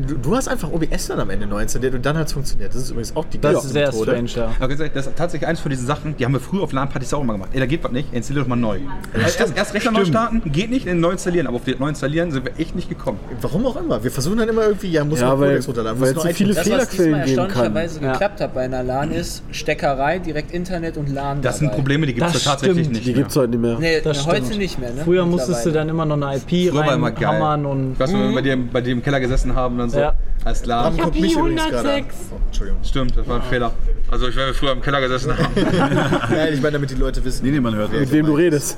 Speaker 3: Du, du hast einfach OBS dann am Ende 19, der du dann hat funktioniert. Das ist übrigens auch die
Speaker 6: Das ist
Speaker 3: geilste
Speaker 6: sehr
Speaker 3: Methode.
Speaker 6: strange, ja.
Speaker 4: Aber ganz ehrlich, das ist tatsächlich eins von diesen Sachen, die haben wir früher auf LAN-Partys auch immer gemacht. Ey, da geht was nicht, installiert doch mal neu. Also erst, erst Rechner neu starten, geht nicht, neu installieren. Aber auf den neu installieren sind wir echt nicht gekommen.
Speaker 3: Warum auch immer. Wir versuchen dann immer irgendwie, ja, muss
Speaker 7: Ja,
Speaker 3: noch
Speaker 7: weil-
Speaker 3: Codex runterladen,
Speaker 7: weil
Speaker 3: muss noch
Speaker 7: zu viele
Speaker 3: iTunes-
Speaker 9: das, was diesmal
Speaker 7: Fehlerquellen geben kann.
Speaker 9: erstaunlicherweise
Speaker 6: Ja.
Speaker 9: geklappt hat bei einer LAN ist, Steckerei, direkt Internet und LAN
Speaker 4: Das sind
Speaker 9: dabei.
Speaker 4: Probleme, die gibt es
Speaker 6: Das
Speaker 4: tatsächlich
Speaker 6: stimmt,
Speaker 4: nicht.
Speaker 7: die
Speaker 4: mehr.
Speaker 7: gibt's heute nicht mehr.
Speaker 9: Nee,
Speaker 6: Das
Speaker 9: heute
Speaker 6: stimmt.
Speaker 9: nicht mehr, ne?
Speaker 6: Früher musstest du
Speaker 9: Mittlerweile.
Speaker 6: dann immer noch eine IP
Speaker 4: Früher war immer geil.
Speaker 6: reinhammern und
Speaker 4: ich weiß, wenn wir bei dir, bei dir im Keller gesessen haben, dann so.
Speaker 6: Ja.
Speaker 4: Alles klar.
Speaker 3: Bram guckt mich übrigens gerade an. Oh, Entschuldigung. [LAUGHS]
Speaker 4: Stimmt, das war ein Fehler. Also, ich, wenn wir früher im Keller gesessen haben. Ich
Speaker 3: Nein, ich meine, damit die Leute wissen.
Speaker 5: Nee, nee, man hört
Speaker 7: Mit wem du redest.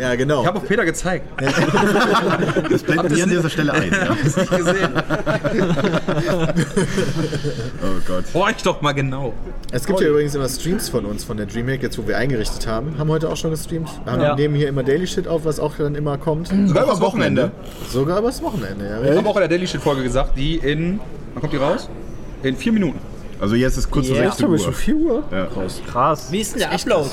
Speaker 3: Ja, genau.
Speaker 4: habe auf Peter gezeigt.
Speaker 5: Das blendet mir an dieser Stelle ein. Ja.
Speaker 4: Nicht gesehen.
Speaker 5: Oh Gott.
Speaker 4: Boah, ich doch mal genau.
Speaker 3: Es gibt ja übrigens immer Streams von uns, von der DreamHack, jetzt wo wir eingerichtet haben. Haben heute auch schon gestreamt. Wir
Speaker 6: Ja.
Speaker 3: nehmen hier immer Daily Shit auf, was auch dann immer kommt.
Speaker 4: Sogar übers Wochenende.
Speaker 3: Sogar übers Wochenende, ja.
Speaker 4: Ich habe auch in der Daily Shit-Folge gesagt, die in. Wann kommt die raus? In vier Minuten.
Speaker 5: Also jetzt ist kurz vor 16 Uhr.
Speaker 3: 4 Uhr?
Speaker 5: Ja.
Speaker 9: Wie ist denn der Upload?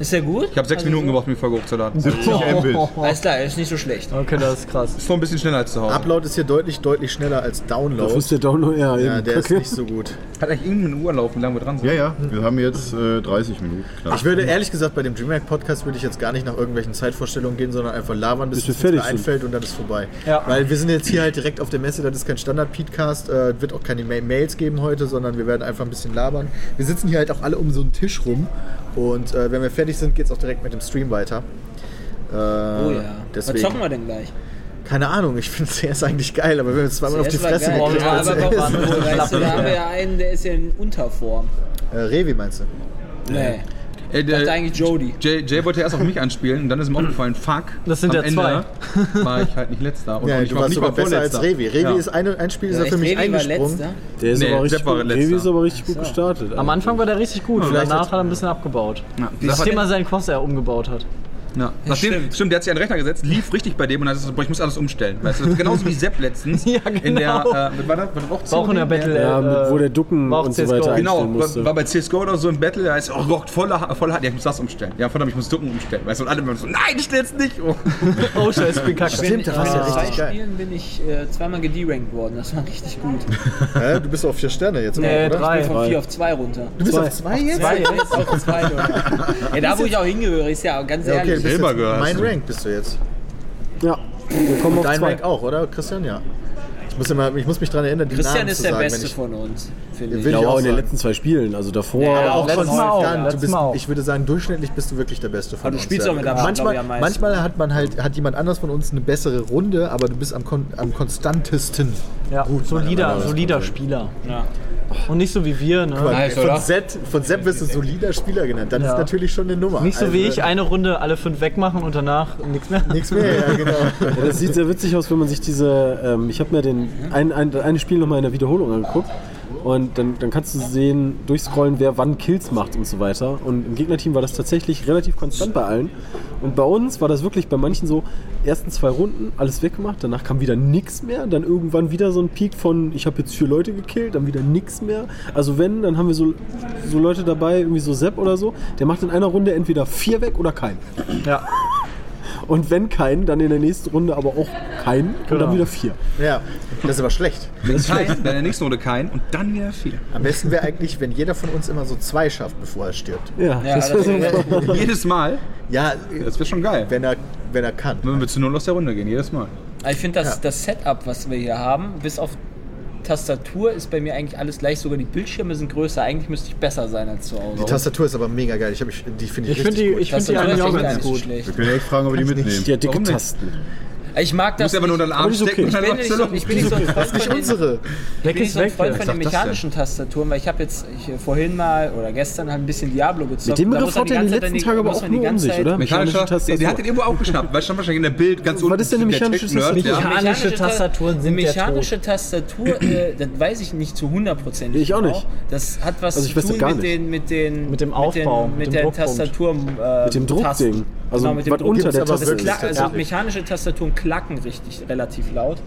Speaker 9: Ist der gut?
Speaker 4: Ich habe sechs Minuten gebraucht, um die Folge hochzuladen.
Speaker 5: 70 Mbit.
Speaker 9: Alles klar, ist nicht so schlecht.
Speaker 6: Okay, das ist krass.
Speaker 4: Ist noch ein bisschen schneller als zu Hause.
Speaker 3: Upload ist hier deutlich, deutlich schneller als
Speaker 7: Wo
Speaker 3: Download.
Speaker 7: ist der Download? Ja, eben.
Speaker 3: Ja, der ist
Speaker 7: Kacke.
Speaker 3: nicht so gut.
Speaker 4: Hat eigentlich irgendeine Uhr laufen, wie lange wir dran sind?
Speaker 5: Ja, ja, wir haben jetzt äh, 30 Minuten. Knapp.
Speaker 3: Ich würde ehrlich gesagt bei dem DreamHack Podcast würde ich jetzt gar nicht nach irgendwelchen Zeitvorstellungen gehen, sondern einfach labern, bis,
Speaker 7: Bis wir
Speaker 3: es uns
Speaker 7: fertig
Speaker 3: mehr
Speaker 7: sind.
Speaker 3: einfällt und dann ist vorbei.
Speaker 9: Ja.
Speaker 3: Weil wir sind jetzt hier halt direkt auf der Messe, das ist kein Standard-Podcast, äh, wird auch keine Ma Mails geben heute, sondern wir werden einfach ein bisschen labern. Wir sitzen hier halt auch alle um so einen Tisch rum und äh, wenn wir fertig sind, geht es auch direkt mit dem Stream weiter. Äh,
Speaker 9: Oh ja.
Speaker 3: Deswegen.
Speaker 9: Was zocken wir denn gleich?
Speaker 3: Keine Ahnung, ich [LAUGHS] finde CS eigentlich geil, aber wenn wir zweimal auf die Fresse
Speaker 9: geil.
Speaker 3: gekriegt
Speaker 9: Ja,
Speaker 3: haben,
Speaker 9: aber
Speaker 3: CS.
Speaker 9: warum? Weißt du, da haben wir ja einen, der ist ja in Unterform.
Speaker 3: Äh, Revi meinst du?
Speaker 9: Nee.
Speaker 4: Ey, der-
Speaker 9: Dachte eigentlich Jody.
Speaker 4: Jay, Jay wollte erst auf mich anspielen und dann ist ihm aufgefallen, fuck.
Speaker 6: Das sind
Speaker 4: am
Speaker 6: ja zwei.
Speaker 4: Ende war ich halt nicht letzter. Und
Speaker 3: Ja,
Speaker 4: ich
Speaker 3: du
Speaker 4: war
Speaker 3: warst
Speaker 4: nicht
Speaker 3: sogar
Speaker 4: mal
Speaker 3: besser als
Speaker 4: vorletzter.
Speaker 3: Revi. Revi
Speaker 4: Ja.
Speaker 3: ist ein, ein Spiel, ist er
Speaker 9: Echt,
Speaker 3: für mich
Speaker 9: Revi war
Speaker 3: eingesprungen.
Speaker 9: letzter.
Speaker 7: Der ist
Speaker 4: Nee,
Speaker 7: aber richtig
Speaker 4: Sepp war
Speaker 7: gut.
Speaker 4: letzter.
Speaker 7: Revi ist aber richtig gut gestartet.
Speaker 6: Am Anfang war der richtig gut,
Speaker 3: vielleicht
Speaker 6: danach
Speaker 3: hat-
Speaker 6: hat er ein bisschen abgebaut.
Speaker 4: Ja, das
Speaker 6: Das
Speaker 4: hat-
Speaker 6: Thema sein Cross er umgebaut hat.
Speaker 4: Ja. Nachdem, stimmt.
Speaker 9: stimmt.
Speaker 4: der hat sich an den Rechner gesetzt, lief richtig bei dem und hat gesagt, boah, ich muss alles umstellen. Weißt du, das ist genauso wie Sepp letztens.
Speaker 6: [LAUGHS] Ja,
Speaker 4: In der,
Speaker 6: genau.
Speaker 4: äh, mit- war das, war das auch
Speaker 6: War auch in der
Speaker 4: COD?
Speaker 6: Battle,
Speaker 7: ja, mit, wo der Ducken
Speaker 6: äh, war auch
Speaker 7: und so
Speaker 6: CSGO.
Speaker 7: weiter einstellen
Speaker 4: Genau,
Speaker 7: musste.
Speaker 4: war, war bei CSGO oder so im Battle, er ist, oh Gott, voll, voll hart, ja, ich muss das umstellen. Ja, verdammt, ich muss Ducken umstellen. Weißt du, und alle waren so, nein, ich stell's nicht um.
Speaker 6: Oh, scheiße, ich bin kacke.
Speaker 3: Stimmt, da
Speaker 9: Ich
Speaker 3: warst du ja
Speaker 9: bin in zwei
Speaker 3: richtig geil.
Speaker 9: Spielen bin ich äh, zweimal gederankt worden. Das war richtig gut.
Speaker 3: Hä? Du bist auf vier Sterne jetzt,
Speaker 6: Nee,
Speaker 3: oder?
Speaker 9: Ich bin
Speaker 6: drei.
Speaker 9: von vier auf zwei runter.
Speaker 3: Du bist auf zwei jetzt?
Speaker 9: Zwei, ja, jetzt auf zwei, Leute. Ja, da wo ich auch hingehöre, ist ja ganz
Speaker 3: Ja, okay, du
Speaker 9: ehrlich.
Speaker 3: bist jetzt,
Speaker 4: Silber gehört.
Speaker 3: mein Rank bist du jetzt.
Speaker 7: ja, wir kommen auf
Speaker 3: Dein
Speaker 7: zwei.
Speaker 3: Rank auch, oder? Christian, ja. Ich muss, immer, ich muss mich daran erinnern, die
Speaker 9: Christian
Speaker 3: Namen
Speaker 9: ist
Speaker 3: zu
Speaker 9: der
Speaker 3: sagen,
Speaker 9: Beste
Speaker 3: wenn ich,
Speaker 9: von uns, finde
Speaker 3: Ja,
Speaker 9: ich.
Speaker 3: will
Speaker 7: Ja,
Speaker 3: ich auch
Speaker 7: auch in den
Speaker 3: sagen.
Speaker 7: letzten zwei Spielen, also davor.
Speaker 9: Ja,
Speaker 3: auch
Speaker 6: Letztes
Speaker 3: von
Speaker 6: Mal auch,
Speaker 3: Wolfgang, du
Speaker 6: letztes
Speaker 3: bist,
Speaker 6: Mal auch.
Speaker 3: Ich würde sagen, durchschnittlich bist du wirklich der Beste von
Speaker 9: Aber du
Speaker 3: uns.
Speaker 9: spielst
Speaker 3: ja.
Speaker 9: auch mit am Abend,
Speaker 3: manchmal,
Speaker 9: glaub ich, am meisten.
Speaker 3: manchmal hat man halt, hat jemand anders von uns eine bessere Runde, aber du bist am, kon am konstantesten.
Speaker 6: Ja,
Speaker 3: meiner
Speaker 6: solider,
Speaker 3: Meinung nach.
Speaker 6: solider Spieler.
Speaker 9: Ja.
Speaker 6: Und nicht so wie wir, ne?
Speaker 9: Nice,
Speaker 3: von,
Speaker 9: oder?
Speaker 3: Sepp, von Sepp wirst du solider Spieler genannt. Das
Speaker 6: Ja.
Speaker 3: ist natürlich schon eine Nummer.
Speaker 6: Nicht so wie
Speaker 3: Also,
Speaker 6: ich, eine Runde alle fünf wegmachen und danach nichts mehr.
Speaker 3: Nichts mehr, ja, genau.
Speaker 7: Ja, das sieht sehr witzig aus, wenn man sich diese. Ähm, ich habe mir den ein, ein, ein Spiel nochmal in der Wiederholung angeguckt. Und dann, dann kannst du sehen, durchscrollen, wer wann Kills macht und so weiter. Und im Gegnerteam war das tatsächlich relativ konstant bei allen. Und bei uns war das wirklich bei manchen so, ersten zwei Runden alles weggemacht, danach kam wieder nichts mehr, dann irgendwann wieder so ein Peak von, ich habe jetzt vier Leute gekillt, dann wieder nichts mehr. Also wenn, dann haben wir so, so Leute dabei, irgendwie so Sepp oder so, der macht in einer Runde entweder vier weg oder keinen.
Speaker 6: Ja.
Speaker 7: Und wenn keinen, dann in der nächsten Runde aber auch keinen und dann wieder vier.
Speaker 3: ja, das ist aber schlecht.
Speaker 4: Kein, dann in der nächsten Runde kein und dann wieder vier.
Speaker 3: Am besten wäre eigentlich, wenn jeder von uns immer so zwei schafft, bevor er stirbt.
Speaker 7: Ja,
Speaker 3: [LAUGHS]
Speaker 9: Ja, also,
Speaker 7: das
Speaker 9: das
Speaker 7: wäre
Speaker 9: wär-
Speaker 7: so.
Speaker 4: Jedes Mal,
Speaker 3: Ja,
Speaker 4: das wäre schon geil.
Speaker 3: wenn er, wenn er kann.
Speaker 4: Wenn wir zu null aus der Runde gehen, jedes Mal.
Speaker 9: Aber Ich finde, das,
Speaker 3: Ja.
Speaker 9: das Setup, was wir hier haben, bis auf Tastatur, ist bei mir eigentlich alles gleich. Sogar die Bildschirme sind größer. Eigentlich müsste ich besser sein als zu Hause.
Speaker 3: Die Tastatur ist aber mega geil. Ich hab, mich- die finde ich,
Speaker 6: Ich finde
Speaker 3: richtig
Speaker 6: die,
Speaker 3: gut.
Speaker 6: ich find die
Speaker 9: Tastatur
Speaker 6: eigentlich
Speaker 9: ist
Speaker 6: auch
Speaker 9: echt
Speaker 6: ganz
Speaker 9: nicht
Speaker 6: gut.
Speaker 9: schlecht.
Speaker 5: Wir können echt fragen, ob wir die mitnehmen.
Speaker 7: Die hat dicke
Speaker 4: Warum nicht?
Speaker 7: Tasten.
Speaker 9: Ich mag das.
Speaker 4: Muss einfach nur
Speaker 9: nicht.
Speaker 4: deinen Arm
Speaker 7: Aber ist okay.
Speaker 4: stecken und dann
Speaker 9: ich bin nicht so,
Speaker 4: läuft's
Speaker 9: ich bin nicht so ein Freund
Speaker 3: nicht
Speaker 9: von den-
Speaker 3: unsere.
Speaker 9: Ich bin nicht so ein Freund von den
Speaker 4: Wer sagt das
Speaker 9: mechanischen Tastaturen, weil ich habe jetzt ich, äh, vorhin mal oder gestern halt ein bisschen Diablo gezockt.
Speaker 7: Mit dem
Speaker 9: Da
Speaker 7: Begriff
Speaker 9: muss man
Speaker 7: hat er die
Speaker 9: die ganze Zeit
Speaker 7: letzten
Speaker 9: dann die-
Speaker 7: Tage aber
Speaker 9: muss
Speaker 7: auch
Speaker 9: man die
Speaker 7: nur um
Speaker 9: ganze
Speaker 7: sich,
Speaker 9: Zeit-
Speaker 7: oder?
Speaker 4: Mechanischer, der, der hat den irgendwo aufgeschnappt, weil stand wahrscheinlich in der Bild ganz unten.
Speaker 7: ist denn eine
Speaker 4: der
Speaker 7: mechanische
Speaker 4: Tech-Nerd,
Speaker 7: Tastatur?
Speaker 4: ja.
Speaker 6: Mechanische
Speaker 9: Ta-
Speaker 6: Tastaturen sind
Speaker 9: Eine
Speaker 6: der Tod.
Speaker 9: mechanische Tastatur, äh, das weiß ich nicht zu 100%.
Speaker 7: Ich auch nicht.
Speaker 9: Das hat was
Speaker 7: Also ich
Speaker 9: zu
Speaker 7: weiß das
Speaker 9: tun
Speaker 7: gar
Speaker 9: mit,
Speaker 7: nicht.
Speaker 9: den, mit, den,
Speaker 6: Mit dem Aufbau,
Speaker 9: mit,
Speaker 6: mit
Speaker 9: den,
Speaker 6: dem
Speaker 9: mit der
Speaker 6: Druckpunkt.
Speaker 9: Tastatur. Äh,
Speaker 7: Mit dem Druckding.
Speaker 9: Tasten.
Speaker 7: Also,
Speaker 9: Genau, mit dem
Speaker 7: was
Speaker 9: Druck-
Speaker 7: unter
Speaker 3: gibt's
Speaker 7: der
Speaker 3: aber
Speaker 7: Taste
Speaker 3: wirklich.
Speaker 7: ist.
Speaker 9: Kla- also
Speaker 7: tatsächlich.
Speaker 9: mechanische Tastaturen klacken richtig relativ laut.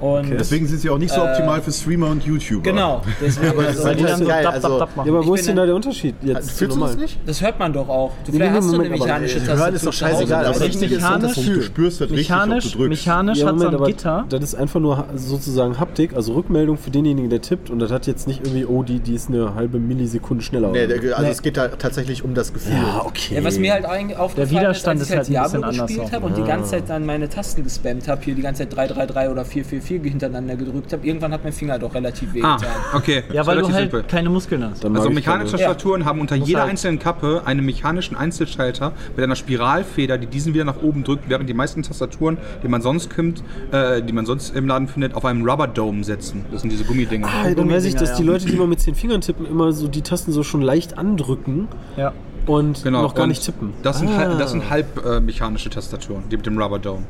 Speaker 9: Und
Speaker 5: Deswegen sind sie auch nicht so optimal für Streamer und YouTuber.
Speaker 9: genau, deswegen, also,
Speaker 3: halt
Speaker 6: [LAUGHS] Die dann so
Speaker 3: Geil,
Speaker 6: dap,
Speaker 3: also-
Speaker 6: dap, dap
Speaker 7: Ja,
Speaker 6: machen.
Speaker 7: aber wo
Speaker 9: Ich
Speaker 7: ist
Speaker 9: bin
Speaker 7: denn da
Speaker 9: ein-
Speaker 7: der Unterschied jetzt zu
Speaker 3: Fühlst du das
Speaker 7: normal?
Speaker 3: nicht?
Speaker 9: das hört man doch auch. Du,
Speaker 7: nee,
Speaker 9: vielleicht hast du eine Also
Speaker 7: Moment, aber-
Speaker 9: mechanische
Speaker 7: Hören
Speaker 9: Tastatur.
Speaker 3: Hören ist doch
Speaker 9: zu Hause.
Speaker 3: scheißegal, aber
Speaker 9: Weißt du,
Speaker 3: richtig ist das
Speaker 6: mechanisch-
Speaker 3: das
Speaker 5: Du
Speaker 3: Gefühl.
Speaker 5: spürst das
Speaker 6: Mechanisch,
Speaker 5: richtig, ob du drückst.
Speaker 6: mechanisch
Speaker 7: Ja,
Speaker 6: hat so
Speaker 7: Moment,
Speaker 6: ein
Speaker 7: aber
Speaker 6: Gitter.
Speaker 7: das ist einfach nur ha- sozusagen Haptik, also Rückmeldung für denjenigen, der tippt. Und das hat jetzt nicht irgendwie, oh, die, die ist eine halbe Millisekunde schneller.
Speaker 3: Nee,
Speaker 7: oder so.
Speaker 3: der- also es geht da tatsächlich um das Gefühl.
Speaker 7: ja, okay.
Speaker 9: Ja, was mir halt eigentlich aufgefallen
Speaker 6: Der Widerstand
Speaker 9: ist,
Speaker 6: ist
Speaker 9: als ich
Speaker 6: halt ein
Speaker 9: halt
Speaker 6: bisschen
Speaker 9: Diablo gespielt
Speaker 6: anders
Speaker 9: habe und die ganze Zeit dann meine Tasten gespammt habe, hier die ganze Zeit 333 oder 444 hintereinander gedrückt habe, irgendwann hat mein Finger doch relativ weh
Speaker 4: Ah,
Speaker 9: getan.
Speaker 4: okay.
Speaker 6: Ja, weil du
Speaker 4: Relativ
Speaker 6: halt
Speaker 4: simpel.
Speaker 6: keine Muskeln hast.
Speaker 7: Dann mag
Speaker 4: Also
Speaker 7: ich
Speaker 4: mechanische
Speaker 7: keine.
Speaker 4: Tastaturen haben unter jeder
Speaker 6: halt-
Speaker 4: einzelnen Kappe einen mechanischen Einzelschalter mit einer Spiralfeder, die diesen wieder nach oben drückt, während die meisten Tastaturen, die man sonst kommt, äh, die man sonst im Laden findet, auf einem Rubber Dome setzen. Das sind diese Gummidinger.
Speaker 7: Ah, dann weiß ich, dass
Speaker 6: ja.
Speaker 7: die Leute, die immer mit zehn Fingern tippen, immer so die Tasten so schon leicht andrücken
Speaker 6: Ja.
Speaker 7: und
Speaker 4: Genau,
Speaker 7: noch gar
Speaker 4: und
Speaker 7: nicht tippen.
Speaker 4: Das sind,
Speaker 7: Ah.
Speaker 4: halb, das sind halb äh, mechanische Tastaturen, die mit dem Rubber Dome.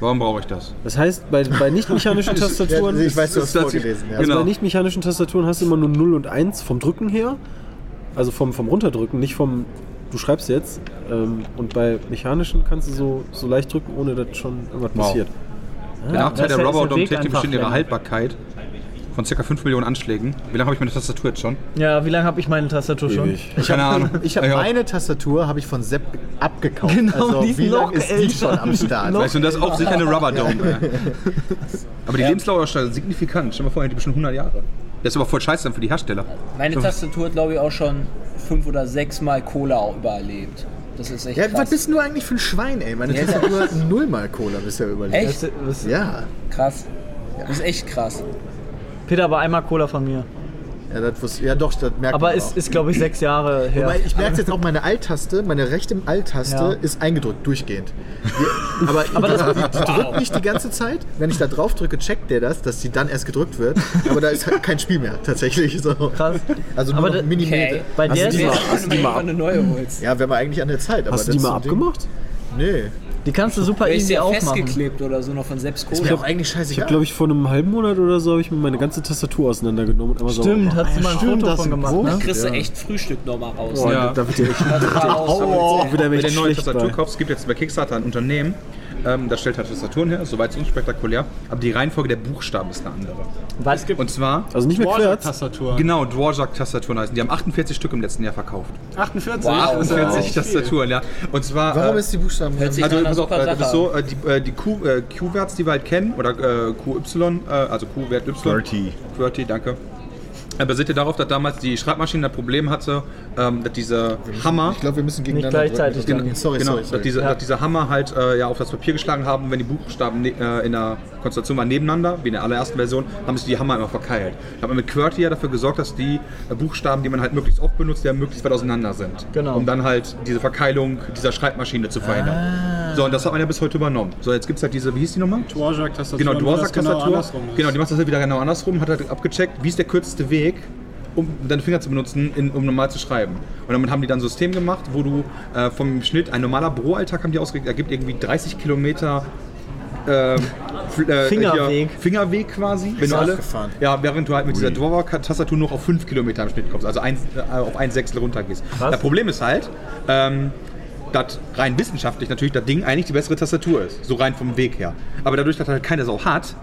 Speaker 4: Warum brauche ich das?
Speaker 7: Das heißt, bei, bei
Speaker 3: [LAUGHS]
Speaker 7: nicht mechanischen
Speaker 3: Ja,
Speaker 7: Tastaturen, also
Speaker 3: ich weiß, du hast
Speaker 4: das-
Speaker 3: vorgelesen. Ja.
Speaker 4: genau.
Speaker 7: bei nicht mechanischen Tastaturen hast du immer nur 0 und 1 vom Drücken her, also vom, vom Runterdrücken, nicht vom du schreibst jetzt. Ähm, und bei mechanischen kannst du so, so leicht drücken, ohne dass schon irgendwas
Speaker 4: Wow.
Speaker 7: passiert.
Speaker 4: Der Nachteil
Speaker 6: das
Speaker 4: der
Speaker 6: ist ja-
Speaker 4: Rubber
Speaker 6: ist der
Speaker 4: Dome
Speaker 6: Weg
Speaker 4: Technik
Speaker 6: einfach
Speaker 4: besteht in ihrer
Speaker 6: länger.
Speaker 4: Haltbarkeit. von ca. 5 Millionen Anschlägen. Wie lange habe ich meine Tastatur jetzt schon?
Speaker 9: Ja, wie lange habe ich meine Tastatur schon?
Speaker 7: Ewig. [LAUGHS]
Speaker 4: Keine Ahnung.
Speaker 3: Ich habe
Speaker 4: Ja, ja.
Speaker 3: meine Tastatur habe ich von Sepp abgekauft.
Speaker 9: Genau, die
Speaker 3: also
Speaker 9: ist
Speaker 3: wie
Speaker 9: noch
Speaker 3: lange ist die
Speaker 9: älter.
Speaker 3: schon am Start?
Speaker 4: Weißt du, und das ist auch sicher eine Rubber Dome.
Speaker 7: [LAUGHS]
Speaker 4: ey. aber die Lebensdauer ist signifikant. Stell dir mal vor, die bestimmt 100 Jahre. Das ist aber voll scheiße dann für die Hersteller.
Speaker 9: Meine Tastatur hat, glaube ich, auch schon fünf oder sechs Mal Cola überlebt. Das ist echt
Speaker 3: Ja, was
Speaker 9: krass.
Speaker 3: bist denn du eigentlich für ein Schwein, ey? Meine
Speaker 9: Ja.
Speaker 3: Tastatur hat nullmal Cola bisher überlebt.
Speaker 9: Echt?
Speaker 3: Ja.
Speaker 9: Krass. Das ist echt krass.
Speaker 6: Peter, aber einmal Cola von mir.
Speaker 3: Ja, das wusste, ja doch, das merkt man
Speaker 6: Aber
Speaker 3: auch.
Speaker 6: es ist, glaube ich, sechs Jahre her.
Speaker 3: Wobei, ich merke jetzt auch, meine Alt-Taste, meine rechte Alt-Taste
Speaker 6: Ja.
Speaker 3: ist eingedrückt, durchgehend. Die, aber die, die, die drückt nicht die ganze Zeit. Wenn ich da drauf drücke, checkt der das, dass die dann erst gedrückt wird. Aber da ist halt kein Spiel mehr, tatsächlich. So.
Speaker 6: Krass.
Speaker 3: Also nur
Speaker 6: Aber
Speaker 3: noch
Speaker 6: da-
Speaker 3: Millimeter.
Speaker 9: Okay.
Speaker 6: Bei der
Speaker 9: Das
Speaker 6: ist
Speaker 9: wäre
Speaker 6: die,
Speaker 9: schon, wenn du mal eine neue holst.
Speaker 3: Ja, wären wir eigentlich an der Zeit. Aber
Speaker 7: Hast du die
Speaker 3: das
Speaker 7: mal
Speaker 3: ist so ein
Speaker 7: abgemacht?
Speaker 3: Ding. Nee.
Speaker 6: die kannst du super
Speaker 9: Wäre ich
Speaker 6: easy
Speaker 9: ja
Speaker 6: aufmachen.
Speaker 9: festgeklebt oder so noch von selbst
Speaker 3: Ist mir
Speaker 9: Cola.
Speaker 3: auch eigentlich
Speaker 7: Ich habe,
Speaker 3: scheißegal.
Speaker 7: glaube ich, vor einem halben Monat oder so habe ich mir meine ganze Tastatur auseinandergenommen und einmal sauber
Speaker 6: Stimmt,
Speaker 7: gemacht.
Speaker 6: hast du mal ein
Speaker 3: Stimmt,
Speaker 6: Foto
Speaker 3: das
Speaker 6: von
Speaker 3: ist
Speaker 6: gemacht,
Speaker 3: groß.
Speaker 6: ne?
Speaker 9: Kriegst du echt Frühstück nochmal raus.
Speaker 7: Boah,
Speaker 4: Ja.
Speaker 7: da wird dir echt
Speaker 9: Das war raus,
Speaker 7: oh,
Speaker 9: damit
Speaker 7: wieder
Speaker 4: Wenn du
Speaker 7: echt
Speaker 4: eine neue
Speaker 7: schlecht
Speaker 4: Tastatur
Speaker 7: bei.
Speaker 4: kaufst, gibt jetzt bei Kickstarter ein Unternehmen, ähm, das stellt halt Tastaturen her, soweit so unspektakulär. Aber die Reihenfolge der Buchstaben ist eine andere.
Speaker 6: Was?
Speaker 4: Und zwar,
Speaker 7: Also nicht mehr Querz.
Speaker 8: Tastatur.
Speaker 4: genau, Dvorak-Tastaturen heißen. Die haben 48 Stück im letzten Jahr verkauft.
Speaker 8: 48.
Speaker 9: Wow.
Speaker 4: 48 Tastaturen, ja. Und zwar.
Speaker 3: Warum
Speaker 4: äh,
Speaker 3: ist die Buchstaben?
Speaker 9: Hört sich
Speaker 4: also
Speaker 9: an einer
Speaker 4: pass auf,
Speaker 9: super
Speaker 4: äh, das
Speaker 9: Sache.
Speaker 4: ist so, äh, die, äh, die Q, äh, Q-Werts, die wir halt kennen, oder äh, QY, äh, also Q-Wert Y.
Speaker 5: QWERTY.
Speaker 4: QWERTY, danke. Er basierte darauf, dass damals die Schreibmaschine das Problem hatte, ähm, dass diese Hammer,
Speaker 3: Ich glaube, wir müssen gegeneinander
Speaker 6: Nicht gleichzeitig,
Speaker 3: drücken.
Speaker 6: genau.
Speaker 3: Sorry,
Speaker 4: genau,
Speaker 3: sorry, sorry.
Speaker 4: Dass, diese, dass diese Hammer halt äh, ja auf das Papier geschlagen haben, wenn die Buchstaben ne, äh, in der Konstellation waren nebeneinander, wie in der allerersten Version, haben sich die Hammer immer verkeilt. Da hat man mit QWERTY ja dafür gesorgt, dass die äh, Buchstaben, die man halt möglichst oft benutzt, ja möglichst weit auseinander sind.
Speaker 6: Genau.
Speaker 4: Um dann halt diese Verkeilung dieser Schreibmaschine zu verhindern.
Speaker 3: Ah.
Speaker 4: So, und das hat man ja bis heute übernommen. So, jetzt gibt es halt diese, wie hieß die nochmal?
Speaker 8: Dvorak-Tastatur.
Speaker 4: Genau,
Speaker 8: wenn
Speaker 4: du hast
Speaker 8: das
Speaker 4: Tastatur.
Speaker 8: Genau, andersrum
Speaker 4: Genau,
Speaker 8: ist.
Speaker 4: die machst das halt wieder genau andersrum, hat halt abgecheckt, wie ist der kürzeste Weg, um deine Finger zu benutzen, in, um normal zu schreiben. Und damit haben die dann ein System gemacht, wo du äh, vom Schnitt, ein normaler Büroalltag haben die ausgerechnet, ergibt irgendwie 30 Kilometer. Äh, fl- äh,
Speaker 6: Fingerweg.
Speaker 4: hier, Fingerweg quasi. Wenn du alle,
Speaker 3: abgefahren.
Speaker 4: ja, während du halt mit dieser
Speaker 5: Ui.
Speaker 4: Dvorak-Tastatur noch auf 5 Kilometer im Schnitt kommst, also ein, äh, auf ein Sechstel runtergehst.
Speaker 6: Krass.
Speaker 4: Das Problem ist halt, ähm, dass rein wissenschaftlich natürlich das Ding eigentlich die bessere Tastatur ist, so rein vom Weg her. Aber dadurch, dass halt keiner so hat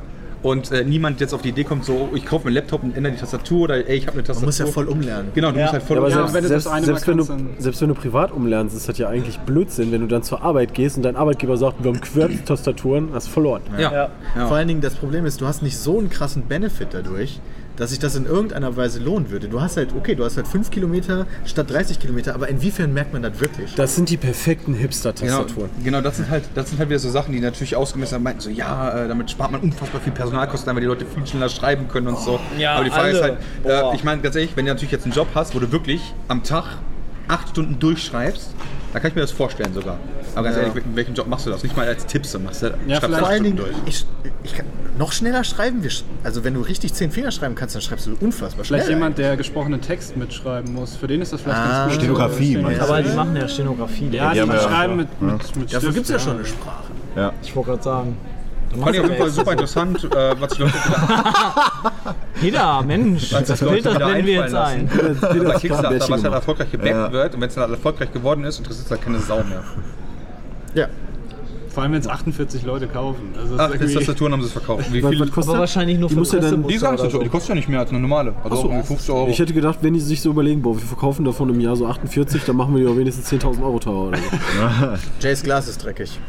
Speaker 4: und äh, niemand jetzt auf die Idee kommt, so ich kaufe mir einen Laptop und ändere die Tastatur oder ey, ich habe eine Tastatur.
Speaker 3: Man muss ja voll umlernen.
Speaker 4: Genau, du musst halt voll
Speaker 7: Ja, aber
Speaker 4: umlernen.
Speaker 7: selbst,
Speaker 8: wenn du das
Speaker 7: selbst,
Speaker 8: eine
Speaker 7: selbst,
Speaker 8: mal
Speaker 7: wenn du,
Speaker 8: kannst, dann-
Speaker 7: selbst wenn du privat umlernst, ist das ja eigentlich Blödsinn, wenn du dann zur Arbeit gehst und dein Arbeitgeber sagt, wir haben Querz-Tastaturen, hast verloren.
Speaker 4: ja.
Speaker 6: Ja.
Speaker 3: Vor allen Dingen das Problem ist, du hast nicht so einen krassen Benefit dadurch, dass sich das in irgendeiner Weise lohnen würde. Du hast halt, okay, du hast halt 5 Kilometer statt 30 Kilometer, aber inwiefern merkt man das wirklich?
Speaker 7: Das sind die perfekten
Speaker 4: Genau,
Speaker 7: Hipster-Tastaturen.
Speaker 4: genau das, sind halt, das sind halt wieder so Sachen, die natürlich ausgemessen haben, meinten so, ja, äh, damit spart man unfassbar viel Personalkosten, weil die Leute viel schneller schreiben können und so.
Speaker 9: ja,
Speaker 4: Aber die Frage
Speaker 9: alle.
Speaker 4: ist halt, äh, ich meine ganz ehrlich, wenn du natürlich jetzt einen Job hast, wo du wirklich am Tag acht Stunden durchschreibst, dann kann ich mir das vorstellen sogar. Aber ganz ehrlich, in welchem Job machst du das? Nicht mal als Tipps, dann machst du schreibst
Speaker 8: vielleicht-
Speaker 4: acht
Speaker 3: Vor allen
Speaker 4: Stunden
Speaker 3: Dingen, ich, ich kann noch schneller schreiben. Wir, sch- also wenn du richtig 10 Finger schreiben kannst, dann schreibst du unfassbar schnell.
Speaker 8: Vielleicht jemand, der gesprochenen Text mitschreiben muss. Für den ist das vielleicht ganz gut.
Speaker 5: Stenografie,
Speaker 8: Deswegen-
Speaker 5: meinst du?
Speaker 6: Aber die machen ja Stenografie.
Speaker 8: Ja, die
Speaker 5: haben ja-
Speaker 8: schreiben mit, mit, mit
Speaker 3: Dafür
Speaker 8: Stift,
Speaker 3: gibt es ja schon eine Sprache.
Speaker 6: Ich wollte gerade sagen.
Speaker 4: Fand ich auf jeden Fall super interessant, äh, was
Speaker 3: [LAUGHS]
Speaker 4: die Leute wieder,
Speaker 6: Peter, Mensch,
Speaker 4: was
Speaker 6: das
Speaker 4: die Leute
Speaker 6: Bild, das
Speaker 4: wieder
Speaker 6: blenden wir jetzt
Speaker 4: einfallen
Speaker 6: ein.
Speaker 4: lassen. Über Kickstarter, was halt
Speaker 7: gemacht.
Speaker 4: erfolgreich gebackt
Speaker 5: Ja.
Speaker 4: wird und wenn es dann halt erfolgreich geworden ist, interessiert es halt keine Sau mehr.
Speaker 3: Ja.
Speaker 8: Vor allem, wenn es 48 Leute kaufen. Also das
Speaker 4: Ach,
Speaker 8: ist
Speaker 4: jetzt
Speaker 8: irgendwie-
Speaker 4: Tastaturen haben sie es verkauft. Wie
Speaker 7: Was,
Speaker 4: viele
Speaker 7: was kostet
Speaker 6: Aber
Speaker 7: das?
Speaker 6: wahrscheinlich nur
Speaker 7: die
Speaker 6: für
Speaker 7: muss ja dann,
Speaker 4: Die
Speaker 6: Pressemuster oder
Speaker 4: Gangstatur, die
Speaker 6: so.
Speaker 4: kostet ja nicht mehr als eine normale. Also
Speaker 7: so.
Speaker 4: irgendwie 50 Euro.
Speaker 7: Ich hätte gedacht, wenn die sich so überlegen, boah, wir verkaufen davon im Jahr so 48, dann machen wir die auch wenigstens 10.000 Euro teurer oder so.
Speaker 3: Jays Glas ist dreckig.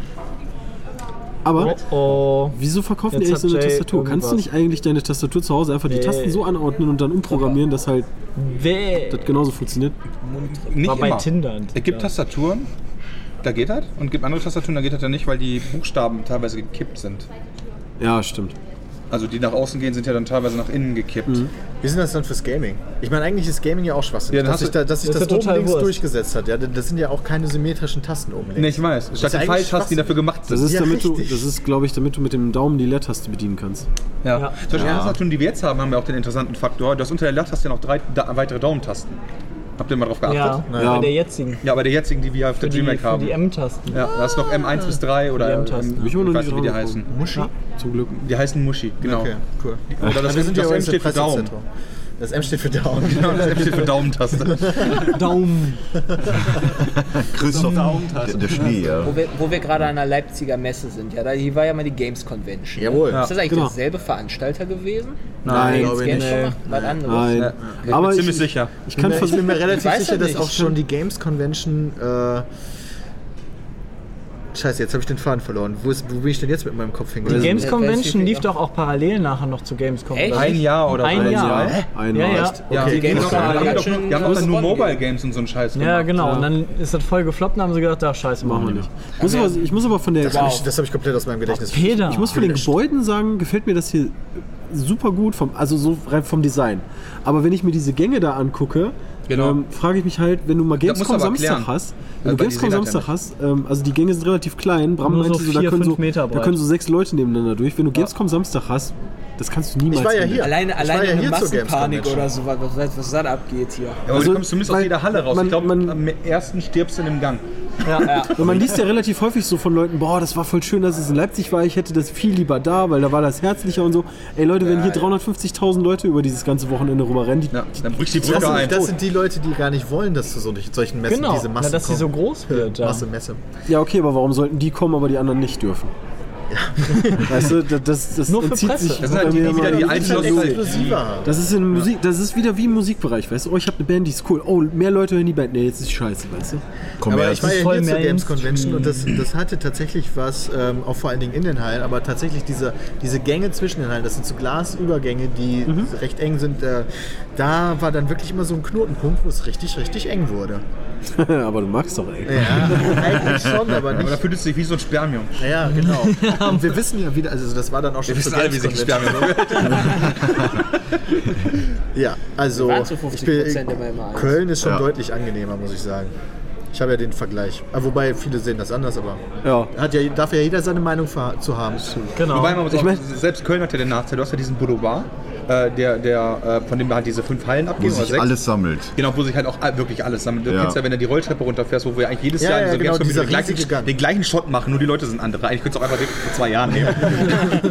Speaker 7: Aber
Speaker 6: Oh,
Speaker 7: wieso verkaufen die
Speaker 6: Jetzt
Speaker 7: eigentlich so
Speaker 6: hat
Speaker 7: eine
Speaker 6: Jay
Speaker 7: Tastatur? Kannst du
Speaker 6: irgendwas.
Speaker 7: nicht eigentlich deine Tastatur zu Hause einfach die
Speaker 6: Nee.
Speaker 7: Tasten so anordnen und dann umprogrammieren, dass halt
Speaker 6: weh.
Speaker 7: das genauso funktioniert?
Speaker 4: nicht
Speaker 6: war bei Tinder ein
Speaker 4: Es gibt
Speaker 6: Tinder.
Speaker 4: Tastaturen, da geht das. Und gibt andere Tastaturen, da geht das ja nicht, weil die Buchstaben teilweise gekippt sind.
Speaker 7: Ja, stimmt.
Speaker 4: Also die nach außen gehen, sind ja dann teilweise nach innen gekippt.
Speaker 8: Mhm.
Speaker 3: Wie sind das dann fürs Gaming? Ich meine, eigentlich ist Gaming ja auch Schwachsinn.
Speaker 4: Ja, dann
Speaker 3: dass
Speaker 4: hast
Speaker 3: sich
Speaker 4: du-
Speaker 3: da, dass sich
Speaker 6: das
Speaker 3: das,
Speaker 6: ist ja
Speaker 3: oben
Speaker 6: total
Speaker 3: links
Speaker 6: Wurst.
Speaker 3: durchgesetzt hat. Ja, das sind ja auch keine symmetrischen Tasten oben links.
Speaker 4: Ne, ich weiß. Statt
Speaker 3: ja
Speaker 4: den
Speaker 3: eigentlich
Speaker 4: Pfeiltasten, die dafür gemacht sind.
Speaker 7: Das ist,
Speaker 3: Ja,
Speaker 7: damit du,
Speaker 3: richtig.
Speaker 7: das ist, glaube ich, damit du mit dem Daumen die Leertaste bedienen kannst.
Speaker 4: ja. Zum Beispiel die Tastaturen, die wir jetzt haben, haben ja auch den interessanten Faktor. Du hast unter der Lachtaste ja noch drei da, weitere Daumentasten. Habt ihr mal drauf
Speaker 6: Ja,
Speaker 4: geachtet?
Speaker 6: bei der jetzigen.
Speaker 4: Ja, bei der jetzigen, die wir auf der
Speaker 6: Für die,
Speaker 4: DreamHack
Speaker 6: für
Speaker 4: haben.
Speaker 6: die M-Tasten.
Speaker 4: ja, da ist noch M1 bis 3 oder
Speaker 6: die M-Tasten.
Speaker 4: M-
Speaker 7: Hab ich
Speaker 4: ich
Speaker 7: immer
Speaker 4: weiß
Speaker 7: noch nie
Speaker 4: nicht, wie die
Speaker 7: drauf
Speaker 4: heißen.
Speaker 7: Zum Glück.
Speaker 4: Die heißen Muschi, genau.
Speaker 3: Okay, cool.
Speaker 4: Oder das,
Speaker 3: wir sind ja
Speaker 4: das
Speaker 3: auch
Speaker 4: M
Speaker 3: im
Speaker 4: steht für Daumen.
Speaker 3: Pressezentrum.
Speaker 1: Das M steht für Down.
Speaker 4: Genau, das M steht für Daumentaste.
Speaker 6: Daumen.
Speaker 5: Christoph, der, der Schnee, ja.
Speaker 9: Wo wir, wo wir gerade an der Leipziger Messe sind, ja, da hier war ja mal die Games Convention.
Speaker 1: Jawohl.
Speaker 9: Ist das eigentlich
Speaker 6: Genau.
Speaker 9: derselbe Veranstalter gewesen?
Speaker 6: Nein,
Speaker 9: Games
Speaker 1: glaube ich
Speaker 9: Gamescom
Speaker 1: nicht.
Speaker 9: macht was anderes.
Speaker 7: Nein.
Speaker 9: Ja.
Speaker 7: Aber
Speaker 4: Ziemlich
Speaker 7: ich,
Speaker 4: sicher.
Speaker 7: ich kann
Speaker 3: Ich bin
Speaker 7: versuchen.
Speaker 3: mir relativ
Speaker 9: weiß
Speaker 3: sicher,
Speaker 9: ja
Speaker 3: dass
Speaker 9: nicht,
Speaker 3: auch schon die Games Convention. Äh, Scheiße, jetzt habe ich den Faden verloren. Wo, ist, wo bin ich denn jetzt mit meinem Kopf
Speaker 6: Die
Speaker 3: hingegangen?
Speaker 6: Games
Speaker 9: Ja,
Speaker 6: Convention
Speaker 9: weiß ich
Speaker 6: lief
Speaker 9: nicht.
Speaker 6: doch auch parallel nachher noch zu Gamescom.
Speaker 9: Echt?
Speaker 6: oder?
Speaker 4: Ein Jahr oder so.
Speaker 6: Ein Jahr.
Speaker 7: Ein
Speaker 6: Ja, ja.
Speaker 7: Mast.
Speaker 4: Ja, die haben
Speaker 9: Games
Speaker 4: doch- die haben doch
Speaker 9: Convention
Speaker 4: die haben doch dann nur
Speaker 9: gewonnen.
Speaker 4: Mobile Games und so einen Scheiß gemacht.
Speaker 6: Ja, genau. Und dann ist das voll gefloppt und haben sie gedacht, da scheiße, machen wir nicht.
Speaker 7: Ich muss aber, ich muss aber von der.
Speaker 3: Das habe ich, das hab ich komplett aus meinem Gedächtnis.
Speaker 6: Peter.
Speaker 7: Ich muss von den Gebäuden sagen, gefällt mir das hier super gut, vom, also so rein vom Design. Aber wenn ich mir diese Gänge da angucke,
Speaker 4: Genau.
Speaker 7: ähm, frage ich mich halt, wenn du mal
Speaker 4: Das musst du
Speaker 7: Gamescom
Speaker 4: aber
Speaker 7: Samstag
Speaker 4: erklären.
Speaker 7: hast,
Speaker 4: Äh,
Speaker 7: wenn du
Speaker 4: weil die
Speaker 7: Gamescom
Speaker 4: sehen das ja
Speaker 7: Samstag hast, ähm, also die Gänge sind relativ klein, Bram
Speaker 6: Nur so
Speaker 7: meinte so, da,
Speaker 6: vier,
Speaker 7: können
Speaker 6: fünf
Speaker 7: so
Speaker 6: Meter
Speaker 7: da
Speaker 6: breit.
Speaker 7: können so sechs Leute nebeneinander durch. Wenn du Gamescom Samstag hast, das kannst du niemals.
Speaker 3: Ich war ja
Speaker 7: finden.
Speaker 3: hier.
Speaker 9: Alleine,
Speaker 3: Ich
Speaker 9: alleine
Speaker 3: war ja
Speaker 9: eine
Speaker 3: hier zur Games
Speaker 9: Massenpanik
Speaker 3: Convention.
Speaker 9: oder so, was, was, was da abgeht hier.
Speaker 4: Ja, aber
Speaker 7: Also,
Speaker 4: du kommst zumindest aus
Speaker 7: man-
Speaker 4: jeder Halle raus.
Speaker 7: man-
Speaker 4: ich glaube,
Speaker 7: man-
Speaker 4: am ersten stirbst du in dem Gang.
Speaker 7: Und man liest ja relativ häufig so von Leuten, boah, das war voll schön, dass es in Leipzig war, ich hätte das viel lieber da, weil da war das herzlicher und so. Ey Leute, wenn hier 350.000 Leute über dieses ganze Wochenende rüberrennen, die,
Speaker 4: Ja, dann brichst du die
Speaker 3: Das
Speaker 4: Brücke
Speaker 3: sind,
Speaker 4: ein.
Speaker 3: das sind die Leute, die gar nicht wollen, dass zu so, solchen Messen
Speaker 6: Genau,
Speaker 3: diese
Speaker 6: na,
Speaker 3: Massen
Speaker 6: dass sie so
Speaker 3: kommen.
Speaker 6: groß wird. Ja.
Speaker 3: Masse, Messe.
Speaker 7: ja okay, aber warum sollten die kommen, aber die anderen nicht dürfen? weißt du, das, das, das
Speaker 6: Nur für
Speaker 7: entzieht
Speaker 6: Presse.
Speaker 7: sich.
Speaker 4: Das sind halt
Speaker 7: bei
Speaker 4: die,
Speaker 7: mir
Speaker 4: die wieder
Speaker 7: immer-
Speaker 4: die
Speaker 3: Das ist halt
Speaker 4: Einschluss.
Speaker 6: Hm.
Speaker 3: exklusiver.
Speaker 7: das ist in Musik, das ist wieder wie im Musikbereich, weißt du? Oh, ich habe eine Band, die ist cool. Oh, mehr Leute hören die Band. Nee, jetzt ist scheiße, weißt du? [LAUGHS]
Speaker 5: Komm
Speaker 3: Aber
Speaker 5: her.
Speaker 3: ich war
Speaker 6: ist
Speaker 3: ja
Speaker 6: voll
Speaker 3: hier zur
Speaker 6: Mainstream.
Speaker 3: Games Convention und das, das hatte tatsächlich was, ähm, auch vor allen Dingen in den Hallen, aber tatsächlich diese, diese Gänge zwischen den Hallen, das sind so Glasübergänge, die
Speaker 6: Mhm.
Speaker 3: recht eng sind. Äh, da war dann wirklich immer so ein Knotenpunkt, wo es richtig, richtig eng wurde.
Speaker 7: aber du magst doch, ey.
Speaker 3: Ja, eigentlich schon, aber
Speaker 4: Aber da
Speaker 3: nicht.
Speaker 4: fühlst du dich wie so ein Spermium.
Speaker 3: Ja, genau. Und wir wissen ja wieder, also das war dann auch schon
Speaker 4: Wir wissen
Speaker 3: zur
Speaker 4: alle, wie sich ein
Speaker 3: Games
Speaker 4: Spermium
Speaker 3: Convention.
Speaker 4: fühlt.
Speaker 3: [LAUGHS] Ja, also
Speaker 9: waren zu 50% immer im Eis.
Speaker 3: Köln ist schon
Speaker 5: Ja.
Speaker 3: deutlich angenehmer, muss ich sagen. Ich habe ja den Vergleich. Ah, Wobei viele sehen das anders, aber
Speaker 7: Ja.
Speaker 3: hat ja, darf ja jeder seine Meinung ver- zu haben.
Speaker 6: Genau.
Speaker 4: Wobei man muss
Speaker 7: Ich
Speaker 4: auch,
Speaker 7: mein-
Speaker 4: selbst Köln hat ja den Nachteil, du hast ja diesen Boulevard, äh, der, der, äh, von dem halt diese fünf Hallen
Speaker 5: Wo
Speaker 4: abgehen oder
Speaker 5: sich
Speaker 4: sechs.
Speaker 5: alles sammelt.
Speaker 4: Genau, wo sich halt auch all- wirklich alles sammelt. Du
Speaker 5: Ja.
Speaker 4: kennst ja, wenn du die Rolltreppe runterfährst, wo wir eigentlich jedes
Speaker 3: Ja,
Speaker 4: Jahr in
Speaker 3: ja,
Speaker 4: diesem
Speaker 3: genau,
Speaker 4: Gamescom
Speaker 3: dieser
Speaker 4: den, gleichen,
Speaker 3: riesige Gang.
Speaker 4: den gleichen Shot machen, nur die Leute sind andere. Eigentlich könntest du auch einfach den vor zwei Jahren nehmen.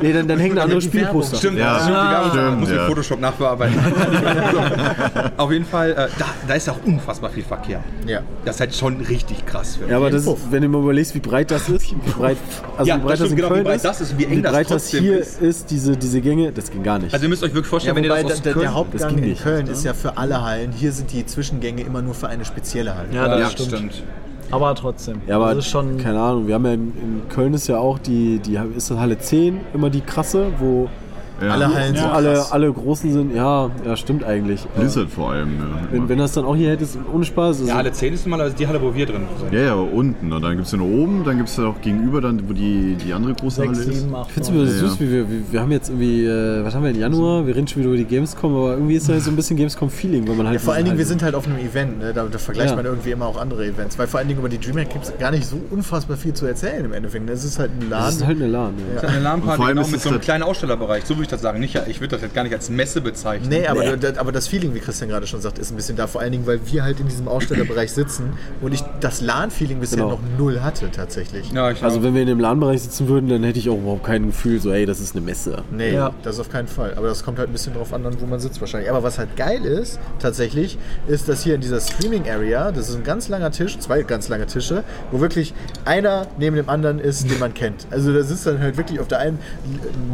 Speaker 7: Nee, dann, dann hängen da andere Spielposter.
Speaker 4: Stimmt,
Speaker 5: Ja.
Speaker 4: das ist
Speaker 5: Ah.
Speaker 4: wirklich egal.
Speaker 5: Stimmt,
Speaker 4: muss mit
Speaker 5: ja.
Speaker 4: Photoshop nachbearbeiten. Auf jeden Fall, äh, da, da ist ja auch unfassbar viel Verkehr.
Speaker 3: Ja.
Speaker 4: Das ist halt schon richtig krass. Für
Speaker 7: Ja, aber das ist, wenn du mal überlegst, wie breit das ist, wie breit, also
Speaker 4: Ja,
Speaker 7: wie breit
Speaker 4: das
Speaker 7: das in
Speaker 4: stimmt, genau, wie
Speaker 7: Köln
Speaker 4: breit
Speaker 7: ist,
Speaker 4: das ist und wie eng das
Speaker 7: breit das
Speaker 4: trotzdem
Speaker 7: hier
Speaker 4: ist.
Speaker 7: ist, diese, diese Gänge, das ging gar nicht.
Speaker 4: Also ihr müsst euch wirklich vorstellen, wenn ihr das
Speaker 3: Wobei,
Speaker 4: aus
Speaker 3: der, der,
Speaker 4: Köln-
Speaker 3: der Hauptgang
Speaker 7: ging
Speaker 3: in
Speaker 7: nicht,
Speaker 3: Köln ist ja für alle Hallen. Hier sind die Zwischengänge immer nur für eine spezielle Halle.
Speaker 6: ja, das
Speaker 4: Ja,
Speaker 6: stimmt.
Speaker 4: stimmt.
Speaker 6: Aber trotzdem.
Speaker 7: ja, aber
Speaker 6: das ist schon.
Speaker 7: keine Ahnung, wir haben ja in, in Köln ist ja auch die, die ist das Halle 10 immer die krasse, wo
Speaker 5: Ja.
Speaker 3: Alle Hallen
Speaker 7: wo
Speaker 3: sind
Speaker 7: alle,
Speaker 3: krass.
Speaker 7: alle großen sind. Ja, ja, stimmt eigentlich.
Speaker 5: Blizzard vor allem.
Speaker 7: Wenn, wenn das dann auch hier hättest, ohne Spaß. Also,
Speaker 4: Ja, Halle 10 ist normalerweise die Halle, wo wir drin sind.
Speaker 5: ja, ja, aber unten. Und dann gibt es ja noch oben, dann gibt es ja auch gegenüber, dann, wo die, die andere große
Speaker 6: sechs,
Speaker 5: Halle ist.
Speaker 6: sieben, acht,
Speaker 7: ich finde
Speaker 6: neun.
Speaker 7: es
Speaker 5: Ja,
Speaker 7: süß, wie wir, wir, wir haben jetzt irgendwie, äh, was haben wir in Januar? Wir reden schon wieder über die Gamescom, aber irgendwie ist da jetzt so ein bisschen Gamescom-Feeling, wenn man halt.
Speaker 3: Ja, vor allen Dingen,
Speaker 7: diesen
Speaker 3: wir
Speaker 7: Hallen-
Speaker 3: sind halt auf einem Event, ne? da, da vergleicht
Speaker 7: Ja.
Speaker 3: man irgendwie immer auch andere Events, weil vor allen Dingen über die DreamHack gibt es gar nicht so unfassbar viel zu erzählen im Endeffekt. Es ist halt ein
Speaker 7: Das
Speaker 3: Laden.
Speaker 7: ist halt eine LAN. Ja.
Speaker 4: Das ist eine
Speaker 5: Und
Speaker 4: LAN-Party
Speaker 5: vor allem
Speaker 4: genau
Speaker 5: ist
Speaker 4: mit
Speaker 5: es
Speaker 4: so einem
Speaker 5: das-
Speaker 4: kleinen Ausstellerbereich. So würde ich das sagen. Nicht, ich würde das jetzt gar nicht als Messe bezeichnen.
Speaker 3: Nee, aber, da- da- aber das Feeling, wie Christian gerade schon sagt, ist ein bisschen da. Vor allen Dingen, weil wir halt in diesem Ausstellerbereich sitzen und ich das LAN-Feeling bisher
Speaker 7: Genau.
Speaker 3: noch null hatte tatsächlich.
Speaker 4: Ja, ich
Speaker 7: Also
Speaker 4: also,
Speaker 7: wenn wir in dem LAN-Bereich sitzen würden, dann hätte ich auch überhaupt kein Gefühl, so ey, das ist eine Messe.
Speaker 3: Nee,
Speaker 6: Ja.
Speaker 3: das auf keinen Fall. Aber das kommt halt ein bisschen drauf an, dann, wo man sitzt wahrscheinlich. Aber was halt geil ist, tatsächlich, ist, dass hier in dieser Streaming Area, das ist ein ganz langer Tisch, zwei ganz lange Tische, wo wirklich einer neben dem anderen ist, den man kennt. Also da sitzt dann halt wirklich auf der einen,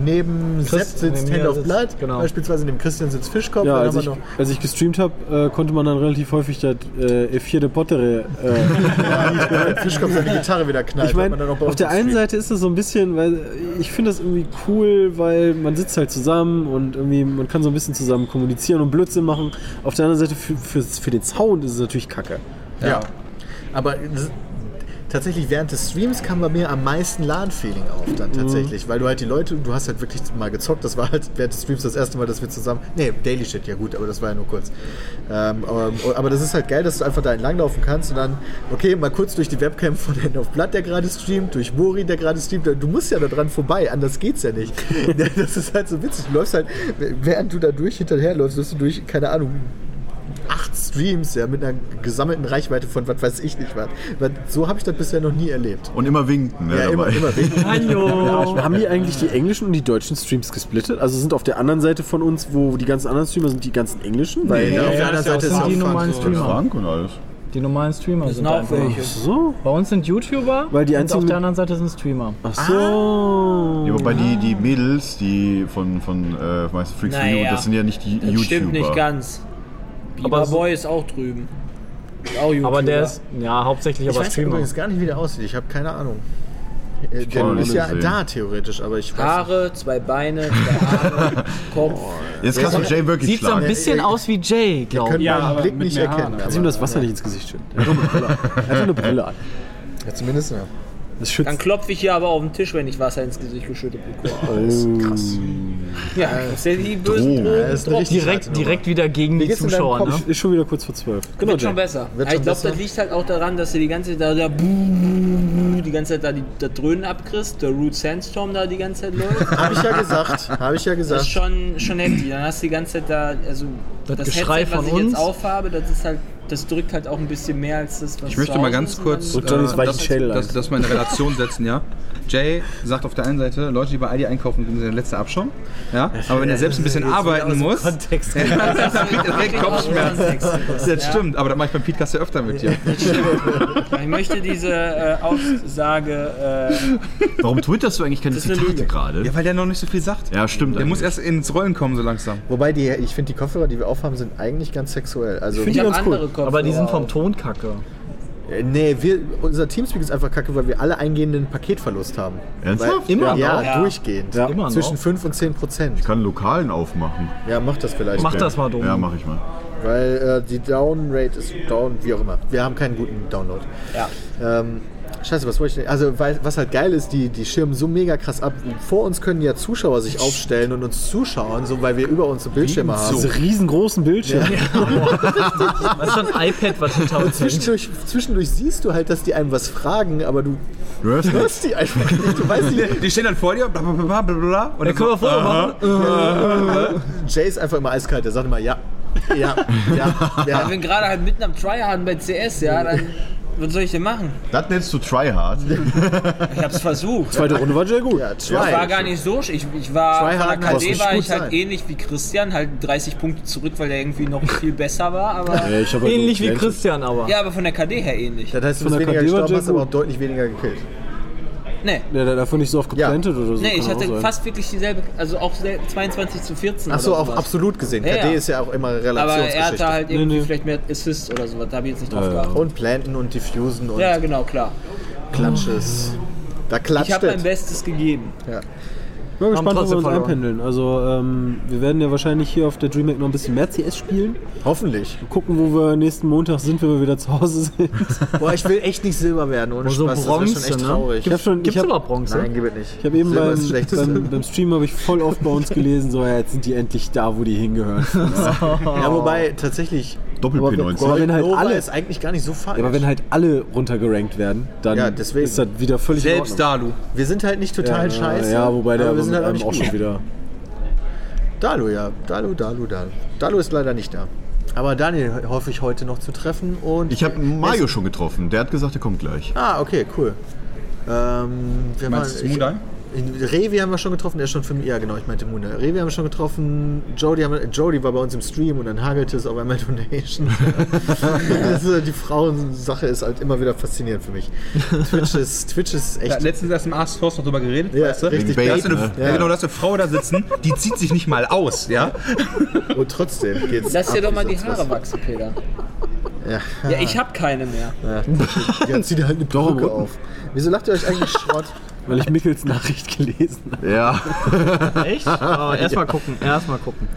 Speaker 3: neben
Speaker 6: Chris-
Speaker 3: Sepp sitzt
Speaker 6: neben mir
Speaker 3: Hand of
Speaker 6: sitzt-
Speaker 3: Blood,
Speaker 6: genau.
Speaker 3: beispielsweise neben Christian sitzt Fischkopf,
Speaker 7: Ja,
Speaker 3: dann
Speaker 7: als
Speaker 3: haben
Speaker 7: ich,
Speaker 3: wir noch
Speaker 7: als ich gestreamt habe, äh, konnte man dann relativ häufig das äh, F4 de [LAUGHS] Pottere. Äh,
Speaker 3: Fischkopf seine Gitarre wieder knallt.
Speaker 7: ich
Speaker 3: hat man
Speaker 7: meine,
Speaker 3: dann auch bei
Speaker 7: auf
Speaker 3: uns
Speaker 7: der
Speaker 3: im
Speaker 7: einen
Speaker 3: Stream.
Speaker 7: Seite ist das so ein bisschen, weil ich finde das irgendwie cool, weil man sitzt halt zusammen und irgendwie man kann so ein bisschen zusammen kommunizieren und Blödsinn machen. Auf der anderen Seite für, für, für den Sound ist es natürlich Kacke.
Speaker 3: Ja. Aber das, tatsächlich während des Streams kam bei mir am meisten LAN-Feeling auf dann tatsächlich, weil du halt die Leute, du hast halt wirklich mal gezockt, das war halt während des Streams das erste Mal, dass wir zusammen, nee, Daily Shit, ja gut, aber das war ja nur kurz. Ähm, aber, aber das ist halt geil, dass du einfach da entlanglaufen kannst und dann, okay, mal kurz durch die Webcam von [LAUGHS] Hand of Blood, der gerade streamt, durch Mori, der gerade streamt, du musst ja da dran vorbei, anders geht's ja nicht. Das ist halt so witzig, du läufst halt, während du da durch hinterherläufst, läufst du durch, keine Ahnung, acht Streams, ja, mit einer gesammelten Reichweite von was weiß ich nicht was. Weil So habe ich das bisher noch nie erlebt.
Speaker 5: Und immer winken, ne?
Speaker 3: Ja, immer,
Speaker 5: [LAUGHS] dabei.
Speaker 3: immer winken.
Speaker 7: Hallo! Haben die eigentlich die englischen und die deutschen Streams gesplittet? Also sind auf der anderen Seite von uns, wo die ganzen anderen Streamer sind, die ganzen englischen? Weil
Speaker 3: [LAUGHS] Ja, auf der anderen Seite ist
Speaker 2: auch die
Speaker 3: Soundfunk
Speaker 2: normalen
Speaker 3: so,
Speaker 2: Streamer.
Speaker 5: Frank und alles.
Speaker 2: Die normalen Streamer sind
Speaker 9: sind auch
Speaker 2: einfach.
Speaker 9: welche.
Speaker 7: so.
Speaker 2: Bei uns sind YouTuber
Speaker 7: Weil die einzigen
Speaker 2: und auf
Speaker 7: mit-
Speaker 2: der anderen Seite sind Streamer.
Speaker 7: Ach so.
Speaker 5: Ja, wobei die, die Mädels, die von, von äh, meist Freaks for You,
Speaker 9: Naja.
Speaker 5: das sind ja nicht die
Speaker 9: Das
Speaker 5: YouTuber.
Speaker 9: stimmt nicht ganz.
Speaker 6: Aber
Speaker 9: Bieber
Speaker 6: so-
Speaker 9: Boy ist auch drüben. Ist Auch YouTuber.
Speaker 6: Aber der ist, ja, hauptsächlich
Speaker 3: Ich
Speaker 6: aber
Speaker 3: weiß
Speaker 6: Streamer.
Speaker 3: übrigens gar nicht, wie der aussieht. Ich habe keine Ahnung. Äh,
Speaker 5: kann
Speaker 3: Der
Speaker 5: ihn
Speaker 3: ist ja
Speaker 5: sehen.
Speaker 3: da theoretisch, aber ich weiß nicht.
Speaker 9: Haare, zwei Beine,
Speaker 3: [LAUGHS]
Speaker 9: zwei Haare, Kopf.
Speaker 5: Jetzt kannst du Jay wirklich
Speaker 6: Sieht so ein
Speaker 5: schlagen.
Speaker 6: bisschen aus wie Jay,
Speaker 3: Wir
Speaker 6: glaube
Speaker 3: können
Speaker 6: ich.
Speaker 2: Ja,
Speaker 3: meinen
Speaker 2: aber
Speaker 3: Blick
Speaker 2: mit
Speaker 3: nicht
Speaker 2: mehr Haaren,
Speaker 3: erkennen. Also,
Speaker 2: aber-
Speaker 7: Kannst ihm das Wasser nicht ins Gesicht schütten. Einfach eine Brille an. Einfach eine Brille an.
Speaker 3: Ja, zumindest, ja.
Speaker 7: Das
Speaker 9: Dann
Speaker 7: schützt.
Speaker 9: klopfe ich hier aber auf den Tisch, wenn ich Wasser ins Gesicht geschüttet bekomme.
Speaker 3: Oh.
Speaker 9: Ja,
Speaker 3: Äh,
Speaker 9: das ist ja die bösen
Speaker 5: Drohung.
Speaker 3: Das
Speaker 9: Drogen.
Speaker 3: ist eine richtig harte
Speaker 6: Direkt,
Speaker 3: Nummer.
Speaker 6: direkt wieder gegen die
Speaker 3: geht's in deinem
Speaker 6: Zuschauer, ne?
Speaker 3: Kopf?
Speaker 7: Ist schon wieder kurz vor zwölf.
Speaker 9: Wird schon besser.
Speaker 3: Wird
Speaker 9: Aber ich
Speaker 3: schon
Speaker 9: glaube, das
Speaker 3: besser.
Speaker 9: liegt halt auch daran, dass du die ganze Zeit da, da die ganze Zeit da die, das Dröhnen abkriegst, der Root Sandstorm da die ganze Zeit läuft.
Speaker 3: Habe ich ja gesagt. Habe ich ja
Speaker 9: Das ist [LAUGHS]
Speaker 3: gesagt.
Speaker 9: schon, schon heftig. Dann hast du die ganze Zeit da, also
Speaker 6: Das
Speaker 9: das
Speaker 6: Geschrei
Speaker 9: Headset,
Speaker 6: von
Speaker 9: was ich
Speaker 6: uns.
Speaker 9: jetzt aufhabe, das ist halt, das drückt halt auch ein bisschen mehr als das, was
Speaker 4: Ich möchte mal ganz kurz äh,
Speaker 7: Drückt Johnnys weichen
Speaker 4: das,
Speaker 7: Schädel ein.
Speaker 4: das, das mal in eine Relation setzen, ja. Jay sagt auf der einen Seite, Leute, die bei Aldi einkaufen, sind der letzte Abschaum. Ja? Aber wenn er selbst ein bisschen arbeiten muss, dann [LAUGHS]
Speaker 6: Kontext.
Speaker 4: kriegt er direkt Kopfschmerzen.
Speaker 9: Das
Speaker 4: Das stimmt, aber das mache ich beim Podcast ja öfter mit dir.
Speaker 9: Ich möchte diese äh, Aussage. Äh,
Speaker 5: Warum twitterst du eigentlich keine
Speaker 9: ist eine
Speaker 5: Zitate
Speaker 9: Lüge.
Speaker 5: gerade?
Speaker 4: Ja, weil der noch nicht so viel sagt.
Speaker 5: Ja, stimmt.
Speaker 4: Der muss
Speaker 5: eigentlich.
Speaker 4: erst ins Rollen kommen, so langsam.
Speaker 3: Wobei, die, ich finde, die Kopfhörer, die wir aufhaben, sind eigentlich ganz sexuell. Also,
Speaker 9: ich habe andere Kopfhörer.
Speaker 6: Aber die sind vom
Speaker 9: auf.
Speaker 6: Ton kacke.
Speaker 3: Äh, Nee, wir, unser Teamspeak ist einfach kacke, weil wir alle eingehenden Paketverlust haben.
Speaker 5: Ernsthaft?
Speaker 3: Weil,
Speaker 6: Immer noch?
Speaker 3: ja,
Speaker 9: Ja.
Speaker 3: durchgehend.
Speaker 6: Ja. Immer noch.
Speaker 3: Zwischen 5 und 10 Prozent.
Speaker 5: Ich kann Lokalen aufmachen.
Speaker 3: Ja, mach das vielleicht.
Speaker 6: Mach das mal, Dom.
Speaker 5: Ja, mach ich mal.
Speaker 3: Weil äh, die Downrate ist down, wie auch immer. Wir haben keinen guten Download.
Speaker 9: äh, Ja.
Speaker 3: Ähm, scheiße, was wollte ich denn? Also, weil, was halt geil ist, die, die schirmen so mega krass ab. Vor uns können ja Zuschauer sich aufstellen und uns zuschauen, so weil wir über uns so Bildschirme haben.
Speaker 7: Diese riesengroßen Bildschirme.
Speaker 6: Das ist schon
Speaker 9: [LAUGHS]
Speaker 6: ein iPad, was hinter uns liegt.
Speaker 3: Zwischendurch, zwischendurch siehst du halt, dass die einem was fragen, aber du
Speaker 5: Du hörst nichts.
Speaker 3: hörst die einfach nicht. Du weißt nicht,
Speaker 4: Die stehen dann vor dir, bla bla bla bla bla. Und dann
Speaker 6: Können wir Foto machen?
Speaker 3: Jay ist einfach immer eiskalt, der sagt immer ja. [LAUGHS] Ja, ja,
Speaker 9: Ich
Speaker 3: ja.
Speaker 9: bin gerade halt mitten am Tryharden bei CS, ja, dann. Was soll ich denn machen?
Speaker 5: Das nennst du Tryhard.
Speaker 9: Ich hab's versucht.
Speaker 7: Zweite Runde war sehr gut.
Speaker 3: ja
Speaker 9: Ich war
Speaker 3: try.
Speaker 9: gar nicht so. sch- Ich, ich war
Speaker 3: Tryharden
Speaker 9: von
Speaker 3: muss
Speaker 9: der KD
Speaker 3: nicht
Speaker 9: war
Speaker 3: gut
Speaker 9: ich halt
Speaker 3: sein.
Speaker 9: ähnlich wie Christian, halt 30 Punkte zurück, weil der irgendwie noch viel besser
Speaker 3: [LAUGHS]
Speaker 9: war, aber.
Speaker 7: Ja, ich hab halt
Speaker 6: Ähnlich wie
Speaker 7: nur-
Speaker 6: Christian aber.
Speaker 9: Ja, aber von der KD her ähnlich.
Speaker 3: Das heißt, du
Speaker 7: Von
Speaker 3: bist
Speaker 7: der
Speaker 3: weniger
Speaker 7: KD war
Speaker 3: gestorben,
Speaker 7: Jay
Speaker 3: hast aber auch
Speaker 7: gut.
Speaker 3: deutlich weniger gekillt.
Speaker 9: Nee.
Speaker 7: Der hat davon nicht so oft
Speaker 3: Ja.
Speaker 7: geplantet oder so.
Speaker 9: Nee,
Speaker 7: kann
Speaker 9: ich
Speaker 7: auch
Speaker 9: hatte
Speaker 7: sein.
Speaker 9: fast wirklich dieselbe, also auch sel- 22 zu 14.
Speaker 3: Achso,
Speaker 9: oder
Speaker 3: auch
Speaker 9: sowas.
Speaker 3: absolut gesehen.
Speaker 9: Ja,
Speaker 3: KD
Speaker 9: ja.
Speaker 3: ist ja auch immer
Speaker 9: Aber er
Speaker 3: Relationsgeschichte.
Speaker 9: hatte halt irgendwie
Speaker 7: nee.
Speaker 9: vielleicht mehr Assists oder sowas, da habe ich jetzt nicht drauf geachtet.
Speaker 3: und planten und diffusen und
Speaker 9: Ja, genau, klar.
Speaker 3: Klatsches. Da klatscht
Speaker 9: Ich habe mein
Speaker 3: es.
Speaker 9: Bestes gegeben.
Speaker 7: Ich bin gespannt, ob wir
Speaker 6: trotzdem
Speaker 7: uns
Speaker 6: verloren.
Speaker 7: einpendeln. Also, ähm, wir werden ja wahrscheinlich hier auf der DreamHack noch ein bisschen mehr CS spielen.
Speaker 3: Hoffentlich.
Speaker 7: Gucken, wo wir nächsten Montag sind, wenn wir wieder zu Hause
Speaker 6: [LAUGHS]
Speaker 7: sind.
Speaker 3: Boah, ich will echt nicht Silber werden, ohne
Speaker 6: So
Speaker 3: Spaß. Das ist
Speaker 6: Bronze,
Speaker 3: schon echt traurig.
Speaker 7: Ich hab schon-
Speaker 6: ne?
Speaker 7: ich
Speaker 6: Gibt's
Speaker 7: hab-
Speaker 6: überhaupt Bronze?
Speaker 3: Nein, gebe nicht.
Speaker 7: Ich habe eben
Speaker 3: Silber ist
Speaker 7: beim,
Speaker 3: das Schlechteste.
Speaker 7: beim, beim Stream habe ich voll oft bei uns gelesen, so ja, jetzt sind die endlich da, wo die
Speaker 6: [LAUGHS]
Speaker 7: hingehören. ja,
Speaker 3: ja, wobei tatsächlich.
Speaker 7: Aber
Speaker 5: Doppel-P19.
Speaker 7: wenn halt
Speaker 3: Nova
Speaker 7: alle-
Speaker 3: ist eigentlich gar nicht so falsch.
Speaker 7: aber wenn halt alle runtergerankt werden, dann
Speaker 3: Ja, deswegen.
Speaker 7: ist das wieder völlig in
Speaker 4: selbst
Speaker 7: Ordnung.
Speaker 4: da, du.
Speaker 3: wir sind halt nicht total
Speaker 7: ja,
Speaker 3: scheiße.
Speaker 7: Ja, wobei der
Speaker 3: aber wir sind halt auch
Speaker 7: einem
Speaker 3: nicht
Speaker 7: auch
Speaker 3: gut.
Speaker 7: schon wieder.
Speaker 3: Dalu, ja. Dalu, Dalu, Dalu. Dalu ist leider nicht da. Aber Daniel hoffe ich heute noch zu treffen und.
Speaker 5: Ich habe Mario schon getroffen. Der hat gesagt, er kommt gleich.
Speaker 3: Ah, okay, cool. Ähm, wir
Speaker 4: Meinst du
Speaker 3: waren-
Speaker 4: Moondai?
Speaker 3: In Revi haben wir schon getroffen, der ist schon fünf. Ja, genau, ich meinte Muna. Revi haben wir schon getroffen, Jody, haben wir, Jody war bei uns im Stream und dann hagelte es auf einmal [LAUGHS]
Speaker 4: [LAUGHS]
Speaker 3: Donations. das ist, äh, die Frauensache ist halt immer wieder faszinierend für mich. Twitch
Speaker 4: [LAUGHS]
Speaker 3: ist, Twitch ist
Speaker 4: Ja,
Speaker 3: echt.
Speaker 4: letztens erst im Ask Force noch drüber geredet,
Speaker 3: Ja,
Speaker 4: weißt du?
Speaker 3: richtig.
Speaker 4: Da hast du eine,
Speaker 5: Bait,
Speaker 4: ja. Genau, da hast du eine Frau da sitzen, die zieht sich nicht mal aus, ja? ne?
Speaker 3: und trotzdem geht's.
Speaker 9: Lass dir
Speaker 3: ab
Speaker 9: doch
Speaker 3: wie
Speaker 9: mal die
Speaker 3: sonst was.
Speaker 9: Haare wachsen, Peter. Ja, ich hab keine mehr.
Speaker 3: Ja, zieh dir halt eine
Speaker 7: am
Speaker 3: Perücke
Speaker 7: Rücken.
Speaker 3: auf. Wieso lacht ihr euch eigentlich Schrott?
Speaker 7: Weil ich Mickels Nachricht gelesen habe.
Speaker 5: Ja.
Speaker 7: [LAUGHS]
Speaker 6: Echt? Aber erstmal gucken, erstmal gucken.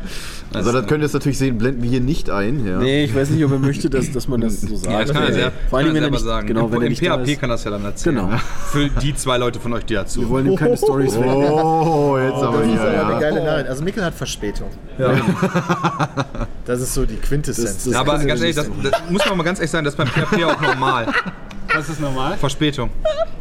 Speaker 5: Also das könnt ihr jetzt natürlich sehen, blenden wir hier nicht ein. Ja.
Speaker 7: Nee, ich weiß nicht, ob er möchte, dass, dass man das so sagt. Äh, Vor allem, wenn er nicht, Genau, wenn er
Speaker 4: Im
Speaker 7: nicht da
Speaker 4: PHP
Speaker 7: ist.
Speaker 4: kann das ja dann erzählen. ne?
Speaker 7: Genau.
Speaker 4: Für die zwei Leute von euch, die dazu.
Speaker 7: Wir wollen ihm keine Storys weg.
Speaker 5: Oh, jetzt
Speaker 3: Das
Speaker 5: aber
Speaker 3: ist aber eine
Speaker 5: hier, ja.
Speaker 3: geile Nachricht. Also Mikkel hat Verspätung. Das ist so die Quintessenz.
Speaker 7: Das- das-
Speaker 4: Aber ganz ehrlich, das, das muss man mal ganz ehrlich sagen, das ist beim PHP auch normal.
Speaker 8: das ist normal.
Speaker 4: Verspätung.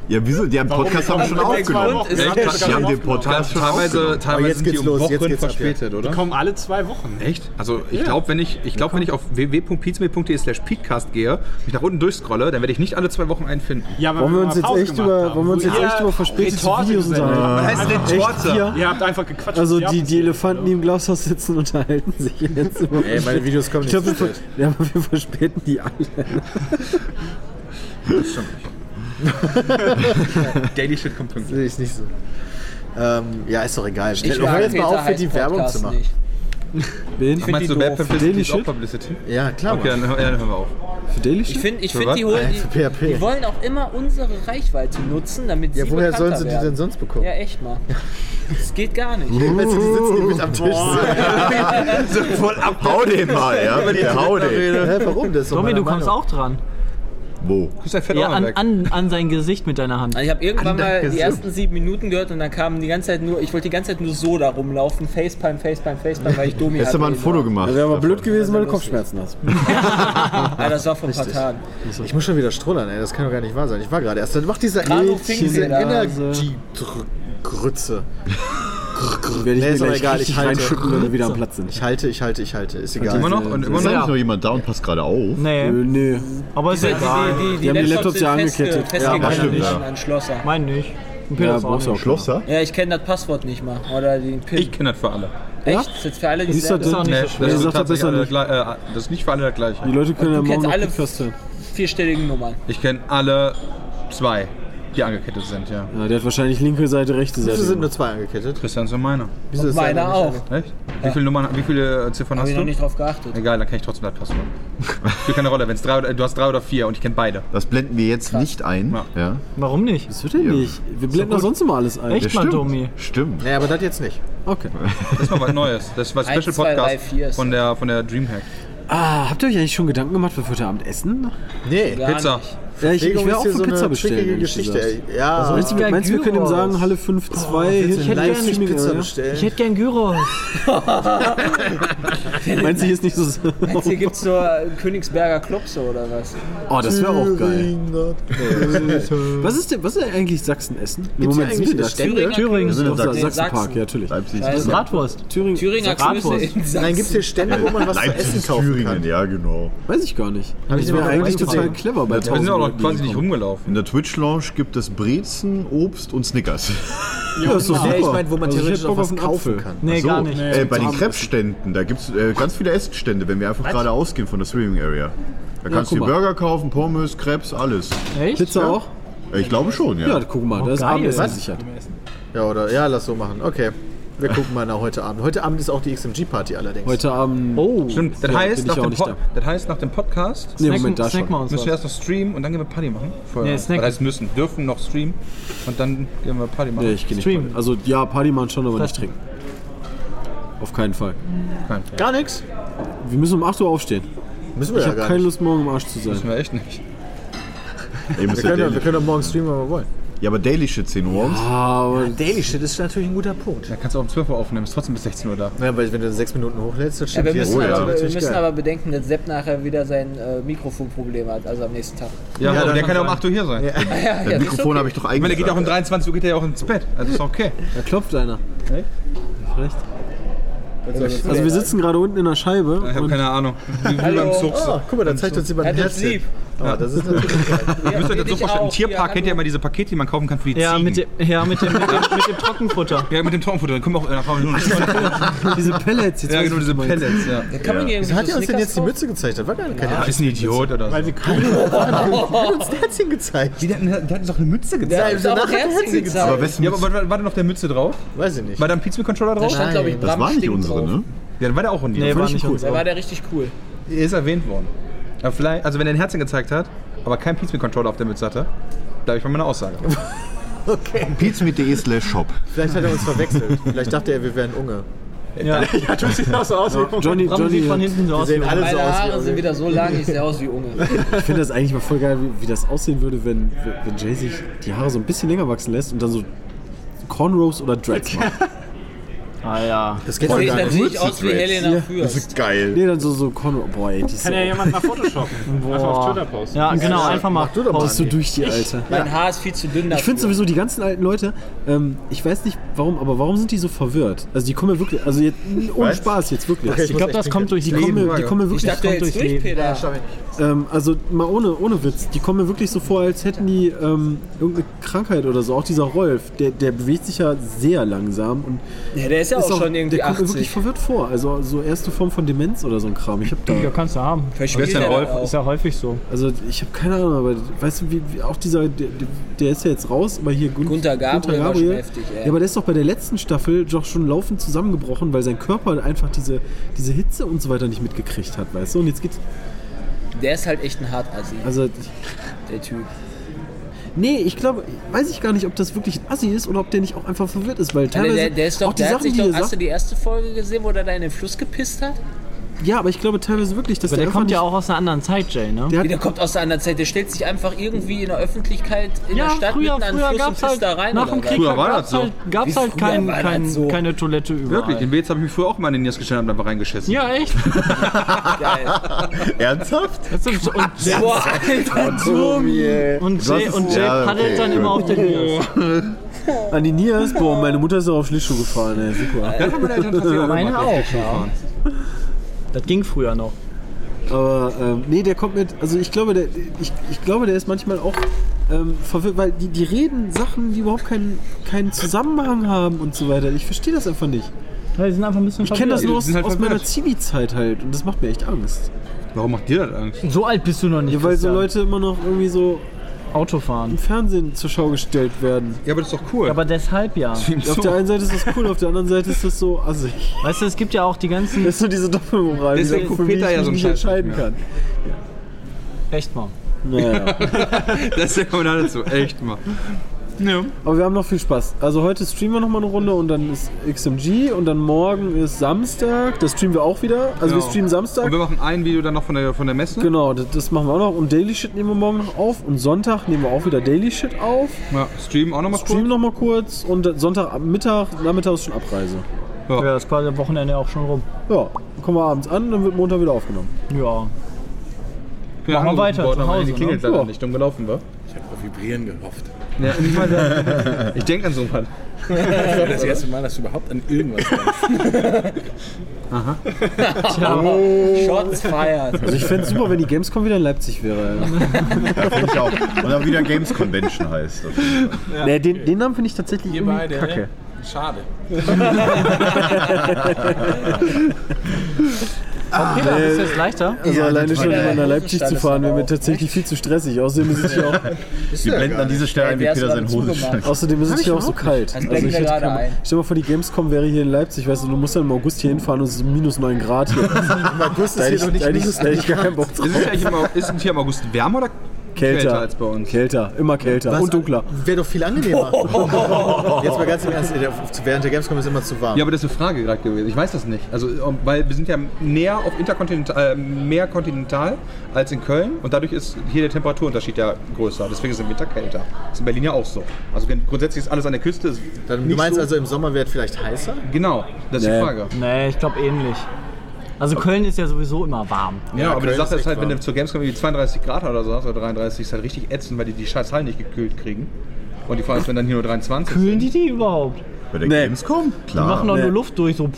Speaker 5: Ja, wieso? Die haben Podcast haben schon aufgenommen.
Speaker 9: Und ist
Speaker 5: Die haben den Podcast schon
Speaker 4: Teilweise,
Speaker 5: aufgenommen.
Speaker 4: teilweise
Speaker 3: jetzt
Speaker 4: sind die
Speaker 3: geht's
Speaker 4: um
Speaker 3: los, jetzt
Speaker 4: Wochen
Speaker 3: geht's ab,
Speaker 4: verspätet, oder?
Speaker 8: Kommen alle zwei Wochen.
Speaker 4: Echt? Also ich glaube, wenn ich, ich glaube, wenn ich auf www.pizme.de slash peatcast gehe, mich nach unten durchscrolle, dann werde ich nicht alle zwei Wochen einen finden.
Speaker 8: Ja, weil
Speaker 7: Wollen wir
Speaker 8: mal
Speaker 7: uns jetzt
Speaker 8: Pause
Speaker 7: echt
Speaker 8: gemacht
Speaker 7: über,
Speaker 8: haben,
Speaker 7: wollen wir uns
Speaker 8: wo
Speaker 7: jetzt
Speaker 8: ihr
Speaker 7: echt über verspätete
Speaker 8: Retorte
Speaker 7: Videos
Speaker 8: gesendet
Speaker 7: unterhalten?
Speaker 4: Was heißt denn Torte?
Speaker 7: Hier?
Speaker 8: habt. Ihr habt einfach gequatscht.
Speaker 7: Also
Speaker 8: Wir
Speaker 7: die,
Speaker 8: haben's
Speaker 7: die Elefanten, die im Glashaus sitzen, unterhalten sich jetzt immer.
Speaker 3: Ey, meine Videos kommen
Speaker 7: Ich
Speaker 3: nicht
Speaker 7: glaube, wir,
Speaker 3: zu
Speaker 7: ver
Speaker 3: spät.
Speaker 7: ja, aber wir verspäten die alle.
Speaker 4: Daily Shit kommt pünktlich.
Speaker 3: Sehe ich nicht so. Ähm, ja, ist doch egal.
Speaker 9: Ich
Speaker 3: Stell doch jetzt mal auf, für die Werbung zu machen.
Speaker 9: Nicht.
Speaker 7: Wen?
Speaker 9: find
Speaker 4: Meinst
Speaker 9: die
Speaker 4: du, Bad
Speaker 9: doof.
Speaker 4: Publicity
Speaker 7: Daily
Speaker 4: ist auch
Speaker 7: Shit?
Speaker 4: Publicity?
Speaker 3: Ja, klar.
Speaker 4: Okay,
Speaker 3: Mann.
Speaker 4: dann, hör- ja, dann hören wir auf.
Speaker 7: Für Daily
Speaker 9: Ich
Speaker 7: Shit?
Speaker 9: finde, ich
Speaker 4: Für
Speaker 9: find,
Speaker 4: was?
Speaker 9: die holen
Speaker 3: Für
Speaker 9: die,
Speaker 3: PHP.
Speaker 9: die wollen auch immer unsere Reichweite nutzen, damit sie
Speaker 3: Ja, woher sollen sie die
Speaker 9: bekannter
Speaker 3: denn
Speaker 9: werden.
Speaker 3: sonst bekommen?
Speaker 9: Ja, echt mal. Das geht gar nicht.
Speaker 3: Weißt du, die sitzen hier mit am Tisch.
Speaker 5: Voll ab. Hau den mal,
Speaker 3: [LAUGHS]
Speaker 5: ja. Der hau den.
Speaker 3: Hä, warum? Das ist doch
Speaker 6: Tommy,
Speaker 3: meine
Speaker 6: du kommst
Speaker 3: Meinung.
Speaker 6: auch dran.
Speaker 5: Wo?
Speaker 4: Du bist ein fetter
Speaker 6: Ja, an,
Speaker 4: weg.
Speaker 6: an, an sein Gesicht mit deiner Hand.
Speaker 9: Also ich habe irgendwann mal die
Speaker 5: Anderes.
Speaker 9: ersten sieben Minuten gehört und dann kamen die ganze Zeit nur, ich wollte die ganze Zeit nur so da rumlaufen, Facepalm, Facepalm, Facepalm, weil ich Domi
Speaker 5: Hast du mal ein
Speaker 9: eben.
Speaker 5: Foto gemacht?
Speaker 7: Das Also wäre aber
Speaker 5: davon?
Speaker 7: blöd gewesen, weil du Kopfschmerzen hast.
Speaker 9: Ja, das war vor ein paar Tagen.
Speaker 3: Ich muss schon wieder strollern, ey. Das kann doch gar nicht wahr sein. Ich war gerade erst. Dann macht dieser
Speaker 9: Grado
Speaker 3: Mädchen diese
Speaker 9: Finkenblase.
Speaker 3: Energy-Grütze.
Speaker 7: Werde ich
Speaker 3: Nee,
Speaker 7: mir
Speaker 3: ist aber
Speaker 7: gleich
Speaker 3: egal,
Speaker 7: richtig
Speaker 3: ich halte.
Speaker 7: reinschütten, wenn wir wieder am Platz
Speaker 3: Ich
Speaker 7: sind.
Speaker 3: halte, ich halte, ich halte. Ist egal.
Speaker 4: Immer noch und immer
Speaker 5: Ist
Speaker 4: noch.
Speaker 5: eigentlich noch jemand da und passt gerade auf?
Speaker 7: Äh,
Speaker 6: Nee,
Speaker 7: nö.
Speaker 6: aber ist egal.
Speaker 7: Die haben die Laptops ja angekettet.
Speaker 9: Fest,
Speaker 7: Ja,
Speaker 9: ja,
Speaker 5: stimmt,
Speaker 9: nicht
Speaker 5: ja.
Speaker 9: an Schlosser.
Speaker 6: Mein nicht. Ein
Speaker 7: Ja,
Speaker 6: Peter
Speaker 7: brauchst du auch.
Speaker 5: Schlosser?
Speaker 9: Ja, ich kenne das Passwort nicht mal. Oder den PIN.
Speaker 4: Ich kenne das für alle.
Speaker 9: Echt? Das ist jetzt für alle die
Speaker 7: Siehst du,
Speaker 9: selbe-
Speaker 7: das-
Speaker 6: Nicht
Speaker 4: Nee,
Speaker 6: so
Speaker 4: das,
Speaker 6: schwer.
Speaker 7: Nee,
Speaker 4: ist
Speaker 7: sag das
Speaker 4: tatsächlich
Speaker 7: besser
Speaker 4: alle
Speaker 7: nicht.
Speaker 4: gleich- äh, das ist nicht für alle das
Speaker 7: Die
Speaker 4: gleiche.
Speaker 7: Leute können ja
Speaker 9: Du
Speaker 7: morgen
Speaker 9: kennst
Speaker 7: noch
Speaker 9: alle
Speaker 7: Podcast hören.
Speaker 9: vierstelligen Nummern.
Speaker 4: Ich kenne alle zwei, die angekettet sind, ja.
Speaker 7: Ja, der hat wahrscheinlich linke Seite, rechte Seite.
Speaker 3: Wieso sind nur zwei angekettet?
Speaker 4: Christian und meiner.
Speaker 3: Wieso ist
Speaker 9: Meiner
Speaker 3: einer
Speaker 9: auch.
Speaker 3: nicht
Speaker 4: Echt? Wie viele Nummern, wie viele äh, Ziffern
Speaker 9: Habe
Speaker 4: hast
Speaker 9: ich noch
Speaker 4: du?
Speaker 9: nicht drauf geachtet.
Speaker 4: Egal, dann kann ich trotzdem das Passwort. [LAUGHS] Spielt keine Rolle, wenn drei oder, äh, du hast drei oder vier und ich kenne beide.
Speaker 5: Das blenden wir jetzt nicht ein.
Speaker 4: Ja.
Speaker 5: Ja.
Speaker 6: Warum nicht?
Speaker 7: Was wird denn nicht? Wir blenden doch sonst immer alles ein.
Speaker 6: Echt?
Speaker 5: Ja,
Speaker 6: mal,
Speaker 5: stimmt.
Speaker 6: Domi.
Speaker 5: Stimmt.
Speaker 3: Nee, aber das jetzt nicht.
Speaker 7: Okay.
Speaker 4: Das ist mal was Neues. Das war Special
Speaker 9: Eins, zwei, drei,
Speaker 4: Podcast
Speaker 9: vier ist
Speaker 4: von der, von der Dreamhack.
Speaker 7: Ah, habt ihr euch eigentlich schon Gedanken gemacht, was wir heute Abend essen?
Speaker 3: Nee.
Speaker 9: Gar
Speaker 4: Pizza.
Speaker 9: nicht.
Speaker 7: Ja, ich,
Speaker 3: Bewegung
Speaker 7: ich wäre
Speaker 3: ist
Speaker 7: auch
Speaker 3: hier
Speaker 7: für Pizza bestellen.
Speaker 3: trickige
Speaker 7: ehrlich
Speaker 3: Geschichte,
Speaker 7: gesagt. Also,
Speaker 3: ey. Oh, Ja.
Speaker 7: Meinst du,
Speaker 6: Ja,
Speaker 7: meinst du, wir können ihm
Speaker 6: Gyros.
Speaker 7: sagen, Halle 5, 2,
Speaker 3: Willst du
Speaker 7: Hit-
Speaker 3: eine Livestream-Pizza
Speaker 7: Streaming,
Speaker 6: Ich
Speaker 3: bestellen?
Speaker 6: hätte gern Gyros.
Speaker 7: ja. Meinst du, hier ist
Speaker 3: [LAUGHS]
Speaker 7: nicht so.
Speaker 9: Jetzt hier gibt's so äh, Königsberger Klopse oder was?
Speaker 7: Oh, das wäre auch geil.
Speaker 3: Nee.
Speaker 7: Was ist denn, was ist denn eigentlich Sachsen-Essen?
Speaker 3: Gibt's hier eigentlich eine Stände?
Speaker 6: Thüringen.
Speaker 5: sind in
Speaker 7: Sachsen,
Speaker 5: Sachsen.
Speaker 7: Sachsenpark,
Speaker 9: Sachsen.
Speaker 7: ja, natürlich.
Speaker 5: Leipzig.
Speaker 9: Scheiße.
Speaker 6: Bratwurst.
Speaker 7: Thüringen,
Speaker 9: Thüringer Klöße
Speaker 6: Bratwurst.
Speaker 9: in Sachsen.
Speaker 3: Nein, gibt's hier Stände, wo man was zu
Speaker 5: Leipzig
Speaker 3: essen
Speaker 5: ist
Speaker 3: kaufen
Speaker 5: Thüringen,
Speaker 3: kann?
Speaker 5: ja, genau.
Speaker 7: weiß ich gar nicht. Das
Speaker 3: ich
Speaker 7: wäre
Speaker 3: noch
Speaker 7: eigentlich
Speaker 3: nicht
Speaker 7: total
Speaker 3: gesehen.
Speaker 7: clever bei
Speaker 4: Wir sind
Speaker 7: 1000
Speaker 4: auch noch
Speaker 7: Leuten,
Speaker 4: quasi
Speaker 7: die
Speaker 4: nicht
Speaker 7: kommen.
Speaker 4: rumgelaufen.
Speaker 5: In der Twitch-Lounge gibt es Brezen, Obst und Snickers.
Speaker 7: Ja, ist doch
Speaker 3: Ja,
Speaker 7: super.
Speaker 3: ich meine, wo man
Speaker 7: Also ich
Speaker 3: theoretisch
Speaker 7: hätte
Speaker 3: noch
Speaker 7: Bock auf
Speaker 3: was
Speaker 7: einen
Speaker 3: kaufen
Speaker 7: Apfel.
Speaker 3: kann.
Speaker 6: Nee,
Speaker 5: So,
Speaker 6: gar nicht.
Speaker 5: Äh, bei den
Speaker 7: Abendessen.
Speaker 5: Krebsständen, da gibt es äh, ganz viele Essensstände, wenn wir einfach gerade ausgehen von der Streaming Area. Da kannst du
Speaker 7: guck
Speaker 5: dir
Speaker 7: mal.
Speaker 5: Burger kaufen, Pommes, Krebs, alles.
Speaker 6: Echt?
Speaker 7: Pizza auch?
Speaker 5: Äh, Ich glaube schon, ja.
Speaker 7: Ja, guck mal,
Speaker 3: Oh,
Speaker 7: da ist
Speaker 6: geil.
Speaker 7: Abendessen
Speaker 6: Was?
Speaker 7: gesichert.
Speaker 3: Ja, oder? Ja, lass so machen. Okay. Wir gucken mal nach heute Abend. Heute Abend ist auch die XMG-Party allerdings.
Speaker 7: Heute Abend. Oh,
Speaker 4: Stimmt, das, heißt, nach
Speaker 7: ich auch
Speaker 4: dem
Speaker 7: nicht
Speaker 4: Pod,
Speaker 7: da.
Speaker 4: das heißt, nach dem Podcast
Speaker 7: Nee, Moment, da
Speaker 6: snack
Speaker 7: schon.
Speaker 6: mal uns
Speaker 4: müssen wir
Speaker 6: was.
Speaker 4: erst noch streamen und dann gehen wir Party machen. Vorher.
Speaker 6: Nee, snacken.
Speaker 4: das heißt, müssen, dürfen noch streamen und dann gehen wir Party machen.
Speaker 7: Nee, ich geh nicht.
Speaker 6: Stream.
Speaker 7: Party. Also, ja, Party machen schon, aber
Speaker 6: Das-
Speaker 7: nicht trinken. Auf keinen Fall.
Speaker 4: Kein Fall.
Speaker 3: Gar nichts?
Speaker 7: Wir müssen um 8 Uhr aufstehen.
Speaker 3: Müssen wir
Speaker 7: Ich
Speaker 3: ja
Speaker 7: habe
Speaker 3: gar
Speaker 7: keine
Speaker 3: nicht.
Speaker 7: Lust, morgen im Arsch zu sein.
Speaker 4: Müssen wir echt nicht.
Speaker 5: Ey,
Speaker 3: Wir
Speaker 5: Mr.
Speaker 3: können, doch, wir
Speaker 5: Daily.
Speaker 3: können doch morgen streamen, wenn wir wollen.
Speaker 5: Ja, aber Daily Shit 10 Uhr abends.
Speaker 7: Aber
Speaker 3: Daily Shit ist natürlich ein guter Punkt.
Speaker 4: Da kannst du auch um 12 Uhr aufnehmen, ist trotzdem bis 16 Uhr da.
Speaker 3: Ja, weil wenn du sechs Minuten hochlädst, dann
Speaker 9: Ja,
Speaker 3: stimmt halt
Speaker 9: wir müssen,
Speaker 5: Oh, ja.
Speaker 9: aber, wir
Speaker 3: Natürlich
Speaker 9: müssen
Speaker 3: geil.
Speaker 9: aber bedenken, dass Sepp nachher wieder sein äh, Mikrofonproblem hat, also am nächsten Tag.
Speaker 4: Ja, aber
Speaker 3: dann
Speaker 4: der
Speaker 3: kann
Speaker 4: kann ja um 8 Uhr hier sein.
Speaker 9: Äh,
Speaker 5: Das Mikrofon habe ich
Speaker 4: Ich
Speaker 5: doch
Speaker 4: meine, der
Speaker 5: eigentlich.
Speaker 4: geht auch um 23 Uhr geht er ja auch ins Bett. Also ist okay.
Speaker 7: da klopft einer. Echt? Also, wir sitzen gerade unten in der Scheibe.
Speaker 4: Ich habe
Speaker 7: und
Speaker 4: keine Ahnung. Wie wie beim Zug.
Speaker 3: Oh, guck mal, da zeigt uns jemand ein
Speaker 9: Hat uns
Speaker 3: Herzchen.
Speaker 9: lieb.
Speaker 3: Oh,
Speaker 4: Ah,
Speaker 3: das ist natürlich geil.
Speaker 4: Ihr müsst euch das so
Speaker 9: dich
Speaker 4: vorstellen. Im
Speaker 9: auch. Ja,
Speaker 4: Tierpark kennt ihr
Speaker 9: hallo.
Speaker 4: immer diese Pakete, die man kaufen kann für die
Speaker 6: Ja,
Speaker 4: Ziegen.
Speaker 6: mit dem, ja, mit dem, mit dem, mit dem Trockenfutter.
Speaker 4: ja, mit dem Tornfutter. Dann kommen wir auch nach Hause.
Speaker 7: [LAUGHS] diese Pellets. Jetzt
Speaker 4: Ja,
Speaker 7: weiß ich,
Speaker 4: genau,
Speaker 7: was
Speaker 4: diese
Speaker 7: du meinst.
Speaker 4: Pellets, ja.
Speaker 9: Kann man hier irgendwie
Speaker 3: Hat
Speaker 9: so
Speaker 3: er uns denn
Speaker 9: Snickers
Speaker 3: jetzt die
Speaker 9: kaufen?
Speaker 3: Mütze gezeigt? Das war gar keine
Speaker 4: Ist ein Idiot oder so.
Speaker 8: Weil wir keine
Speaker 3: Hat uns ein Herzchen gezeigt.
Speaker 4: Die hatten, die hatten doch eine Mütze
Speaker 9: Ja,
Speaker 4: gezeigt.
Speaker 9: ist auch
Speaker 3: Danach hat er
Speaker 9: Herzchen
Speaker 3: Herzchen
Speaker 9: gezeigt.
Speaker 5: Aber wessen
Speaker 4: Ja, aber war, war denn auf der Mütze drauf?
Speaker 3: Weiß ich nicht.
Speaker 4: War da ein Pizza-Controller
Speaker 9: Da
Speaker 4: drauf?
Speaker 9: stand, glaube ich,
Speaker 3: Nein.
Speaker 5: Das
Speaker 9: Bram
Speaker 5: war nicht
Speaker 9: Stinks
Speaker 5: unsere,
Speaker 9: drauf.
Speaker 5: ne?
Speaker 4: Ja, dann war der auch nie.
Speaker 6: Nee, war nicht
Speaker 9: Der
Speaker 6: unser.
Speaker 9: war der richtig cool.
Speaker 4: Er ist erwähnt worden. Aber vielleicht, also wenn er ein Herzchen gezeigt hat, aber kein Pizza-Controller auf der Mütze hatte, bleibe ich bei meiner Aussage.
Speaker 5: Pizza.de slash shop.
Speaker 3: Vielleicht hat er uns verwechselt. Vielleicht dachte er, wir wären Unge.
Speaker 7: Johnny,
Speaker 6: Warum sieht
Speaker 7: Johnny,
Speaker 6: von
Speaker 7: hat-
Speaker 6: hinten so
Speaker 3: Wir
Speaker 6: aus?
Speaker 3: sehen alle so
Speaker 9: Meine
Speaker 3: aus wie
Speaker 9: Haare
Speaker 3: Unge.
Speaker 9: sind wieder so lang, ich sehe aus wie Unge.
Speaker 7: ich finde das eigentlich mal voll geil, wie, wie das aussehen würde, wenn, wenn Jay sich die Haare so ein bisschen länger wachsen lässt und dann so Cornrows oder Dreads macht. Ah ja.
Speaker 3: Das geht
Speaker 9: Das
Speaker 3: voll
Speaker 9: sieht
Speaker 3: gar nicht.
Speaker 9: natürlich aus wie
Speaker 5: Roots.
Speaker 9: Helena
Speaker 5: Das
Speaker 9: Fürst.
Speaker 5: ist geil.
Speaker 7: Nee, dann so, so Conor. Boah, ey, die ist
Speaker 2: Kann ja
Speaker 7: so-
Speaker 2: jemand mal Photoshoppen. Einfach auf Twitter posten.
Speaker 6: Ja, genau, einfach mal.
Speaker 3: du doch mal.
Speaker 7: bist du durch die Alte.
Speaker 9: Mein Haar ist viel zu dünn dafür.
Speaker 7: Ich finde sowieso die ganzen alten Leute, ähm, ich weiß nicht warum, aber warum sind die so verwirrt? Also die kommen ja wirklich, also jetzt, ohne
Speaker 5: Was?
Speaker 7: Spaß jetzt wirklich.
Speaker 6: Ich glaube, das kommt durch
Speaker 7: die,
Speaker 6: Leben.
Speaker 7: kommen, mir- die kommen mir
Speaker 9: ich
Speaker 7: wirklich
Speaker 9: dachte
Speaker 6: kommt
Speaker 9: jetzt
Speaker 6: durchs Leben.
Speaker 9: durch, Peter.
Speaker 7: Ähm, also mal ohne, ohne Witz, die kommen mir wirklich so vor, als hätten die ähm, irgendeine Krankheit oder so. Auch dieser Rolf, der, der bewegt sich ja sehr langsam und
Speaker 9: ja, der ist ja auch, schon irgendwie
Speaker 7: der kommt mir wirklich
Speaker 9: 80.
Speaker 7: verwirrt vor. Also so erste Form von Demenz oder so ein Kram. Ich habe da,
Speaker 6: Ja, kannst du haben.
Speaker 9: Vielleicht spielt
Speaker 4: Christian
Speaker 9: der
Speaker 4: Rolf
Speaker 9: auch.
Speaker 6: Ist ja häufig so.
Speaker 7: also ich habe keine Ahnung, aber weißt du, wie, wie auch dieser, der, der ist ja jetzt raus, aber hier Gun
Speaker 9: Gunter Gabriel war schon heftig, ey.
Speaker 7: ja, aber der ist doch bei der letzten Staffel doch schon laufend zusammengebrochen, weil sein Körper einfach diese, diese Hitze und so weiter nicht mitgekriegt hat, weißt du? Und jetzt geht's,
Speaker 9: Der ist halt echt ein Hartassi,
Speaker 7: also
Speaker 9: der Typ.
Speaker 7: Nee, ich glaube, weiß ich gar nicht, ob das wirklich ein Assi ist oder ob der nicht auch einfach verwirrt ist, weil
Speaker 9: Der,
Speaker 7: teilweise
Speaker 9: der, der ist doch,
Speaker 7: auch die
Speaker 9: der hat
Speaker 7: Sachen,
Speaker 9: sich
Speaker 7: die
Speaker 9: doch,
Speaker 7: er
Speaker 9: hast du
Speaker 7: sagt,
Speaker 9: die erste Folge gesehen, wo der da in den Fluss gepisst hat?
Speaker 7: ja, aber ich glaube teilweise wirklich, dass
Speaker 6: Aber der
Speaker 7: einfach
Speaker 6: kommt ja
Speaker 7: nicht-
Speaker 6: auch aus einer anderen Zeit, Jay, ne?
Speaker 7: Der hat-
Speaker 9: Nee, der kommt aus der anderen Zeit, der stellt sich einfach irgendwie in der Öffentlichkeit in
Speaker 6: Ja,
Speaker 9: der Stadt
Speaker 6: früher,
Speaker 9: mitten
Speaker 6: früher
Speaker 9: an den Fluss und
Speaker 6: gab's
Speaker 9: pisst
Speaker 6: halt,
Speaker 9: da rein.
Speaker 6: nach dem
Speaker 9: oder
Speaker 6: Krieg
Speaker 4: Früher war
Speaker 6: gab's
Speaker 4: das so.
Speaker 6: halt, gab's
Speaker 9: Wie
Speaker 6: halt
Speaker 9: früher
Speaker 6: kein,
Speaker 9: war das
Speaker 6: kein,
Speaker 9: so?
Speaker 6: keine Toilette
Speaker 4: [LAUGHS]
Speaker 6: überall.
Speaker 4: Wirklich, in Wels habe ich mich früher auch mal in den Nias gestellt und habe einfach reingeschissen.
Speaker 6: Ja, echt?
Speaker 9: was? Geil.
Speaker 5: Ernsthaft?
Speaker 6: Das ist, und Jay,
Speaker 9: Boah, Alter.
Speaker 6: und Jay,
Speaker 5: ist-
Speaker 6: und Jay
Speaker 5: ja,
Speaker 6: paddelt
Speaker 5: okay,
Speaker 6: dann
Speaker 5: gut.
Speaker 6: immer auf der Höhe.
Speaker 7: an die Nias, boah, meine Mutter ist auch auf Schlittschuh gefahren, ey, super.
Speaker 4: Das haben meine Eltern tatsächlich auch
Speaker 6: Meine
Speaker 4: gemacht.
Speaker 6: auch, ja. Das ging früher noch.
Speaker 7: Aber ähm, nee, der kommt mit, also ich glaube, der ich, ich glaube, der ist manchmal auch ähm, verwirrt, weil die, die reden Sachen, die überhaupt keinen keinen Zusammenhang haben und so weiter. Ich verstehe das einfach nicht.
Speaker 6: Ja, die sind einfach ein bisschen
Speaker 7: Ich kenne das
Speaker 4: die
Speaker 7: nur aus,
Speaker 4: sind halt
Speaker 7: aus meiner
Speaker 4: verwirrt.
Speaker 7: Zivi-Zeit halt und das macht mir echt Angst.
Speaker 4: Warum macht dir das Angst?
Speaker 6: So alt bist du noch nicht.
Speaker 7: Ja, weil so
Speaker 6: Christian.
Speaker 7: Leute immer noch irgendwie so
Speaker 6: Autofahren.
Speaker 7: im Fernsehen zur Schau gestellt werden.
Speaker 4: Ja, aber das ist doch cool.
Speaker 6: Aber deshalb ja.
Speaker 7: Auf der einen Seite ist das cool, auf der anderen Seite ist das so assig.
Speaker 6: Weißt du, es gibt ja auch die ganzen.
Speaker 7: Das ist so diese Doppelmoral, die
Speaker 4: Deswegen
Speaker 7: dann-
Speaker 4: guckt Peter ja so einen
Speaker 7: nicht
Speaker 4: Scheiß
Speaker 7: entscheiden
Speaker 4: nicht mehr.
Speaker 7: kann.
Speaker 6: Echt mal.
Speaker 7: Naja.
Speaker 4: [LAUGHS] das ist der Kommentar dazu. Echt mal. Ja.
Speaker 7: Aber wir haben noch viel Spaß. Also heute streamen wir nochmal eine Runde und dann ist XMG und dann morgen ist Samstag. Das streamen wir auch wieder. Also wir
Speaker 4: Genau.
Speaker 7: streamen
Speaker 4: Und
Speaker 7: Samstag.
Speaker 4: wir machen ein Video dann noch von der, von der Messe.
Speaker 7: Genau, das, das machen wir auch noch. Und Daily Shit nehmen wir morgen noch auf. Und Sonntag nehmen wir auch wieder Daily Shit auf.
Speaker 4: Ja, Stream auch nochmal
Speaker 7: Streamen
Speaker 4: kurz.
Speaker 7: nochmal kurz und Sonntag am Mittag, Nachmittag ist schon Abreise.
Speaker 6: Ja, das war der Wochenende auch schon rum.
Speaker 7: Ja, dann kommen wir abends an, dann wird Montag wieder aufgenommen.
Speaker 6: Ja.
Speaker 4: Ja,
Speaker 6: Machen wir weiter, zu
Speaker 4: Hause,
Speaker 6: Hause,
Speaker 4: die klingelt
Speaker 6: ne?
Speaker 4: leider
Speaker 7: Ja.
Speaker 4: nicht, dumm gelaufen war.
Speaker 8: Auf Vibrieren gehofft.
Speaker 4: [LAUGHS] Ja, nicht mal das. Ich denke an so was.
Speaker 8: Das war das erste Mal, dass du überhaupt an irgendwas denkst.
Speaker 9: Shots feiert.
Speaker 7: Also ich fände es super, wenn die Gamescom wieder in Leipzig wäre. ey.
Speaker 5: Ja, finde ich auch. Und dann wieder Games Convention heißt. Das
Speaker 7: Nee, Äh, den, den Namen finde ich tatsächlich
Speaker 8: Ihr
Speaker 7: irgendwie
Speaker 8: beide, ne?
Speaker 7: kacke.
Speaker 8: Schade.
Speaker 6: Okay, dann ist jetzt leichter.
Speaker 7: Also alleine schon
Speaker 9: der
Speaker 7: immer nach Leipzig zu
Speaker 9: Hosenstand
Speaker 7: fahren,
Speaker 9: ist
Speaker 7: wäre mir
Speaker 9: auch
Speaker 7: tatsächlich viel zu stressig. Außerdem ist es ja auch,
Speaker 5: Wir blenden an dieser Stelle ein, wie
Speaker 9: Ey, wer
Speaker 5: Peter
Speaker 9: ist
Speaker 5: seine
Speaker 9: gerade
Speaker 5: Hose
Speaker 9: zugemacht?
Speaker 5: schneidet.
Speaker 7: außerdem ist es ja auch so kalt. Also
Speaker 9: Das blenden wir
Speaker 7: hätte
Speaker 9: gerade
Speaker 7: keinen Bock.
Speaker 9: ein.
Speaker 7: Stell dir mal vor, die Gamescom wäre hier in Leipzig, weißt du, du musst dann im August hier hinfahren und es ist minus 9 Grad hier. Im August ist hier doch nicht Da hätte ich gar keinen Bock drauf.
Speaker 4: Ist es eigentlich im, Au- ist es hier im August wärmer oder
Speaker 7: Kälter.
Speaker 4: als bei uns?
Speaker 7: Kälter, immer kälter und dunkler.
Speaker 3: Wäre doch viel
Speaker 4: [LAUGHS]
Speaker 3: angenehmer. Jetzt mal ganz im Ernst, der- während der Gamescom ist immer zu warm.
Speaker 4: Oh. Ja, aber das ist eine Frage gerade gewesen. Ich weiß das nicht. Also, ähm, weil wir sind ja näher auf interkontinental, äh, mehr kontinental als in Köln und dadurch ist hier der Temperaturunterschied ja größer. Deswegen ist im Winter kälter. Ist in Berlin ja auch so. Also gen- grundsätzlich ist alles an der Küste. ist
Speaker 3: Dann, du
Speaker 4: nicht
Speaker 3: meinst
Speaker 4: so-
Speaker 3: also, im Sommer wäre es vielleicht heißer?
Speaker 4: Genau, das ist
Speaker 7: Nee.
Speaker 4: die Frage.
Speaker 6: Nee, ich glaube ähnlich. Also Köln ist ja sowieso immer warm.
Speaker 4: Ja, aber
Speaker 3: Köln
Speaker 4: die Sache
Speaker 3: ist
Speaker 4: ist halt,
Speaker 3: echt
Speaker 4: wenn du
Speaker 3: warm.
Speaker 4: zur Gamescom irgendwie 32 Grad oder so hast oder 33, ist halt richtig ätzend, weil die die scheiß Hallen nicht gekühlt kriegen. Und die Frage ist, wenn dann hier nur 23
Speaker 6: Kühlen die die überhaupt? Die
Speaker 5: Bei der
Speaker 7: Nee.
Speaker 5: Gamescom? Klar.
Speaker 6: machen doch
Speaker 7: nee.
Speaker 6: nur Luft durch, so pff,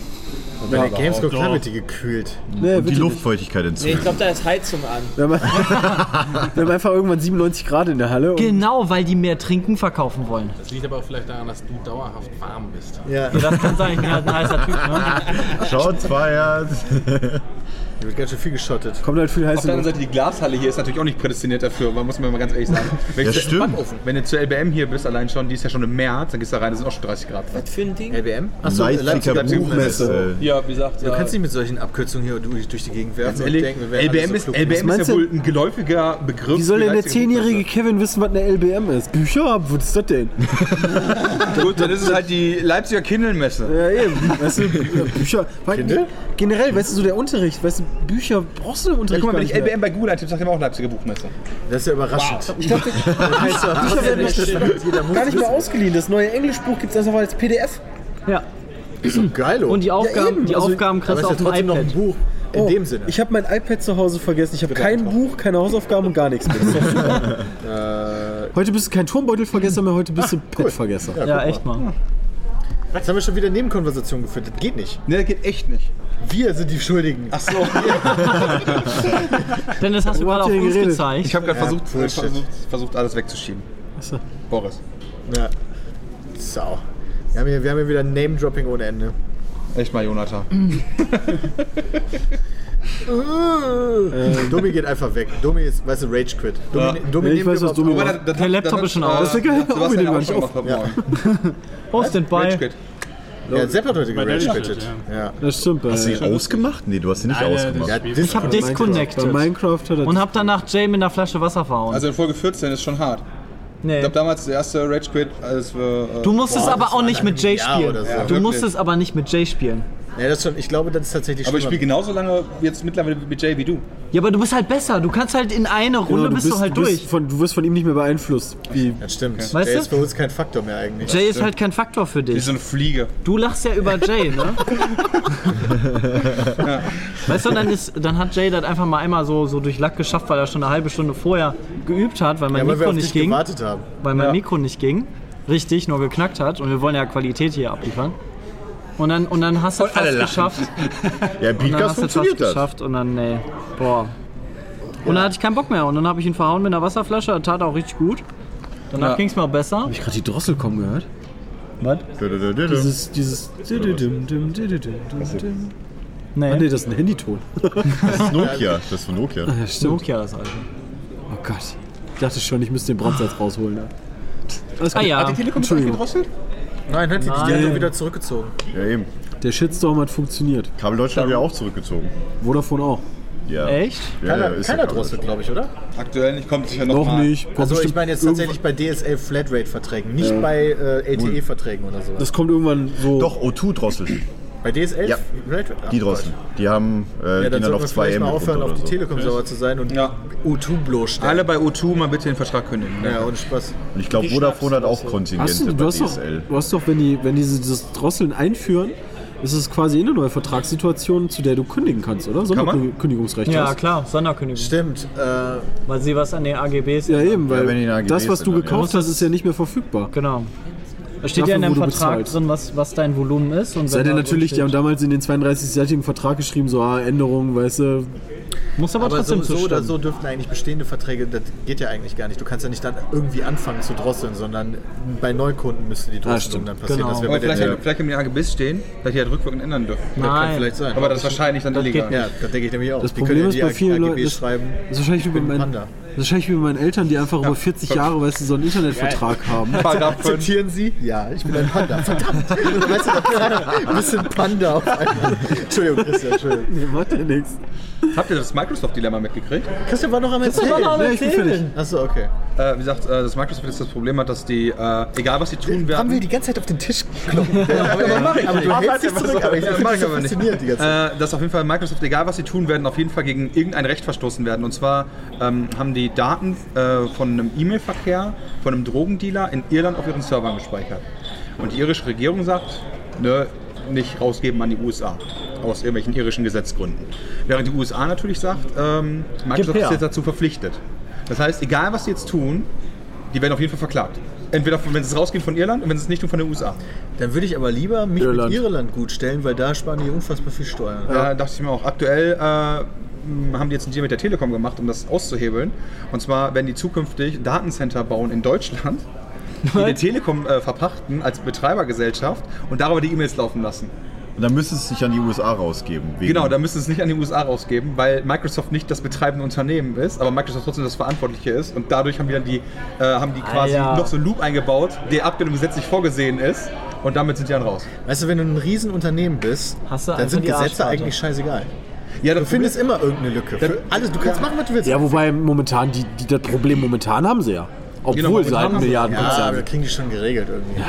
Speaker 3: Bei der Gamescom klar wird die gekühlt.
Speaker 7: Nee,
Speaker 5: Und die
Speaker 7: wirklich
Speaker 5: Luftfeuchtigkeit
Speaker 9: Nee, ich
Speaker 5: hinzu.
Speaker 9: glaube, da ist Heizung an.
Speaker 7: nicht. Wir haben, wir haben einfach irgendwann 97 Grad in der Halle. Und
Speaker 6: genau, weil die mehr trinken verkaufen wollen.
Speaker 8: Das liegt aber auch vielleicht daran, dass du dauerhaft warm bist.
Speaker 3: Ja,
Speaker 6: [LAUGHS] Ja, das kann sein, ich bin halt ein heißer Typ, ne?
Speaker 5: Shots feiert.
Speaker 3: hier wird ganz schön viel geschottet.
Speaker 7: kommt halt viel
Speaker 4: Auf der
Speaker 7: heißer
Speaker 4: anderen
Speaker 7: Luft.
Speaker 4: Seite, die Glashalle hier ist natürlich auch nicht prädestiniert dafür, man muss man mal ganz ehrlich sagen. Wenn
Speaker 5: Ja,
Speaker 4: du-
Speaker 5: stimmt.
Speaker 4: Wenn du zur LBM hier bist, allein schon, die ist ja schon im März, dann gehst du da rein, da sind auch schon 30 Grad.
Speaker 9: Was für ein Ding?
Speaker 3: LBM?
Speaker 5: Leipziger
Speaker 3: Leipziger
Speaker 5: Buchmesse.
Speaker 4: Ja, wie gesagt,
Speaker 3: Du kannst nicht mit solchen Abkürzungen hier durch, durch die Gegend werfen
Speaker 4: ehrlich,
Speaker 3: alle
Speaker 4: LBM, ist,
Speaker 3: klug.
Speaker 4: LBM ist
Speaker 7: meinst
Speaker 4: ja
Speaker 7: du?
Speaker 4: wohl ein geläufiger Begriff.
Speaker 7: Wie soll
Speaker 4: für
Speaker 7: denn der
Speaker 4: geistige
Speaker 7: 10-jährige Kevin wissen, was eine LBM ist? Bücher? Was ist das denn?
Speaker 4: Buchmesse. Gut, dann ist es halt die Leipziger Kindelmesse.
Speaker 7: Ja, eben. Weißt du, äh, Bücher. weil- Generell, weißt du, so der Unterricht, weißt du, Bücher brauchst du im
Speaker 4: Ja,
Speaker 7: Unterricht.
Speaker 4: guck mal, wenn ich
Speaker 7: gar nicht mehr.
Speaker 4: LBM bei Google eintippe, sagt er immer auch Leipziger Buchmesse.
Speaker 3: Das ist ja überraschend. [LAUGHS]
Speaker 7: Bücher werden nicht- gar nicht mehr ausgeliehen. Das neue Englischbuch gibt es einfach als PDF.
Speaker 6: Ja.
Speaker 3: Geil,
Speaker 6: Und die Aufgaben,
Speaker 10: eben,
Speaker 6: die
Speaker 10: also-
Speaker 6: Aufgaben kriegst du auf dem iPad.
Speaker 3: Buch.
Speaker 7: oh,
Speaker 3: In dem Sinne.
Speaker 10: Ich habe mein iPad zu Hause vergessen. Ich habe kein Buch, keine Hausaufgaben und gar nichts mehr. Das ist doch super.
Speaker 7: Äh, Heute bist du kein Turmbeutelvergesser mehr, heute bist du Pad-Vergesser.
Speaker 6: ja, echt mal.
Speaker 3: Jetzt haben wir schon wieder Nebenkonversationen geführt. Das geht nicht.
Speaker 4: Ne, geht echt nicht.
Speaker 3: Wir sind die Schuldigen. Ach so.
Speaker 6: Denn das hast du gerade auf
Speaker 7: ihr
Speaker 6: uns
Speaker 7: geredet?
Speaker 4: Ich
Speaker 6: gezeigt.
Speaker 4: habe gerade versucht,
Speaker 3: Bullshit.
Speaker 4: versucht, versucht, alles wegzuschieben. Boris.
Speaker 3: Ja. Sau. Wir haben, hier, wir haben hier wieder Name-Dropping ohne Ende.
Speaker 4: Echt mal, Jonathan.
Speaker 3: Domi geht einfach weg. Domi ist, weißt du, Rage-Quit. Domi, ne-, Domi
Speaker 7: Ich
Speaker 3: nehmen
Speaker 7: weiß,
Speaker 3: wir
Speaker 7: was
Speaker 3: mal
Speaker 7: Domi
Speaker 3: auf.
Speaker 7: macht.
Speaker 4: Der
Speaker 6: Laptop ist schon aus.
Speaker 4: Das
Speaker 7: gehört auch wieder
Speaker 4: auch
Speaker 7: nicht
Speaker 4: schon
Speaker 7: auf.
Speaker 4: gemacht heute Morgen.
Speaker 6: Oh, Standby.
Speaker 4: Quit.
Speaker 3: Ja, Sepp hat heute gerage-quittet.
Speaker 2: Rage-Quittet,
Speaker 3: Ja.
Speaker 7: Das stimmt. Bei,
Speaker 5: Hast du die ausgemacht? Nee, du hast sie nicht
Speaker 2: Nein,
Speaker 5: ausgemacht.
Speaker 3: Ja,
Speaker 2: das-
Speaker 3: das-
Speaker 6: Ich habe
Speaker 7: bei
Speaker 6: disconnected.
Speaker 7: Minecraft hat er
Speaker 6: Und hab danach Jay mit einer Flasche Wasser verhauen.
Speaker 4: Also in Folge 14 ist schon hart. Ich
Speaker 6: nee.
Speaker 4: glaube, damals der erste Rage Quit, als wir. äh,
Speaker 6: Du musstest aber auch nicht mit Jay
Speaker 3: Jahr
Speaker 6: spielen.
Speaker 3: oder so.
Speaker 6: du
Speaker 4: Wirklich.
Speaker 6: musstest aber nicht mit Jay spielen.
Speaker 3: ja, das ist schon, ich glaube, das ist tatsächlich
Speaker 4: aber ich
Speaker 3: schlimmer.
Speaker 4: spiele genauso lange jetzt mittlerweile mit Jay wie du.
Speaker 6: Ja, aber du bist halt besser. Du kannst halt in einer Runde
Speaker 7: Genau,
Speaker 6: bist, du halt durch.
Speaker 7: Von, du wirst von ihm nicht mehr beeinflusst. Wie,
Speaker 3: Das stimmt.
Speaker 6: Weißt
Speaker 3: der
Speaker 6: du?
Speaker 3: ist für uns kein Faktor mehr eigentlich.
Speaker 6: Jay ist halt kein Faktor für
Speaker 4: Wie
Speaker 6: dich.
Speaker 4: so eine Fliege.
Speaker 6: Du lachst ja über Jay, ne? [LAUGHS] Weißt du, dann, ist, dann hat Jay das einfach mal einmal so, so durch Lack geschafft, weil er schon eine halbe Stunde vorher geübt hat, weil mein
Speaker 3: ja, weil wir
Speaker 6: Mikro
Speaker 3: auf
Speaker 6: nicht
Speaker 3: dich
Speaker 6: ging.
Speaker 3: gewartet haben.
Speaker 6: Weil mein Mikro nicht ging. Richtig, nur geknackt hat. Und wir wollen ja Qualität hier abliefern. Und dann, und dann hast du es fast geschafft.
Speaker 5: Ja, im
Speaker 6: Und dann hast du
Speaker 5: Podcast
Speaker 6: es fast
Speaker 5: funktioniert das.
Speaker 6: geschafft und dann, nee, boah. Und dann hatte ich keinen Bock mehr und dann habe ich ihn verhauen mit einer Wasserflasche, das tat auch richtig gut. Danach
Speaker 4: Ja.
Speaker 6: ging es mir auch besser.
Speaker 7: ich gerade die Drossel kommen gehört?
Speaker 5: Das
Speaker 7: Dieses, dieses. Ah,
Speaker 6: Nee,
Speaker 7: nee, das ist ein Handyton.
Speaker 5: ist Nokia. Das ist von Nokia.
Speaker 7: Ja, stimmt.
Speaker 6: Nokia das Alter.
Speaker 7: Oh Gott. Ich dachte schon, ich müsste den Brandsatz rausholen. ne? Alles
Speaker 6: Ah
Speaker 7: gut.
Speaker 6: ja,
Speaker 4: Telekom ist
Speaker 7: Entschuldigung.
Speaker 4: aufgedrosselt?
Speaker 3: Nein, hat die, die hat doch wieder zurückgezogen.
Speaker 5: Ja, eben.
Speaker 7: Der Shitstorm hat funktioniert.
Speaker 5: Kabel Deutschland haben wir auch zurückgezogen.
Speaker 7: Vodafone auch.
Speaker 5: Ja.
Speaker 6: echt?
Speaker 5: Ja,
Speaker 3: Keiner,
Speaker 5: ja, ist
Speaker 3: keiner
Speaker 5: ja
Speaker 3: drosselt, glaube ich, oder?
Speaker 4: Aktuell nicht, kommt sicher
Speaker 7: Noch
Speaker 4: nochmal.
Speaker 7: nicht. Kommt
Speaker 3: Also ich
Speaker 7: bestimmt
Speaker 3: meine jetzt
Speaker 7: irgendwann-
Speaker 3: tatsächlich bei DSL Flatrate-Verträgen, nicht bei äh, LTE-Verträgen oder sowas.
Speaker 7: Das kommt irgendwann so.
Speaker 5: Doch, O2 drosselt.
Speaker 3: bei DSL
Speaker 5: Ja.
Speaker 3: Flatrate? Ach,
Speaker 5: Die drosseln. Die haben, äh,
Speaker 3: Ja,
Speaker 5: gehen
Speaker 3: dann
Speaker 5: dann
Speaker 3: sollten
Speaker 5: auf
Speaker 3: wir vielleicht
Speaker 5: 2M
Speaker 3: mal
Speaker 5: mit
Speaker 3: aufhören,
Speaker 5: runter
Speaker 3: auf die
Speaker 5: oder so.
Speaker 3: Telekom sauer zu sein und
Speaker 4: Ja.
Speaker 3: U2 bloßstellen.
Speaker 4: Alle bei O2 mal bitte den Vertrag kündigen. Ne?
Speaker 3: Ja, ohne Spaß.
Speaker 5: Und ich glaube, Vodafone hat auch
Speaker 7: Hast
Speaker 5: Kontingente
Speaker 7: du,
Speaker 5: bei
Speaker 7: du, hast doch,
Speaker 5: DSL.
Speaker 7: du hast doch, wenn die, wenn die dieses Drosseln einführen, ist es quasi eh eine neue Vertragssituation, zu der du kündigen kannst, oder? Sonderkündigungsrecht
Speaker 6: Ja,
Speaker 7: hast.
Speaker 6: klar, Sonderkündigung.
Speaker 3: Stimmt, äh,
Speaker 6: Weil sie was an den AGBs.
Speaker 7: Ja, eben, weil
Speaker 5: wenn die in AGBs
Speaker 7: das, was
Speaker 5: sind,
Speaker 7: du
Speaker 5: dann,
Speaker 7: gekauft hast, ist ja nicht mehr verfügbar.
Speaker 6: Genau. Es steht
Speaker 7: Dafür,
Speaker 6: ja in deinem
Speaker 7: wo du
Speaker 6: Vertrag
Speaker 7: bezahlst.
Speaker 6: drin, was, was dein Volumen ist. Und
Speaker 7: Seid
Speaker 6: wenn
Speaker 7: ihr
Speaker 6: da
Speaker 7: natürlich, die
Speaker 6: drin
Speaker 7: haben damals in den 32-seitigen Vertrag geschrieben, so ah, Änderungen, weißt du.
Speaker 6: steht. Muss aber,
Speaker 3: aber so,
Speaker 6: trotzdem
Speaker 3: so oder
Speaker 6: zustimmen.
Speaker 3: so dürften eigentlich bestehende Verträge, das geht ja eigentlich gar nicht. Du kannst ja nicht dann irgendwie anfangen zu drosseln, sondern bei Neukunden müsste die Drosselung
Speaker 7: stimmt.
Speaker 3: dann passieren.
Speaker 6: Genau.
Speaker 3: Das wäre bei
Speaker 4: Aber vielleicht,
Speaker 3: der
Speaker 4: ja. vielleicht haben die AGBs stehen, dass die halt rückwirkend ändern dürfen.
Speaker 3: kann
Speaker 6: Nein.
Speaker 3: vielleicht sein.
Speaker 4: Aber das ist wahrscheinlich dann
Speaker 6: Das geht
Speaker 4: illegal.
Speaker 6: nicht.
Speaker 3: ja, da denke ich nämlich auch.
Speaker 7: Das
Speaker 3: Die
Speaker 7: Problem
Speaker 3: können
Speaker 7: ist bei vielen
Speaker 3: AGBs
Speaker 7: Leuten, das,
Speaker 3: schreiben.
Speaker 7: das ist wahrscheinlich wie bei
Speaker 3: bin
Speaker 7: meinen, das
Speaker 3: Panda.
Speaker 7: ist wahrscheinlich wie bei meinen Eltern, die einfach über 40 Jahre, weißt du, so einen Internetvertrag
Speaker 4: [LAUGHS]
Speaker 7: haben.
Speaker 4: Paragraph 5.
Speaker 3: Akzeptieren Sie? Ja, ich bin ein Panda. Verdammt. [LAUGHS] weißt du, da- ein bisschen Panda auf einmal. Entschuldigung, Christian, Entschuldigung.
Speaker 7: Nee, macht ja nichts.
Speaker 4: Habt ihr das Microsoft-Dilemma mitgekriegt?
Speaker 3: Christian war noch am Erzählen.
Speaker 7: Nee, ich bin fertig.
Speaker 3: Achso, okay.
Speaker 4: Äh, wie gesagt, äh, dass Microsoft jetzt das Problem hat, dass die, äh, egal was sie tun werden.
Speaker 3: Haben wir die ganze Zeit auf den Tisch geklopft.
Speaker 4: aber, mach ich
Speaker 3: aber
Speaker 4: nicht.
Speaker 3: du hältst dich zurück, aber ich
Speaker 4: Ja,
Speaker 3: bin
Speaker 4: mach ich
Speaker 3: so
Speaker 4: aber nicht.
Speaker 3: fasziniert die ganze
Speaker 4: Äh, dass auf jeden Fall Microsoft, egal was sie tun werden, auf jeden Fall gegen irgendein Recht verstoßen werden. Und zwar ähm, haben die Daten äh, von einem E-Mail-Verkehr von einem Drogendealer in Irland auf ihren Servern gespeichert. Und die irische Regierung sagt, ne, nicht rausgeben an die USA. Aus irgendwelchen irischen Gesetzgründen. Während die USA natürlich sagt, ähm, Microsoft
Speaker 6: her.
Speaker 4: ist jetzt dazu verpflichtet. Das heißt, egal was sie jetzt tun, die werden auf jeden Fall verklagt. Entweder, von, wenn sie es rausgehen von Irland und wenn sie es nicht tun, von den USA.
Speaker 3: Dann würde ich aber lieber mich
Speaker 7: Irland.
Speaker 3: mit Irland gut stellen, weil da sparen die unfassbar viel Steuern.
Speaker 4: Da dachte ich mir auch, aktuell äh, mh, haben die jetzt einen Deal mit der Telekom gemacht, um das auszuhebeln. Und zwar werden die zukünftig Datencenter bauen in Deutschland, die der Telekom äh, verpachten als Betreibergesellschaft und darüber die E-Mails laufen lassen.
Speaker 5: Und dann müsste es sich an die USA rausgeben. wegen-
Speaker 4: Genau, da müssen sie es nicht an die USA rausgeben, weil Microsoft nicht das betreibende Unternehmen ist, aber Microsoft trotzdem das Verantwortliche ist. Und dadurch haben die, dann die, äh, haben die quasi
Speaker 3: Ah,
Speaker 6: Alter.
Speaker 4: noch so einen Loop eingebaut, der abgenommen gesetzlich vorgesehen ist. Und damit sind die dann raus.
Speaker 3: Weißt du, wenn du ein Riesenunternehmen bist,
Speaker 6: Hast du
Speaker 3: dann
Speaker 6: einfach
Speaker 3: sind
Speaker 6: die
Speaker 3: Gesetze
Speaker 6: Arschkarte.
Speaker 3: eigentlich scheißegal.
Speaker 4: Ja,
Speaker 3: Du findest immer irgendeine Lücke. Für alles, du kannst machen, was du willst.
Speaker 7: Ja, wobei momentan, die, die, das Problem momentan haben sie ja. Obwohl
Speaker 4: momentan
Speaker 7: sie halt
Speaker 4: haben
Speaker 7: ein
Speaker 4: sie-
Speaker 7: Milliardenkonzern
Speaker 3: Ja,
Speaker 7: sind.
Speaker 3: wir kriegen die schon geregelt irgendwie.
Speaker 4: Ja,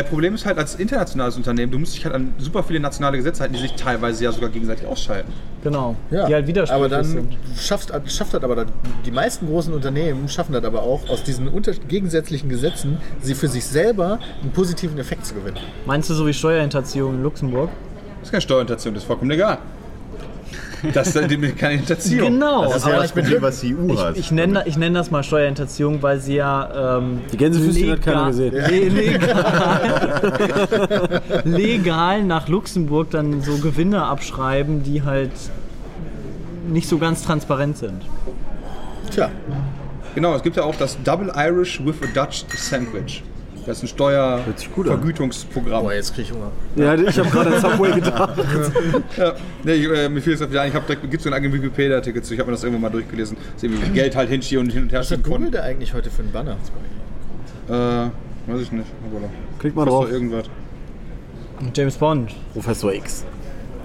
Speaker 4: das Problem ist halt, als internationales Unternehmen, du musst dich halt an super viele nationale Gesetze halten, die sich teilweise ja sogar gegenseitig ausschalten.
Speaker 6: Genau.
Speaker 3: Ja,
Speaker 6: Die halt widersprüchlich
Speaker 3: aber dann
Speaker 6: sind.
Speaker 3: schafft, schafft das aber, das- die meisten großen Unternehmen schaffen das aber auch, aus diesen unter- gegensätzlichen Gesetzen, sie für sich selber einen positiven Effekt zu gewinnen.
Speaker 6: Meinst du so wie Steuerhinterziehung in Luxemburg?
Speaker 4: Das ist keine Steuerhinterziehung, das ist vollkommen legal. Das ist dem keine Hinterziehung.
Speaker 6: Genau.
Speaker 5: Das ist ja
Speaker 6: aber
Speaker 5: das Problem, was die EU hat.
Speaker 6: Ich, ich, nenne, ich nenne das mal Steuerhinterziehung, weil sie ja. Ähm,
Speaker 7: Die Gänsefüßchen hat keiner gesehen.
Speaker 6: Le legal, legal nach Luxemburg dann so Gewinne abschreiben, die halt nicht so ganz transparent sind.
Speaker 3: Tja,
Speaker 4: Genau, es gibt ja auch das Double Irish with a Dutch Sandwich. Das ist ein Steuervergütungsprogramm.
Speaker 3: boah, jetzt krieg ich Hunger.
Speaker 7: Ja, ich habe gerade an Subway gedacht.
Speaker 4: Ja, nee, ich, äh, mir fiel es gerade wieder ein, ich habe direkt, gibt so ein eigenen Wikipedia-Ticket zu, ich habe mir das irgendwann mal durchgelesen, dass irgendwie Geld halt hinschieben und hin und her
Speaker 3: Was hat
Speaker 4: schieben
Speaker 3: Google
Speaker 4: konnten.
Speaker 3: da eigentlich heute für einen Banner?
Speaker 4: Äh, weiß ich nicht, aber da.
Speaker 7: Klick mal
Speaker 4: Das war
Speaker 7: drauf.
Speaker 4: irgendwas.
Speaker 6: James Bond.
Speaker 7: Professor X.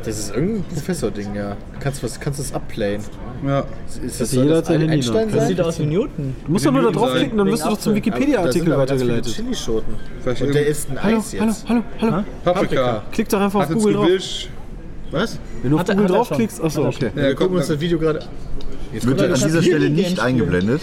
Speaker 3: Das ist irgendein Professor-Ding, ja. Kannst du kannst das abplayen?
Speaker 4: Ja.
Speaker 3: Ist
Speaker 7: Dass jeder hat sein Handy
Speaker 3: Einstein
Speaker 7: noch.
Speaker 6: Das
Speaker 3: sein?
Speaker 6: sieht aus wie Newton.
Speaker 7: Du musst doch nur da draufklicken, dann wirst du doch zum
Speaker 3: Da sind
Speaker 7: Wikipedia-Artikel
Speaker 3: aber ganz viele
Speaker 7: weitergeleitet.
Speaker 3: Chilischoten.
Speaker 4: Vielleicht
Speaker 3: Und der
Speaker 4: irgend-
Speaker 3: isst ein
Speaker 7: Hallo,
Speaker 3: Eis
Speaker 7: hallo,
Speaker 3: jetzt.
Speaker 7: hallo, hallo.
Speaker 4: Paprika.
Speaker 7: Klick doch einfach auf
Speaker 4: Hat jetzt
Speaker 7: Google drauf.
Speaker 4: gewillt.
Speaker 3: Was?
Speaker 7: Wenn du auf
Speaker 6: Hat er-
Speaker 7: Google
Speaker 6: hat er
Speaker 7: draufklickst, achso, okay.
Speaker 4: Ja,
Speaker 3: Wir Äh, gucken
Speaker 4: kommt
Speaker 3: uns
Speaker 4: dann.
Speaker 3: das Video gerade. Jetzt
Speaker 5: Wird
Speaker 3: kommt
Speaker 5: an
Speaker 3: das
Speaker 5: dieser
Speaker 3: Spiel.
Speaker 5: Stelle nicht eingeblendet.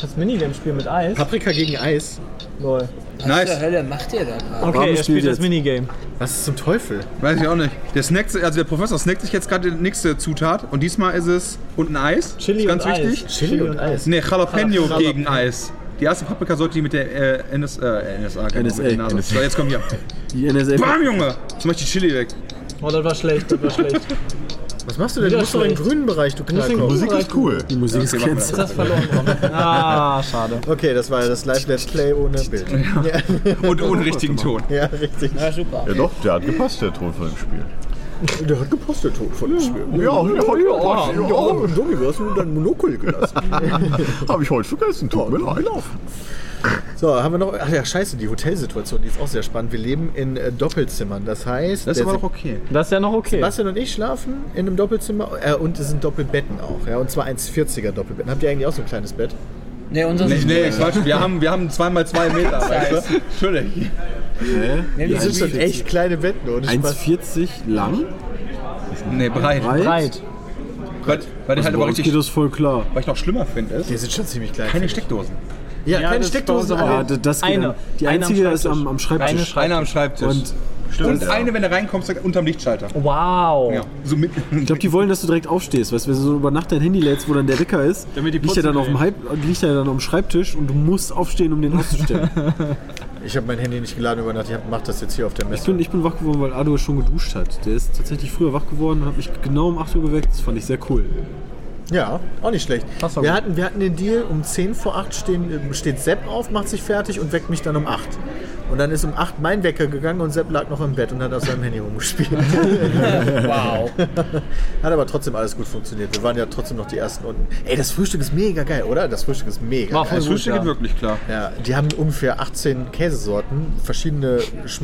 Speaker 6: Das Minigame-Spiel mit Eis.
Speaker 3: Paprika gegen Eis.
Speaker 6: Lol.
Speaker 9: Was zur
Speaker 4: Nice.
Speaker 9: Hölle macht ihr da gerade?
Speaker 6: Okay,
Speaker 7: Warum
Speaker 6: er
Speaker 7: spielt
Speaker 6: spielt das
Speaker 7: jetzt?
Speaker 6: Minigame.
Speaker 3: Was ist zum Teufel?
Speaker 4: Weiß ich auch nicht. Der snackt, sich- also der Professor snackt sich jetzt gerade die nächste Zutat und diesmal ist es und ein Eis.
Speaker 6: Chili
Speaker 4: ist ganz
Speaker 6: und
Speaker 4: wichtig.
Speaker 6: Eis.
Speaker 3: Chili und Eis.
Speaker 4: Nee, Jalapeno
Speaker 3: Jalapeno.
Speaker 4: gegen Eis. Die erste Paprika sollte die mit der äh, NS, äh, NSA. Genau,
Speaker 7: NSA.
Speaker 4: Mit der Nase. So, jetzt komm hier.
Speaker 7: Die NSA.
Speaker 4: Bam, Junge! Jetzt mach ich die Chili weg.
Speaker 6: Oh, das war schlecht, das war schlecht.
Speaker 3: Was machst du denn? Du
Speaker 6: Wieder
Speaker 3: musst doch in den
Speaker 6: schlecht.
Speaker 3: grünen Bereich, du Knallkopf.
Speaker 5: Musik ist cool.
Speaker 7: Die [LAUGHS] Musik ist
Speaker 4: Okay, machen wir
Speaker 7: Cancer.
Speaker 4: das.
Speaker 6: Ist das verloren worden? Ah, schade.
Speaker 3: Okay, das war das Live Let's Play ohne Bild. Ja,
Speaker 4: Und ohne richtigen Ton.
Speaker 3: ja richtig.
Speaker 9: Ja, super.
Speaker 5: Ja doch, der hat gepasst, der Ton von dem Spiel.
Speaker 3: Der hat gepasst, der Ton von dem Spiel.
Speaker 5: Ja, ja, ja, ja.
Speaker 3: Dummi, du hast nur dein Monokel gelassen.
Speaker 5: Habe ich heute vergessen, tut mir leid.
Speaker 3: So, haben wir noch. Ach ja, scheiße, die Hotelsituation, die ist auch sehr spannend. Wir leben in äh, Doppelzimmern. Das heißt,
Speaker 4: Das ist
Speaker 3: der
Speaker 4: aber doch okay.
Speaker 6: Das ist ja noch okay.
Speaker 3: Sebastian und ich schlafen in einem Doppelzimmer äh, und es sind Doppelbetten auch. Ja, und zwar 1,40er Doppelbetten. Habt ihr eigentlich auch so ein kleines Bett?
Speaker 9: Nee, unser
Speaker 4: Nee, nee, Quatsch. Wir haben, wir haben zweimal zwei Meter. weißt du? Entschuldigung.
Speaker 9: nee, wir
Speaker 3: Das sind
Speaker 9: sind
Speaker 3: schon echt kleine Betten, ohne Spaß.
Speaker 7: 1,40 lang,
Speaker 4: Nee, breit.
Speaker 7: breit. Halt Also
Speaker 6: Breit.
Speaker 4: Weil, weil ich halt
Speaker 7: Bei
Speaker 4: aber
Speaker 7: uns geht
Speaker 4: richtig,
Speaker 7: das voll klar.
Speaker 4: was ich noch schlimmer finde, ist,
Speaker 3: Die sind schon ziemlich klein.
Speaker 4: keine Steckdosen.
Speaker 3: Ja, keine
Speaker 6: das
Speaker 3: Steckdosen.
Speaker 6: bauen sie
Speaker 3: aber-
Speaker 7: Ja, d- das geht
Speaker 6: Eine.
Speaker 7: an. Die
Speaker 6: Eine am
Speaker 7: einzige ist am, am
Speaker 6: Schreibtisch. Eine
Speaker 7: Schreibtisch.
Speaker 6: Schreibtisch.
Speaker 4: Einer am Schreibtisch.
Speaker 7: Und
Speaker 4: Und eine, wenn du reinkommst, direkt unterm Lichtschalter.
Speaker 6: Wow.
Speaker 4: Ja. So mit.
Speaker 7: ich glaube, die wollen, dass du direkt aufstehst. Weißt du, wenn du so über Nacht dein Handy lädst, wo dann der Wecker ist,
Speaker 2: Damit die
Speaker 7: liegt, er dann auf
Speaker 2: putzen
Speaker 7: dem Halb, liegt er dann auf dem Schreibtisch und du musst aufstehen, um den
Speaker 2: [LAUGHS]
Speaker 7: auszustellen.
Speaker 3: Ich habe mein Handy nicht geladen über Nacht. Ich hab- mach das jetzt hier auf der
Speaker 7: ich,
Speaker 3: Messe.
Speaker 7: bin, ich bin wach geworden, weil Ado schon geduscht hat. Der ist tatsächlich früher wach geworden und hat mich genau um 8 Uhr geweckt. Das fand ich sehr cool.
Speaker 3: Ja, auch nicht schlecht.
Speaker 6: Passt doch
Speaker 3: Wir
Speaker 6: gut.
Speaker 3: hatten, wir hatten den Deal, um 10 vor 8 stehen, ähm, steht Sepp auf, macht sich fertig und weckt mich dann um 8. Und dann ist um 8 mein Wecker gegangen und Sepp lag noch im Bett und hat auf seinem Handy
Speaker 6: [LAUGHS]
Speaker 3: rumgespielt. wow. [LAUGHS] Hat aber trotzdem alles gut funktioniert. Wir waren ja trotzdem noch die Ersten unten. Ey, das Frühstück ist mega geil, oder? Das Frühstück ist mega
Speaker 6: War
Speaker 3: geil.
Speaker 6: voll
Speaker 4: Das
Speaker 6: gut,
Speaker 4: Frühstück
Speaker 6: ja.
Speaker 4: geht wirklich klar.
Speaker 3: Ja, die haben ungefähr 18 Käsesorten, verschiedene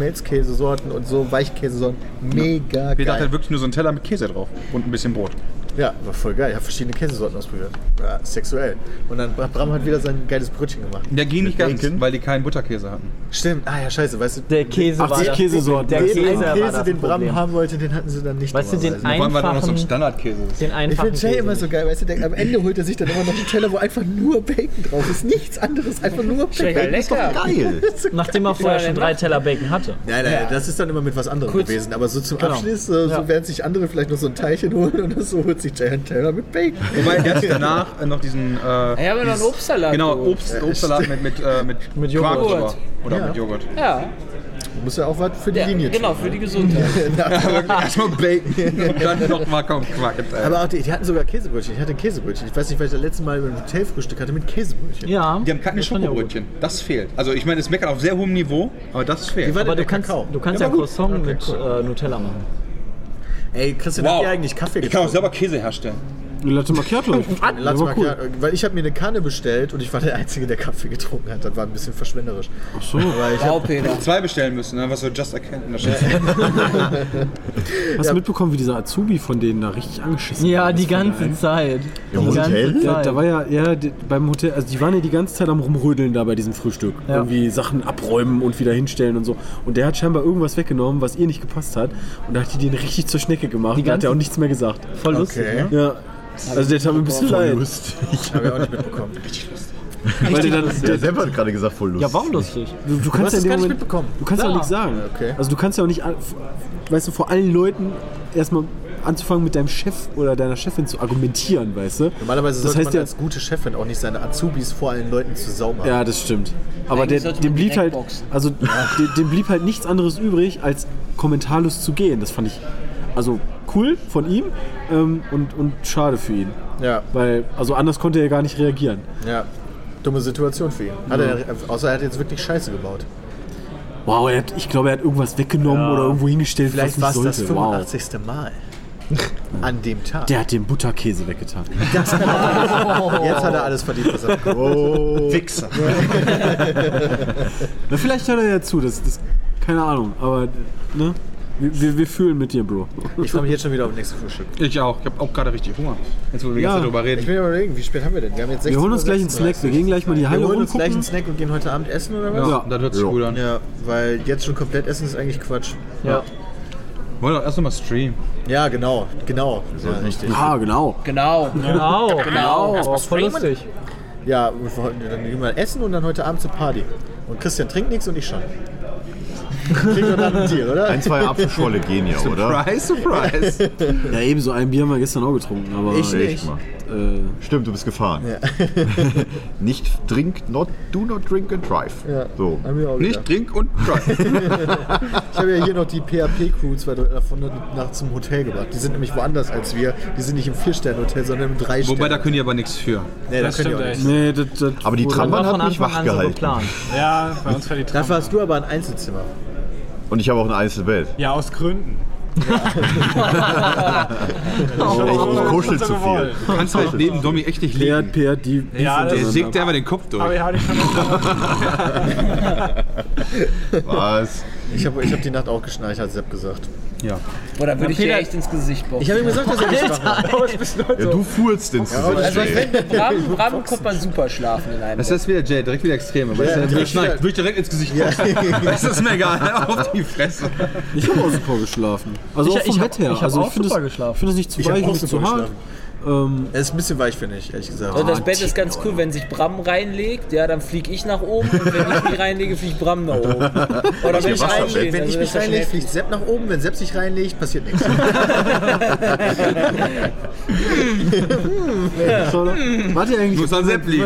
Speaker 3: Schmelzkäsesorten und so Weichkäsesorten. Mega
Speaker 4: Wir dachten
Speaker 3: geil.
Speaker 4: halt wirklich nur so einen Teller mit Käse drauf und ein bisschen Brot.
Speaker 3: Ja, war voll geil. Ich habe verschiedene Käsesorten ausprobiert. Ja, sexuell. Und dann hat Bram hat wieder sein geiles Brötchen gemacht.
Speaker 4: Der ging nicht ganz,
Speaker 5: Bacon?
Speaker 4: weil die keinen Butterkäse hatten.
Speaker 3: Stimmt. Ah ja, scheiße, weißt du.
Speaker 6: Der Käse war
Speaker 7: 80
Speaker 6: das.
Speaker 7: Käsesorten.
Speaker 6: Der
Speaker 3: den
Speaker 6: Käse,
Speaker 3: einen
Speaker 6: war
Speaker 3: Käse,
Speaker 6: das
Speaker 3: den Bram
Speaker 6: Problem.
Speaker 3: haben wollte, den hatten sie dann nicht.
Speaker 6: Weißt du, den
Speaker 3: normalerweise.
Speaker 6: einen-
Speaker 4: Vor allem, weil da noch so ein
Speaker 6: Einfachen-
Speaker 4: Standardkäse ist.
Speaker 6: Den
Speaker 3: ich
Speaker 6: einfachen
Speaker 3: finde Jay immer
Speaker 6: Käse.
Speaker 3: so geil, weißt du, der, am Ende holt er sich dann immer noch einen Teller, wo einfach nur Bacon drauf ist. Nichts anderes, einfach nur Bacon.
Speaker 9: lecker.
Speaker 3: Das ist doch
Speaker 5: Geil.
Speaker 3: Das ist so
Speaker 6: Nachdem er vorher schon drei Teller Bacon hatte.
Speaker 3: Nein, nein, das ist dann immer mit was anderem gewesen. Aber so zum
Speaker 6: Genau.
Speaker 3: Abschluss, äh, so werden sich andere vielleicht noch so ein Teilchen holen [LAUGHS] und so holt sich Giant Taylor mit Bacon.
Speaker 4: Wobei der hat danach äh, noch diesen. Äh,
Speaker 9: Ich habe noch einen
Speaker 4: dieses-
Speaker 9: Obstsalat.
Speaker 4: Genau,
Speaker 9: geholt.
Speaker 4: Obst, Obstsalat mit, mit, äh, mit,
Speaker 6: Mit Joghurt.
Speaker 4: Quark drüber. Oder
Speaker 3: Ja.
Speaker 4: mit Joghurt.
Speaker 9: Ja,
Speaker 3: Muss ja auch was für die
Speaker 9: ja
Speaker 3: Linie
Speaker 9: genau, für die Gesundheit.
Speaker 3: tun. Ja.
Speaker 4: Erstmal Bacon und dann nochmal kommt Quark. Äh,
Speaker 3: Aber auch die, die hatten sogar Käsebrötchen. Ich hatte ein Käsebrötchen. Ich weiß nicht, weil ich das letzte Mal ein Hotelfrühstück hatte mit Käsebrötchen.
Speaker 6: Ja.
Speaker 4: Die haben keine
Speaker 6: Das fand ich auch gut.
Speaker 4: Schokobrötchen. Das fehlt. Also ich meine, es meckert auf sehr hohem Niveau, aber das fehlt.
Speaker 3: Wie war denn
Speaker 6: Aber du
Speaker 3: der
Speaker 6: kannst,
Speaker 3: Kakao?
Speaker 6: du kannst
Speaker 3: Der
Speaker 6: ja
Speaker 3: war gut.
Speaker 6: Croissant
Speaker 3: Okay,
Speaker 6: mit
Speaker 3: cool.
Speaker 6: äh, Nutella machen.
Speaker 3: Ey, Christian, habt ihr eigentlich Kaffee
Speaker 4: ich kann
Speaker 3: getrunken?
Speaker 4: auch selber Käse herstellen.
Speaker 7: Eine Latte
Speaker 6: [LAUGHS]
Speaker 7: Macchiato.
Speaker 3: Eine Latte
Speaker 7: Der war cool.
Speaker 3: Macchiato, Weil ich habe mir eine Kanne bestellt und ich war der Einzige, der Kaffee getrunken hat. Das war ein bisschen verschwenderisch. Ach
Speaker 7: so.
Speaker 3: Aber ich
Speaker 9: Wow,
Speaker 3: hab,
Speaker 9: Peter.
Speaker 4: Zwei bestellen müssen, ne? was so Just erkennen.
Speaker 7: Hast du mitbekommen, wie dieser Azubi von denen da richtig angeschissen
Speaker 6: Ja,
Speaker 7: worden
Speaker 6: die
Speaker 7: ist von
Speaker 6: ganze
Speaker 7: allen?
Speaker 6: Zeit.
Speaker 5: Im
Speaker 6: die
Speaker 5: Hotel?
Speaker 6: ganze
Speaker 7: Da,
Speaker 6: Zeit.
Speaker 7: da war ja, ja, die, beim Hotel, also die waren ja die ganze Zeit am Rumrödeln da bei diesem Frühstück.
Speaker 6: Ja.
Speaker 7: Irgendwie Sachen abräumen und wieder hinstellen und so. Und der hat scheinbar irgendwas weggenommen, was ihr nicht gepasst hat. Und da hat die den richtig zur Schnecke gemacht.
Speaker 6: Die
Speaker 7: Und da hat
Speaker 6: ganze-
Speaker 7: er auch nichts mehr gesagt.
Speaker 6: Voll lustig,
Speaker 3: Okay.
Speaker 6: ne?
Speaker 7: Ja. Also der tat mir ein bisschen leid.
Speaker 5: lustig.
Speaker 3: hab ich auch nicht mitbekommen.
Speaker 7: Weil der dann,
Speaker 5: Der selber hat gerade gesagt, voll lustig.
Speaker 6: Ja, warum lustig?
Speaker 7: du, du
Speaker 3: hast
Speaker 7: kannst ja
Speaker 3: das
Speaker 7: in dem
Speaker 3: gar nicht
Speaker 7: Moment,
Speaker 3: mitbekommen.
Speaker 7: Du kannst ja auch
Speaker 6: Klar.
Speaker 7: nichts sagen.
Speaker 3: Okay.
Speaker 7: Also du kannst ja auch nicht, an- weißt du, vor allen Leuten erstmal anzufangen mit deinem Chef oder deiner Chefin zu argumentieren, weißt du?
Speaker 3: Normalerweise
Speaker 7: das
Speaker 3: sollte
Speaker 7: heißt
Speaker 3: man
Speaker 7: ja,
Speaker 3: als gute Chefin auch nicht seine Azubis vor allen Leuten zu Sau machen.
Speaker 7: Ja, das stimmt. Aber der,
Speaker 9: Eigentlich sollte
Speaker 7: dem
Speaker 9: man
Speaker 7: blieb
Speaker 9: direkt
Speaker 7: halt,
Speaker 9: boxen.
Speaker 7: also de- dem blieb halt nichts anderes übrig, als kommentarlos zu gehen. Das fand ich also cool von ihm ähm, und, und schade für ihn.
Speaker 3: Ja.
Speaker 7: Weil, also anders konnte er gar nicht reagieren.
Speaker 3: Ja. Dumme Situation für ihn. Hat er, außer er hat jetzt wirklich Scheiße gebaut.
Speaker 7: Wow, er hat, ich glaube, er hat irgendwas weggenommen oder irgendwo hingestellt,
Speaker 3: Vielleicht war
Speaker 7: was
Speaker 3: es
Speaker 7: nicht
Speaker 3: das
Speaker 7: sollte. Wow.
Speaker 3: 85. Mal. An dem Tag.
Speaker 7: Der hat den Butterkäse weggetan.
Speaker 3: [LAUGHS] Jetzt hat er alles verdient, was er bekommt.
Speaker 5: Wichser.
Speaker 7: Na, vielleicht hört er ja zu, das, das keine Ahnung, aber ne? Wir, wir, wir fühlen mit dir, Bro.
Speaker 3: Ich freue mich jetzt schon wieder auf das nächste Frühstück.
Speaker 4: [LAUGHS] Ich auch, ich habe auch gerade richtig Hunger. Jetzt, wo wir die ganze
Speaker 7: Ja.
Speaker 4: Zeit drüber
Speaker 3: Ich
Speaker 4: reden.
Speaker 3: will überlegen, wie spät haben wir denn? Wir haben jetzt
Speaker 7: Wir holen uns gleich einen Snack, wir gehen gleich mal die
Speaker 3: Wir
Speaker 7: Halle
Speaker 3: holen uns gleich einen
Speaker 7: rumgucken.
Speaker 3: Snack und gehen heute Abend essen oder
Speaker 4: Ja,
Speaker 3: was?
Speaker 7: Ja.
Speaker 4: dann hört sich gut an.
Speaker 3: Ja, weil jetzt schon komplett essen ist eigentlich Quatsch.
Speaker 6: Ja.
Speaker 4: Wollen wir doch erst nochmal streamen.
Speaker 3: Ja, genau, genau. Ja, richtig.
Speaker 7: Ah, genau.
Speaker 9: Genau.
Speaker 6: Genau,
Speaker 9: Genau.
Speaker 6: genau. Oh, voll lustig.
Speaker 3: Ja, und wir wollten- dann gehen wir essen und dann heute Abend zur Party. Und Christian trinkt nichts und ich
Speaker 7: [LAUGHS]
Speaker 3: schon. Kriegt doch dann ein Tier, oder?
Speaker 5: Ein, zwei Apfelschorle gehen ja, oder?
Speaker 4: Surprise,
Speaker 2: [LAUGHS]
Speaker 4: surprise.
Speaker 7: Ja, ebenso ein Bier haben wir gestern auch getrunken, aber.
Speaker 3: Ich nicht.
Speaker 5: Echt mal.
Speaker 7: Äh,
Speaker 5: Stimmt, du bist gefahren. [LAUGHS] nicht drink, not, do not drink and drive.
Speaker 3: Ja.
Speaker 5: So.
Speaker 3: Haben wir auch gedacht.
Speaker 4: Nicht trink und drive.
Speaker 3: Ich habe ja hier noch die PHP-Crew 200 davon nach zum Hotel gebracht. Die sind nämlich woanders als wir. Die sind nicht im Vier-Sterne-Hotel, sondern im Drei-Sterne.
Speaker 4: Wobei, da können die aber nichts für.
Speaker 3: Nee, da
Speaker 2: Das
Speaker 3: können die
Speaker 2: stimmt
Speaker 3: auch nicht.
Speaker 2: echt.
Speaker 7: nee, das, das
Speaker 5: Aber die
Speaker 7: wurde-
Speaker 5: Trambahn
Speaker 6: War von
Speaker 5: hat mich
Speaker 6: Anfang
Speaker 5: wach
Speaker 6: an so
Speaker 5: gehalten.
Speaker 6: geplant.
Speaker 2: Ja, bei uns war die
Speaker 3: Dafür
Speaker 2: Tram.
Speaker 3: hast du aber ein Einzelzimmer.
Speaker 5: Und ich habe auch ein Einzelbett.
Speaker 2: Ja, aus Gründen.
Speaker 5: Oh, ich kuschel zu viel.
Speaker 4: Du kannst halt neben Domi echt nicht
Speaker 7: Peert,
Speaker 4: liegen.
Speaker 7: Peert, die. die
Speaker 2: Ja,
Speaker 7: sind
Speaker 4: Der
Speaker 2: das-
Speaker 4: sägt dir einfach den Kopf
Speaker 2: Aber
Speaker 4: durch.
Speaker 2: ja, hatte ich schon mal [LAUGHS]
Speaker 5: Was?
Speaker 3: Ich habe ich hab die Nacht auch geschnarcht, hat Sepp gesagt.
Speaker 9: Oder würde ich dir echt ins Gesicht boxen?
Speaker 3: Ich habe ihm gesagt, dass er nicht macht.
Speaker 5: Ja, du fuhrst ins Gesicht.
Speaker 9: also ich
Speaker 5: ey.
Speaker 9: finde, mit Rahmen, mit Rahmen kommt man super schlafen in einem.
Speaker 4: Das heißt wieder Jay, direkt wieder Extreme. Weißt du,
Speaker 3: direkt
Speaker 4: direkt
Speaker 3: wieder-
Speaker 4: würde ich direkt ins Gesicht kotzen. Das ist mir egal. [LAUGHS] Auf die Fresse.
Speaker 7: Ich habe auch super geschlafen. Also
Speaker 6: Ich-
Speaker 7: auch vom
Speaker 6: ich hab-
Speaker 7: Bett her.
Speaker 6: ich hab
Speaker 7: also
Speaker 6: auch
Speaker 7: finde
Speaker 6: super
Speaker 7: das,
Speaker 6: geschlafen.
Speaker 7: Ich finde das nicht zu
Speaker 3: Ich hab
Speaker 7: weich,
Speaker 3: auch
Speaker 7: und nicht
Speaker 3: super
Speaker 7: zu hart.
Speaker 3: geschlafen.
Speaker 7: Ähm,
Speaker 3: Er ist ein bisschen weich, finde ich, ehrlich gesagt.
Speaker 9: Und Also das Bett ist ganz cool, wenn sich Bram reinlegt, ja, dann flieg ich nach oben und wenn ich mich reinlege, fliegt Bram nach oben. Oder wenn ich
Speaker 5: Wasserbett.
Speaker 9: reingehe,
Speaker 3: Wenn ich
Speaker 9: also das
Speaker 3: mich
Speaker 9: ist das
Speaker 3: reinlege,
Speaker 9: schon
Speaker 3: fliegt Sepp nach oben. Wenn Sepp sich reinlegt, passiert nichts.
Speaker 7: so, wart ihr eigentlich.
Speaker 4: Muss an Sepp liegen.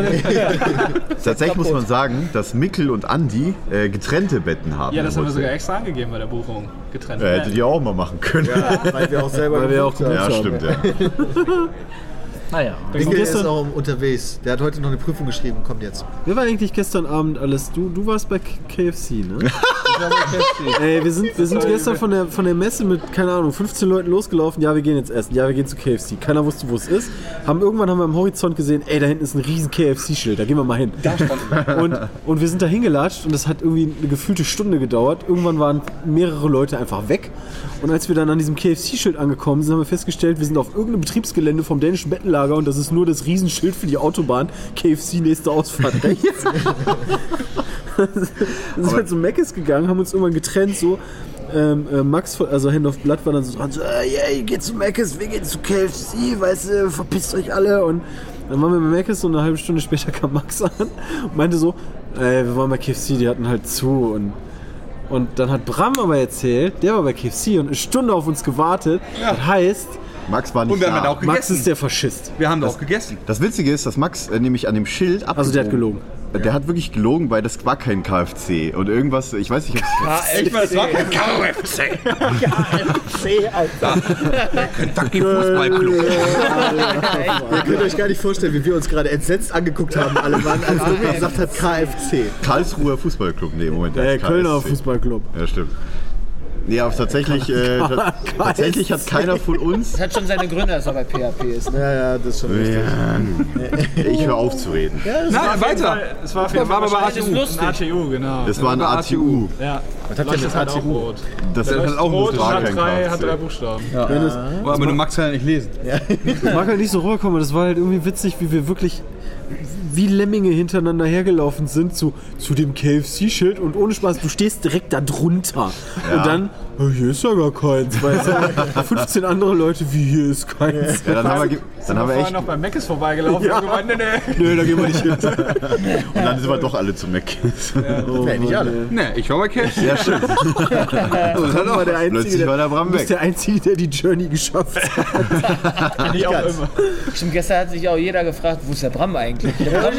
Speaker 5: Tatsächlich muss man sagen, dass Mikkel und Andi äh, getrennte Betten haben.
Speaker 2: Ja, das
Speaker 5: im
Speaker 2: haben wir sogar
Speaker 5: Hotel.
Speaker 2: extra angegeben bei der Buchung. Getrennt.
Speaker 5: Ja, hättet ihr auch mal machen können. Ja,
Speaker 3: weil wir auch selber
Speaker 7: Weil wir auch
Speaker 3: gebucht haben.
Speaker 7: gebucht
Speaker 5: stimmt, ja.
Speaker 6: Naja.
Speaker 3: Mikkel ist
Speaker 7: gestern-
Speaker 3: auch unterwegs. Der hat heute noch eine Prüfung geschrieben, kommt jetzt.
Speaker 7: Wer war eigentlich gestern Abend alles? Du, du warst bei K- KFC, ne? Ey, wir sind, wir sind gestern von der, von der Messe mit, keine Ahnung, 15 Leuten losgelaufen. Ja, wir gehen jetzt essen. Ja, wir gehen zu KFC. Keiner wusste, wo es ist. Haben, irgendwann haben wir am Horizont gesehen, ey, da hinten ist ein riesen KFC-Schild. Da gehen wir mal hin. Und, und wir sind da hingelatscht und das hat irgendwie eine gefühlte Stunde gedauert. Irgendwann waren mehrere Leute einfach weg. Und als wir dann an diesem KFC-Schild angekommen sind, haben wir festgestellt, wir sind auf irgendeinem Betriebsgelände vom dänischen Bettenlager und das ist nur das Riesenschild für die Autobahn. KFC, nächste Ausfahrt rechts. Dann sind wir zu Meckes gegangen, haben uns irgendwann getrennt, so. Ähm, äh, Max, von, also Hand of Blood war dann so dran, so, äh, yeah, geht zu Meckes, wir gehen zu KFC, weißt du, verpisst euch alle. Und dann waren wir bei Meckes und eine halbe Stunde später kam Max an und meinte so, ey, wir waren bei KFC, die hatten halt zu und und dann hat Bram aber erzählt, der war bei KFC und eine Stunde auf uns gewartet. Das heißt,
Speaker 5: Max war nicht
Speaker 4: Und wir haben
Speaker 5: da.
Speaker 4: dann auch
Speaker 7: Max ist
Speaker 4: gegessen.
Speaker 7: der Faschist.
Speaker 4: Wir haben da auch gegessen.
Speaker 5: Das Witzige ist, dass Max äh, nämlich an dem Schild abgebogen.
Speaker 7: Also der hat gelogen.
Speaker 5: Der hat wirklich gelogen, weil das war kein KFC. Und irgendwas, ich weiß nicht, ob's-
Speaker 4: Ich meine, das war kein [LAUGHS] KFC. Kentucky Fußballclub.
Speaker 3: Ihr könnt euch gar nicht vorstellen, wie wir uns gerade entsetzt angeguckt haben, alle Mann, als Dominik gesagt hat KFC.
Speaker 5: Karlsruher Fußballclub. Nee, Moment, der
Speaker 7: Der
Speaker 5: ist
Speaker 7: Kölner
Speaker 5: KFC.
Speaker 7: Fußballclub.
Speaker 5: Ja, stimmt. Nee, aber tatsächlich, äh, ta- tatsächlich hat keiner von uns.
Speaker 9: Das hat schon seine Gründe, dass er bei PHP ist. Ne?
Speaker 3: Ja, ja, das ist schon richtig.
Speaker 5: Ich höre auf zu reden.
Speaker 2: Nein,
Speaker 4: weiter.
Speaker 2: Es war, auf jeden Fall
Speaker 4: aber bei
Speaker 2: wahrscheinlich
Speaker 4: ATU.
Speaker 2: ein ATU, genau.
Speaker 5: Das war ein ATU.
Speaker 2: Ja.
Speaker 3: Was hat denn das
Speaker 2: halt auch
Speaker 3: ATU?
Speaker 2: rot.
Speaker 5: Das
Speaker 2: Da
Speaker 5: hat
Speaker 2: ist
Speaker 5: auch
Speaker 2: rot
Speaker 5: einen
Speaker 2: und hat drei,
Speaker 5: Fragenkreis.
Speaker 2: hat drei Buchstaben.
Speaker 4: Oh, aber du magst ja nicht lesen.
Speaker 7: Das mag halt nicht so rüberkommen, aber das war halt irgendwie witzig, wie wir wirklich wie Lemminge hintereinander hergelaufen sind zu, zu dem KFC-Schild und ohne Spaß, du stehst direkt da drunter. Und dann, "Oh, hier ist ja gar keins, weißt
Speaker 5: [LAUGHS]
Speaker 7: du? 15 andere Leute, wie hier ist keins.
Speaker 5: Ja, dann haben wir, ge- dann haben wir
Speaker 2: Wir
Speaker 5: echt.
Speaker 2: waren noch bei Meckes vorbeigelaufen und gemeint, nee, nee.
Speaker 5: Nö, da gehen wir nicht hin. [LAUGHS] Und dann sind wir doch alle zu
Speaker 2: [LAUGHS]
Speaker 5: Mac.
Speaker 3: Nee, nicht alle.
Speaker 4: Nee, ich war bei Cash.
Speaker 5: Ja, [LAUGHS] stimmt.
Speaker 7: Dann war der Einzige,
Speaker 5: Plötzlich war
Speaker 7: der,
Speaker 5: der Bram
Speaker 7: du bist
Speaker 5: weg.
Speaker 7: der Einzige, der die Journey geschafft hat.
Speaker 2: Wie auch immer.
Speaker 9: Stimmt, gestern hat sich auch jeder gefragt, wo ist der Bram eigentlich?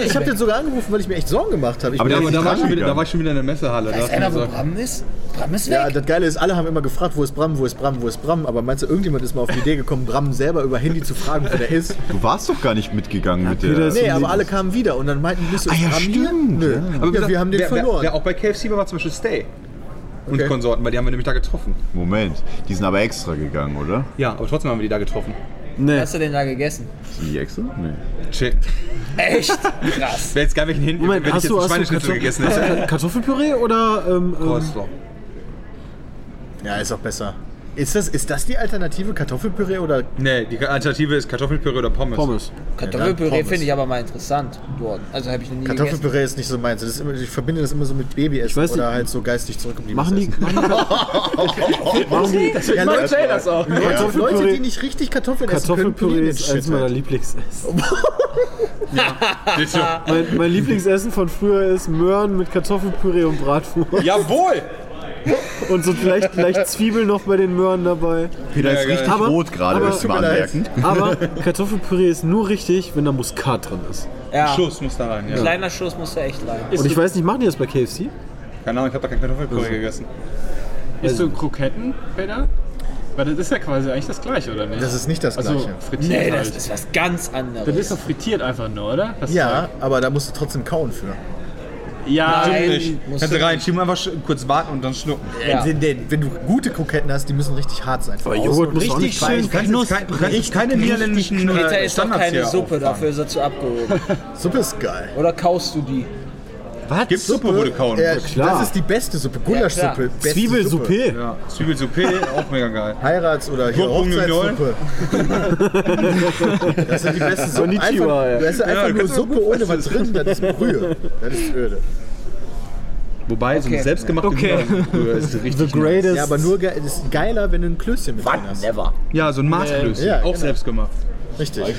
Speaker 3: Ich habe den sogar angerufen, weil ich mir echt Sorgen gemacht habe. Ich
Speaker 4: Aber
Speaker 3: bin
Speaker 4: da,
Speaker 5: ist
Speaker 4: da, war
Speaker 5: krank
Speaker 4: ich schon wieder, da
Speaker 5: gegangen.
Speaker 4: war ich schon wieder in der Messehalle. Da
Speaker 9: Weiß
Speaker 4: hast du mir
Speaker 9: einer, wo
Speaker 4: gesagt,
Speaker 9: Bram ist? Bram ist
Speaker 3: Ja,
Speaker 9: weg.
Speaker 3: das Geile ist, alle haben immer gefragt, wo ist Bram, wo ist Bram, wo ist Bram. Aber meinst du, irgendjemand ist mal auf die Idee gekommen, Bram selber über Handy zu fragen, wo der ist?
Speaker 5: Du warst doch gar nicht mitgegangen mit der.
Speaker 3: Nee, aber alle kamen wieder und dann meinten, bist du ah,
Speaker 5: ja,
Speaker 3: Bram hier?
Speaker 5: stimmt,
Speaker 3: Nö.
Speaker 5: ja.
Speaker 3: Ja,
Speaker 4: Aber wie gesagt,
Speaker 3: wir haben den
Speaker 4: wer,
Speaker 3: verloren.
Speaker 4: Wer, wer auch bei KFC war, war zum Beispiel Stay. Und
Speaker 3: Okay.
Speaker 4: Konsorten, weil die haben wir nämlich da getroffen.
Speaker 5: Moment, die sind aber extra gegangen, oder?
Speaker 4: Ja, aber trotzdem haben wir die da getroffen.
Speaker 7: Nee.
Speaker 9: Hast du den da gegessen?
Speaker 5: Sind die extra? Nee.
Speaker 4: Shit.
Speaker 9: Echt? Krass.
Speaker 4: Wäre jetzt geil, welchen hinten, wenn
Speaker 7: Moment,
Speaker 4: ich
Speaker 7: hast
Speaker 4: jetzt
Speaker 7: du,
Speaker 4: einen
Speaker 7: hast du
Speaker 4: Schweineschnitzel gegessen hätte.
Speaker 7: [LAUGHS] Kartoffel- Kartoffelpüree oder ähm, ähm,
Speaker 4: Coleslaw.
Speaker 3: ja, ist auch besser. Ist das, ist das die Alternative Kartoffelpüree oder
Speaker 4: Nee, die Alternative ist Kartoffelpüree oder Pommes.
Speaker 7: Pommes?
Speaker 9: [LAUGHS] Kartoffelpüree
Speaker 3: Pommes.
Speaker 9: finde ich aber mal interessant geworden. Also habe ich noch nie gegessen.
Speaker 3: Kartoffelpüree ist nicht so meins. Das ist immer, ich verbinde das immer so mit Babyessen
Speaker 7: weiß
Speaker 3: oder
Speaker 7: nicht.
Speaker 3: halt so geistig zurückgeblieben.
Speaker 4: [LAUGHS]
Speaker 7: Machen die, machen die
Speaker 3: ja, Leute,
Speaker 5: das auch.
Speaker 3: Leute,
Speaker 7: Kartoffelpüree-
Speaker 3: die nicht richtig Kartoffeln essen können,
Speaker 7: Kartoffelpüree
Speaker 3: pürieren
Speaker 7: ist
Speaker 3: den
Speaker 7: eins
Speaker 3: Shit
Speaker 7: meiner
Speaker 3: halt.
Speaker 7: Lieblingsessen.
Speaker 4: Bitte.
Speaker 7: Mein, mein Lieblingsessen von früher ist Möhren mit Kartoffelpüree und Bratwurst.
Speaker 4: Jawohl!
Speaker 7: Und so vielleicht, vielleicht Zwiebeln noch bei den Möhren dabei.
Speaker 5: Peter ist
Speaker 4: Ja,
Speaker 5: richtig
Speaker 7: geil.
Speaker 5: rot gerade,
Speaker 7: Aber-
Speaker 5: willst du
Speaker 7: Tut
Speaker 5: mal
Speaker 3: mir
Speaker 5: anmerken.
Speaker 7: Aber Kartoffelpüree ist nur richtig, wenn da Muskat drin ist.
Speaker 9: Ja,
Speaker 4: Schuss muss da rein, ja.
Speaker 9: kleiner Schuss muss da echt rein.
Speaker 7: Und ich weiß nicht, machen die das bei KFC?
Speaker 4: Keine Ahnung, ich habe da kein Kartoffelpüree gegessen.
Speaker 2: Isst du Kroketten, Peter? Weil das ist ja quasi Also eigentlich das gleiche, oder nicht?
Speaker 3: Das ist nicht das
Speaker 2: also
Speaker 3: Gleiche.
Speaker 2: frittiert
Speaker 9: Nee,
Speaker 2: halt.
Speaker 9: das ist was ganz
Speaker 2: Das
Speaker 9: anderes.
Speaker 2: ist doch frittiert einfach nur, oder? Das
Speaker 3: Ja, aber da musst du trotzdem kauen für.
Speaker 2: Zeug. Ja,
Speaker 9: Nein.
Speaker 2: ich-
Speaker 4: Nicht.
Speaker 9: muss
Speaker 4: Kannst du
Speaker 9: ja-
Speaker 4: rein, schieben einfach sch- kurz warten und dann schnucken.
Speaker 9: Ja.
Speaker 3: Denn, denn, wenn du gute Kroketten hast, die müssen richtig hart sein. von außen.
Speaker 7: Joghurt muss auch nicht
Speaker 4: schön knusprig. Kein, du kannst jetzt keine niederländischen äh,
Speaker 9: Peter ist doch
Speaker 4: Standards
Speaker 9: keine
Speaker 4: hier
Speaker 9: Suppe,
Speaker 4: auffangen.
Speaker 9: dafür ist er zu abgehoben.
Speaker 3: Suppe ist geil.
Speaker 9: Oder kaust du die?
Speaker 4: Gibt's Suppe, wo du kauen
Speaker 3: Ja,
Speaker 4: musst.
Speaker 7: klar.
Speaker 3: Das ist die beste Suppe. Gulaschsuppe.
Speaker 9: Ja,
Speaker 3: beste Suppe.
Speaker 7: Zwiebelsuppe.
Speaker 4: Ja, Zwiebelsuppe, auch mega geil.
Speaker 3: Heirats- oder hier
Speaker 4: Gurken und
Speaker 3: Hochzeitssuppe.
Speaker 7: [LAUGHS]
Speaker 3: das sind die besten Suppen.
Speaker 7: Konnichiwa,
Speaker 3: Einfach,
Speaker 7: ja.
Speaker 3: das ist einfach
Speaker 4: Ja,
Speaker 3: nur
Speaker 4: kannst du
Speaker 3: Suppe
Speaker 4: [LAUGHS]
Speaker 3: ohne was drin. Das ist Brühe. Das ist öde.
Speaker 4: Wobei, so eine
Speaker 9: Okay.
Speaker 4: selbstgemachte
Speaker 6: Okay.
Speaker 4: Nudelbrühe ist richtig nice.
Speaker 7: Greatest.
Speaker 3: Ja, aber nur ge das ist geiler, wenn du ein Klößchen mit drin hast.
Speaker 9: Never.
Speaker 4: Äh, Ja, so ein Maßklößchen,
Speaker 3: Ja,
Speaker 4: auch
Speaker 3: genau.
Speaker 4: selbstgemacht.
Speaker 3: Richtig.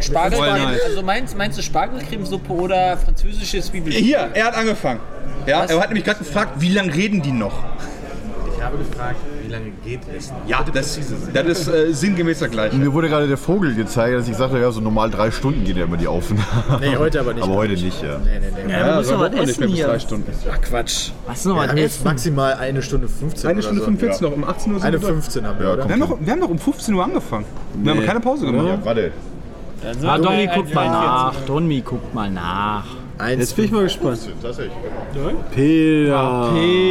Speaker 9: Spargel,
Speaker 4: Voll nice.
Speaker 9: also meinst, meinst du Spargelcremesuppe oder französische Zwiebeln?
Speaker 4: Hier, er hat angefangen. Ja,
Speaker 9: Was?
Speaker 4: er hat nämlich gerade gefragt, wie lange reden die noch? Ich habe gefragt, wie lange geht es? Ja, das, das ist äh, sinngemäß der gleiche.
Speaker 5: Mir wurde gerade der Vogel gezeigt, dass ich sagte, ja, so normal drei Stunden geht ja immer die Aufnahme.
Speaker 3: Nee, heute aber nicht.
Speaker 5: Aber heute nicht, ja.
Speaker 3: Nee, nee, nee.
Speaker 6: Ja, da muss
Speaker 4: also
Speaker 6: noch
Speaker 4: braucht
Speaker 6: was
Speaker 4: man nicht mehr
Speaker 6: essen
Speaker 4: bis drei
Speaker 6: hier.
Speaker 4: Stunden.
Speaker 3: Ach, Quatsch.
Speaker 6: Was noch was
Speaker 3: Wir haben jetzt
Speaker 6: essen?
Speaker 3: maximal eine Stunde 15
Speaker 4: Eine
Speaker 3: oder
Speaker 4: Stunde
Speaker 3: so.
Speaker 4: 45 noch, um 18 Uhr sind
Speaker 3: Eine
Speaker 4: wir durch.
Speaker 3: 15 haben wir,
Speaker 5: Ja,
Speaker 3: oder?
Speaker 5: komm.
Speaker 4: wir haben, doch, wir haben doch um 15 Uhr angefangen. Wir haben keine Pause gemacht.
Speaker 5: Ja, warte.
Speaker 6: Ah, Donny, guck mal nach. Donny, guck mal nach.
Speaker 3: Eins.
Speaker 7: Jetzt bin ich mal gespannt.
Speaker 5: Tatsächlich.
Speaker 7: Peter.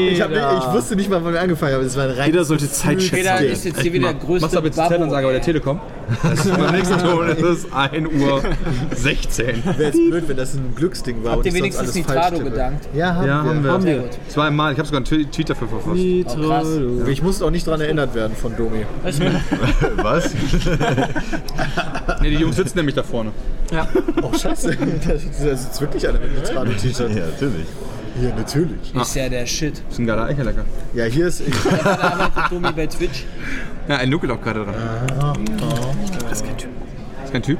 Speaker 3: Ich, hab, ich wusste nicht mal, wann wir angefangen haben. Es war ein rein
Speaker 7: Peter sollte Zeit
Speaker 9: Peter
Speaker 7: schätzen.
Speaker 9: ist jetzt hier wieder der größte
Speaker 4: Machst du aber jetzt Zettel und sage bei der Telekom? Das ist mein nächster [LAUGHS] Ton, es ist 1 Uhr 16.
Speaker 3: Wäre jetzt blöd, wenn das ein Glücksding war.
Speaker 9: Habt
Speaker 3: und
Speaker 9: ihr
Speaker 3: ich sonst
Speaker 9: wenigstens
Speaker 3: alles
Speaker 9: Nitrado
Speaker 3: falsch tippe.
Speaker 9: gedankt?
Speaker 3: Ja, haben
Speaker 4: Ja,
Speaker 3: wir.
Speaker 4: haben wir.
Speaker 9: Sehr gut.
Speaker 4: Zweimal, ich habe sogar einen Twi- Tweet dafür verfasst.
Speaker 9: Oh, krass.
Speaker 3: Ich musste auch nicht daran erinnert werden von Domi.
Speaker 5: Was?
Speaker 4: Ne, die Jungs sitzen nämlich da vorne.
Speaker 3: Oh, scheiße. Da sitzt wirklich einer mit Nitrado-T-Shirt.
Speaker 5: Ja, natürlich.
Speaker 3: Ja, natürlich.
Speaker 9: Ist ja der Shit.
Speaker 4: Das ist ein geiler Eichellecker.
Speaker 3: Ja, hier ist...
Speaker 9: Da arbeitet Domi bei
Speaker 3: [LAUGHS]
Speaker 9: Twitch.
Speaker 4: Ja, ein Luke auch gerade dran. Das ist kein Typ.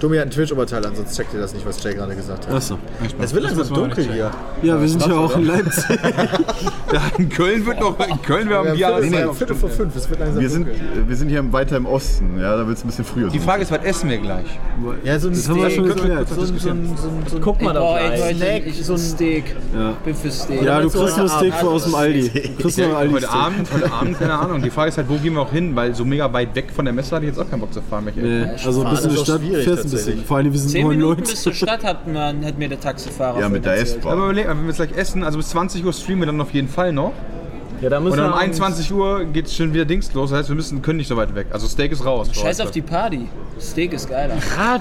Speaker 3: Domi hat ein Twitch-Oberteil an, sonst checkt ihr das nicht, was Jay gerade gesagt hat.
Speaker 7: Achso.
Speaker 3: Es wird langsam dunkel hier.
Speaker 7: Ja, wir sind ja auch in Leipzig.
Speaker 4: Ist kein Typ? Ja, in Köln wird noch. In Köln wir haben die
Speaker 3: Ja,
Speaker 4: Jahre.
Speaker 3: Viertel, nee, Viertel vor fünf, es wird langsam
Speaker 5: Wir sind,
Speaker 3: dunkel.
Speaker 5: äh, wir sind hier im- weiter im Osten, ja, da wird es ein bisschen früher
Speaker 4: Die
Speaker 5: sein.
Speaker 4: Frage ist, was essen wir gleich?
Speaker 3: Ja, so ein
Speaker 7: Das haben wir schon geklärt.
Speaker 3: so ein, so ein, so ein, so ein
Speaker 6: Guck mal da
Speaker 9: Oh, ey,
Speaker 6: gleich.
Speaker 9: Leute,
Speaker 3: Snack,
Speaker 9: ich
Speaker 3: so
Speaker 9: so
Speaker 3: ein-
Speaker 9: ein Steak. Bin für Steak.
Speaker 7: Ja, du
Speaker 3: so
Speaker 7: kriegst
Speaker 3: eine
Speaker 7: nur Steak
Speaker 3: Art-
Speaker 7: für aus dem Aldi. Du kriegst
Speaker 4: Ja,
Speaker 7: nur einen Aldi.
Speaker 4: heute Abend, heute Abend, keine Ahnung. Die Frage ist halt, wo gehen wir auch hin? Weil so mega weit weg von der Messe hatte ich jetzt auch keinen Bock zu fahren, Michael.
Speaker 7: Nee, also ein
Speaker 3: das ist
Speaker 7: bisschen in die
Speaker 3: auch
Speaker 7: Stadt
Speaker 3: schwierig
Speaker 7: fährst
Speaker 3: tatsächlich.
Speaker 7: ein bisschen. Vor allem, wir sind
Speaker 9: Zehn
Speaker 7: neun
Speaker 9: Minuten
Speaker 7: Leute.
Speaker 9: bis zur Stadt hat, man, hat mir der Taxifahrer
Speaker 5: Ja, mit der
Speaker 9: erzählt.
Speaker 4: Aber
Speaker 5: S-Bahn.
Speaker 4: überleg mal, wenn wir jetzt gleich essen, also bis 20 Uhr streamen wir dann auf jeden Fall noch.
Speaker 6: Ja, da müssen
Speaker 4: und dann um
Speaker 6: wir uns-
Speaker 4: 21 Uhr geht's schon wieder Dings los. Das heißt, wir müssen, können nicht so weit weg. Also Steak ist raus. für
Speaker 9: Scheiß
Speaker 4: heute.
Speaker 9: auf die Party. Steak ist geiler.
Speaker 4: Okay.
Speaker 5: Jay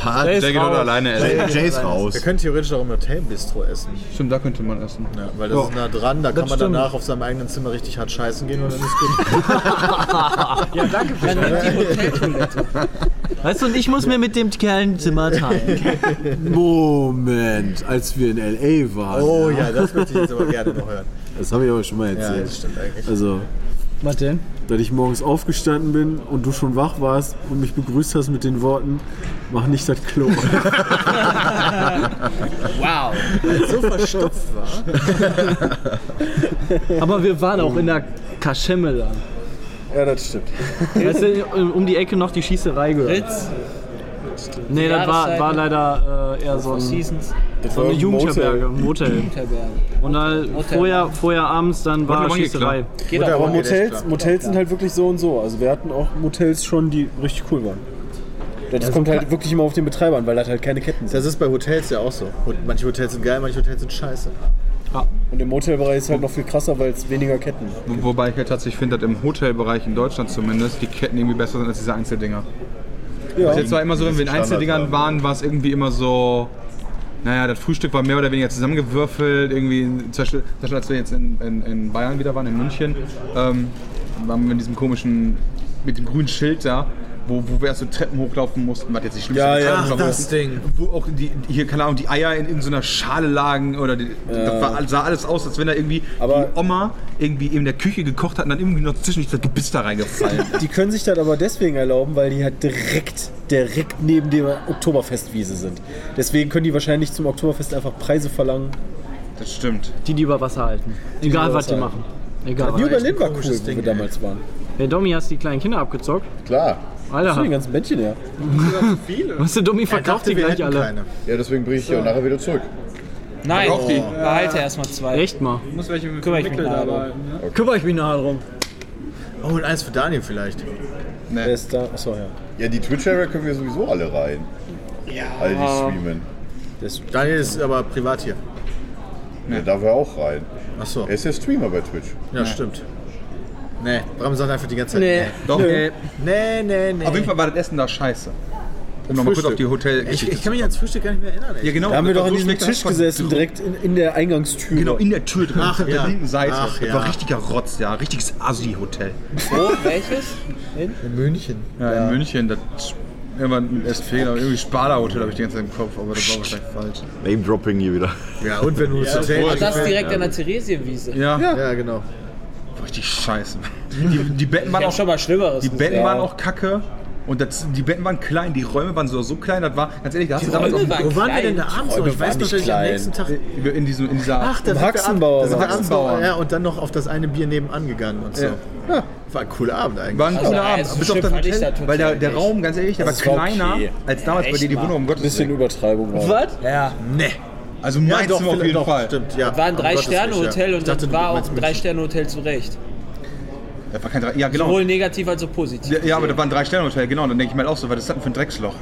Speaker 4: Der
Speaker 5: ist
Speaker 4: geht heute
Speaker 5: raus.
Speaker 4: alleine
Speaker 5: Jay,
Speaker 4: essen.
Speaker 5: Jay ist raus.
Speaker 3: Wir können theoretisch auch im Hotelbistro essen.
Speaker 4: Stimmt, da könnte man essen.
Speaker 3: Ja, weil das
Speaker 7: Ja.
Speaker 3: ist nah dran, da kann
Speaker 7: Das
Speaker 3: man
Speaker 7: stimmt.
Speaker 3: danach auf seinem eigenen Zimmer richtig hart scheißen gehen und dann ist gut.
Speaker 2: Ja, danke für
Speaker 9: Dann nimmt die Hoteltoilette.
Speaker 6: Weißt du, und ich muss mir mit dem Kerl ein Zimmer teilen.
Speaker 7: Moment, als wir in L.A. waren.
Speaker 3: Oh ja, das möchte ich jetzt aber gerne noch hören.
Speaker 7: Das habe ich aber schon mal
Speaker 3: Ja,
Speaker 7: erzählt.
Speaker 3: das stimmt eigentlich.
Speaker 7: also,
Speaker 6: Was denn?
Speaker 7: dass ich morgens aufgestanden bin und du schon wach warst und mich begrüßt hast mit den Worten, mach nicht das
Speaker 3: [LAUGHS]
Speaker 7: Klo.
Speaker 9: Wow.
Speaker 3: So verstopft war.
Speaker 6: Aber wir waren auch in der Kaschemmel.
Speaker 7: ja, das stimmt.
Speaker 6: [LAUGHS] Weißt du, um die Ecke noch die Schießerei gehört.
Speaker 9: Ritz,
Speaker 6: Nee, das war,
Speaker 9: Jahreszeiten.
Speaker 6: war leider äh, eher so,
Speaker 9: Four
Speaker 6: ein,
Speaker 9: Seasons,
Speaker 6: so eine Jugendherberge, ein Motel.
Speaker 9: Hinterberge.
Speaker 6: Und da vorher, vorher abends dann war
Speaker 4: Motel
Speaker 6: Schießerei.
Speaker 9: Geht auch
Speaker 7: Aber
Speaker 9: mal.
Speaker 7: Motels, Motels sind halt wirklich so und so. Also wir hatten auch Motels schon, die richtig cool waren. Das kommt halt wirklich immer auf den Betreiber an, weil das halt keine Ketten sind.
Speaker 3: Das ist bei Hotels ja auch so. Und Manche Hotels sind geil, manche Hotels sind scheiße.
Speaker 7: Und im Motelbereich ist halt noch viel krasser, weil es weniger Ketten gibt.
Speaker 4: Wo- Wobei ich halt tatsächlich finde, dass im Hotelbereich in Deutschland zumindest die Ketten irgendwie besser sind als diese Einzeldinger. Ja. Bis jetzt war immer so, wenn wir in
Speaker 5: Standard
Speaker 4: Einzeldingern
Speaker 5: haben.
Speaker 4: waren, war es irgendwie immer so. Naja, das Frühstück war mehr oder weniger zusammengewürfelt. Irgendwie, in- zum Beispiel, zum Beispiel als wir jetzt in, in, in Bayern wieder waren, in München, ähm, waren wir in diesem komischen, mit dem grünen Schild da, wo, wo wir erst so Treppen hochlaufen mussten, was jetzt die schlimmste
Speaker 7: Ja, ja,
Speaker 4: Treppen
Speaker 7: ach,
Speaker 4: war, wo-
Speaker 7: das Ding.
Speaker 4: Wo auch die, hier, keine Ahnung, die Eier in, in so einer Schale lagen oder die, das war, sah alles aus, als wenn da irgendwie
Speaker 7: Aber-
Speaker 4: die Oma irgendwie in der Küche gekocht hat und dann irgendwie noch zwischendurch das Gebiss da reingefallen.
Speaker 7: Die können sich das aber deswegen erlauben, weil die halt direkt, direkt neben der Oktoberfestwiese sind. Deswegen können die wahrscheinlich zum Oktoberfest einfach Preise verlangen.
Speaker 4: das stimmt.
Speaker 6: Die, die über Wasser halten. Egal,
Speaker 7: über
Speaker 6: was die
Speaker 7: Wasser
Speaker 6: machen. Egal.
Speaker 7: Die
Speaker 6: was.
Speaker 7: über Linn war cool, wo wir damals waren.
Speaker 6: Der Domi hast die kleinen Kinder abgezockt.
Speaker 5: Klar.
Speaker 7: Ja. Die
Speaker 6: Alter,
Speaker 7: ganzen Bettchen her.
Speaker 6: was der Domi verkauft die
Speaker 3: wir
Speaker 6: gleich
Speaker 3: hätten
Speaker 6: alle.
Speaker 3: keine.
Speaker 5: Ja, deswegen bringe ich die auch nachher wieder zurück.
Speaker 9: Nein, behalte erstmal zwei.
Speaker 6: Echt mal.
Speaker 2: Muss welche mit
Speaker 9: Kümmere ich mich
Speaker 2: Mickel
Speaker 9: nachher
Speaker 2: dabei.
Speaker 6: Kümmere ich mich nachher drum.
Speaker 3: Oh, und eins für Daniel vielleicht.
Speaker 7: Der ist da. Achso, ja.
Speaker 5: Ja, die Twitch-Server können wir sowieso alle rein. Ja. Alle, die streamen.
Speaker 3: Das- Daniel ist aber privat hier.
Speaker 5: Ja, darf er auch rein.
Speaker 3: Achso,
Speaker 5: Er ist ja Streamer bei Twitch.
Speaker 3: ja, stimmt. Nee, Bram sagt einfach die ganze Zeit.
Speaker 6: Nee.
Speaker 4: Doch, äh,
Speaker 3: Nee, nee, nee.
Speaker 4: auf jeden Fall war das Essen da scheiße. Um nochmal kurz auf die Hotel.
Speaker 3: Ich, ich kann mich ans Frühstück gar nicht mehr erinnern. ey.
Speaker 4: ja, genau.
Speaker 7: Da haben wir
Speaker 4: das
Speaker 7: doch
Speaker 4: war
Speaker 7: an
Speaker 4: so
Speaker 7: diesem
Speaker 4: schlecht, dass
Speaker 7: Tisch
Speaker 4: von-
Speaker 7: gesessen, direkt in, in der Eingangstür.
Speaker 4: Genau, in der Tür drin,
Speaker 3: Ach,
Speaker 4: auf der
Speaker 3: ja.
Speaker 4: linken Seite.
Speaker 3: Ach,
Speaker 4: das
Speaker 3: ja.
Speaker 4: war richtiger Rotz, ja. Richtiges Asi-Hotel.
Speaker 9: Wo? Welches?
Speaker 3: In München.
Speaker 4: Ja, in München, das irgendwann erst Fehler, irgendwie Spada-Hotel habe ich die ganze Zeit im Kopf, aber das war wahrscheinlich falsch.
Speaker 5: Name-Dropping hier wieder.
Speaker 3: Ja, und wenn du das Hotel.
Speaker 9: Ach, das direkt an der Theresienwiese.
Speaker 4: Ja,
Speaker 3: Ja, genau.
Speaker 4: richtig
Speaker 3: [LAUGHS]
Speaker 4: scheiße. Die, die Betten
Speaker 9: Ich
Speaker 4: waren
Speaker 9: hab
Speaker 4: auch
Speaker 9: schon mal Schlimmeres.
Speaker 4: Die Betten
Speaker 9: gesehen.
Speaker 4: waren auch kacke. Und das, die Betten waren klein, die Räume waren so, so klein, das war, ganz ehrlich, da hast du damals
Speaker 9: Räume
Speaker 4: auch
Speaker 9: waren
Speaker 3: Wo waren wir denn da
Speaker 9: klein.
Speaker 3: abends noch? Ich weiß noch, dass ich am nächsten Tag.
Speaker 4: in, diesem, in dieser.
Speaker 3: Ach, da
Speaker 7: Im
Speaker 3: sind wir ab-
Speaker 7: Haxenbauer
Speaker 3: Da sind wir
Speaker 7: war's.
Speaker 3: Haxenbauer. Ja, und dann noch auf das eine Bier nebenan gegangen und so. Ja. War ein cooler Abend eigentlich.
Speaker 4: war ein
Speaker 9: Also,
Speaker 4: cooler
Speaker 9: also,
Speaker 4: Abend.
Speaker 9: so
Speaker 4: bis auf
Speaker 9: schlimm
Speaker 4: das
Speaker 9: fand ich
Speaker 4: Hotel,
Speaker 9: das Hotel
Speaker 4: weil der, der
Speaker 9: nicht.
Speaker 4: Raum, ganz ehrlich, der war
Speaker 7: Das war okay.
Speaker 4: kleiner als damals bei dir die
Speaker 9: mal.
Speaker 4: Wohnung, um Gottes
Speaker 7: bisschen
Speaker 4: Willen.
Speaker 7: Übertreibung war.
Speaker 9: Was? Ja.
Speaker 3: Nee.
Speaker 4: Also mein Zimmer auf
Speaker 3: vielleicht-
Speaker 4: jeden
Speaker 3: doch,
Speaker 4: Fall.
Speaker 3: Stimmt, ja.
Speaker 9: Das war ein
Speaker 3: Um Gottes Willen, ja.
Speaker 9: Drei-Sterne-Hotel
Speaker 3: Ich
Speaker 9: und
Speaker 3: dachte,
Speaker 9: das
Speaker 3: du
Speaker 9: war auch
Speaker 3: meinst
Speaker 9: ein
Speaker 3: München.
Speaker 9: Drei-Sterne-Hotel zurecht.
Speaker 4: Das war kein Drei, ja, genau.
Speaker 9: Sowohl negativ als auch positiv.
Speaker 4: Ja, ja, aber das war ein Drei-Sterne-Hotel, genau. Dann denke ich mir halt auch so, was ist das denn für ein Drecksloch?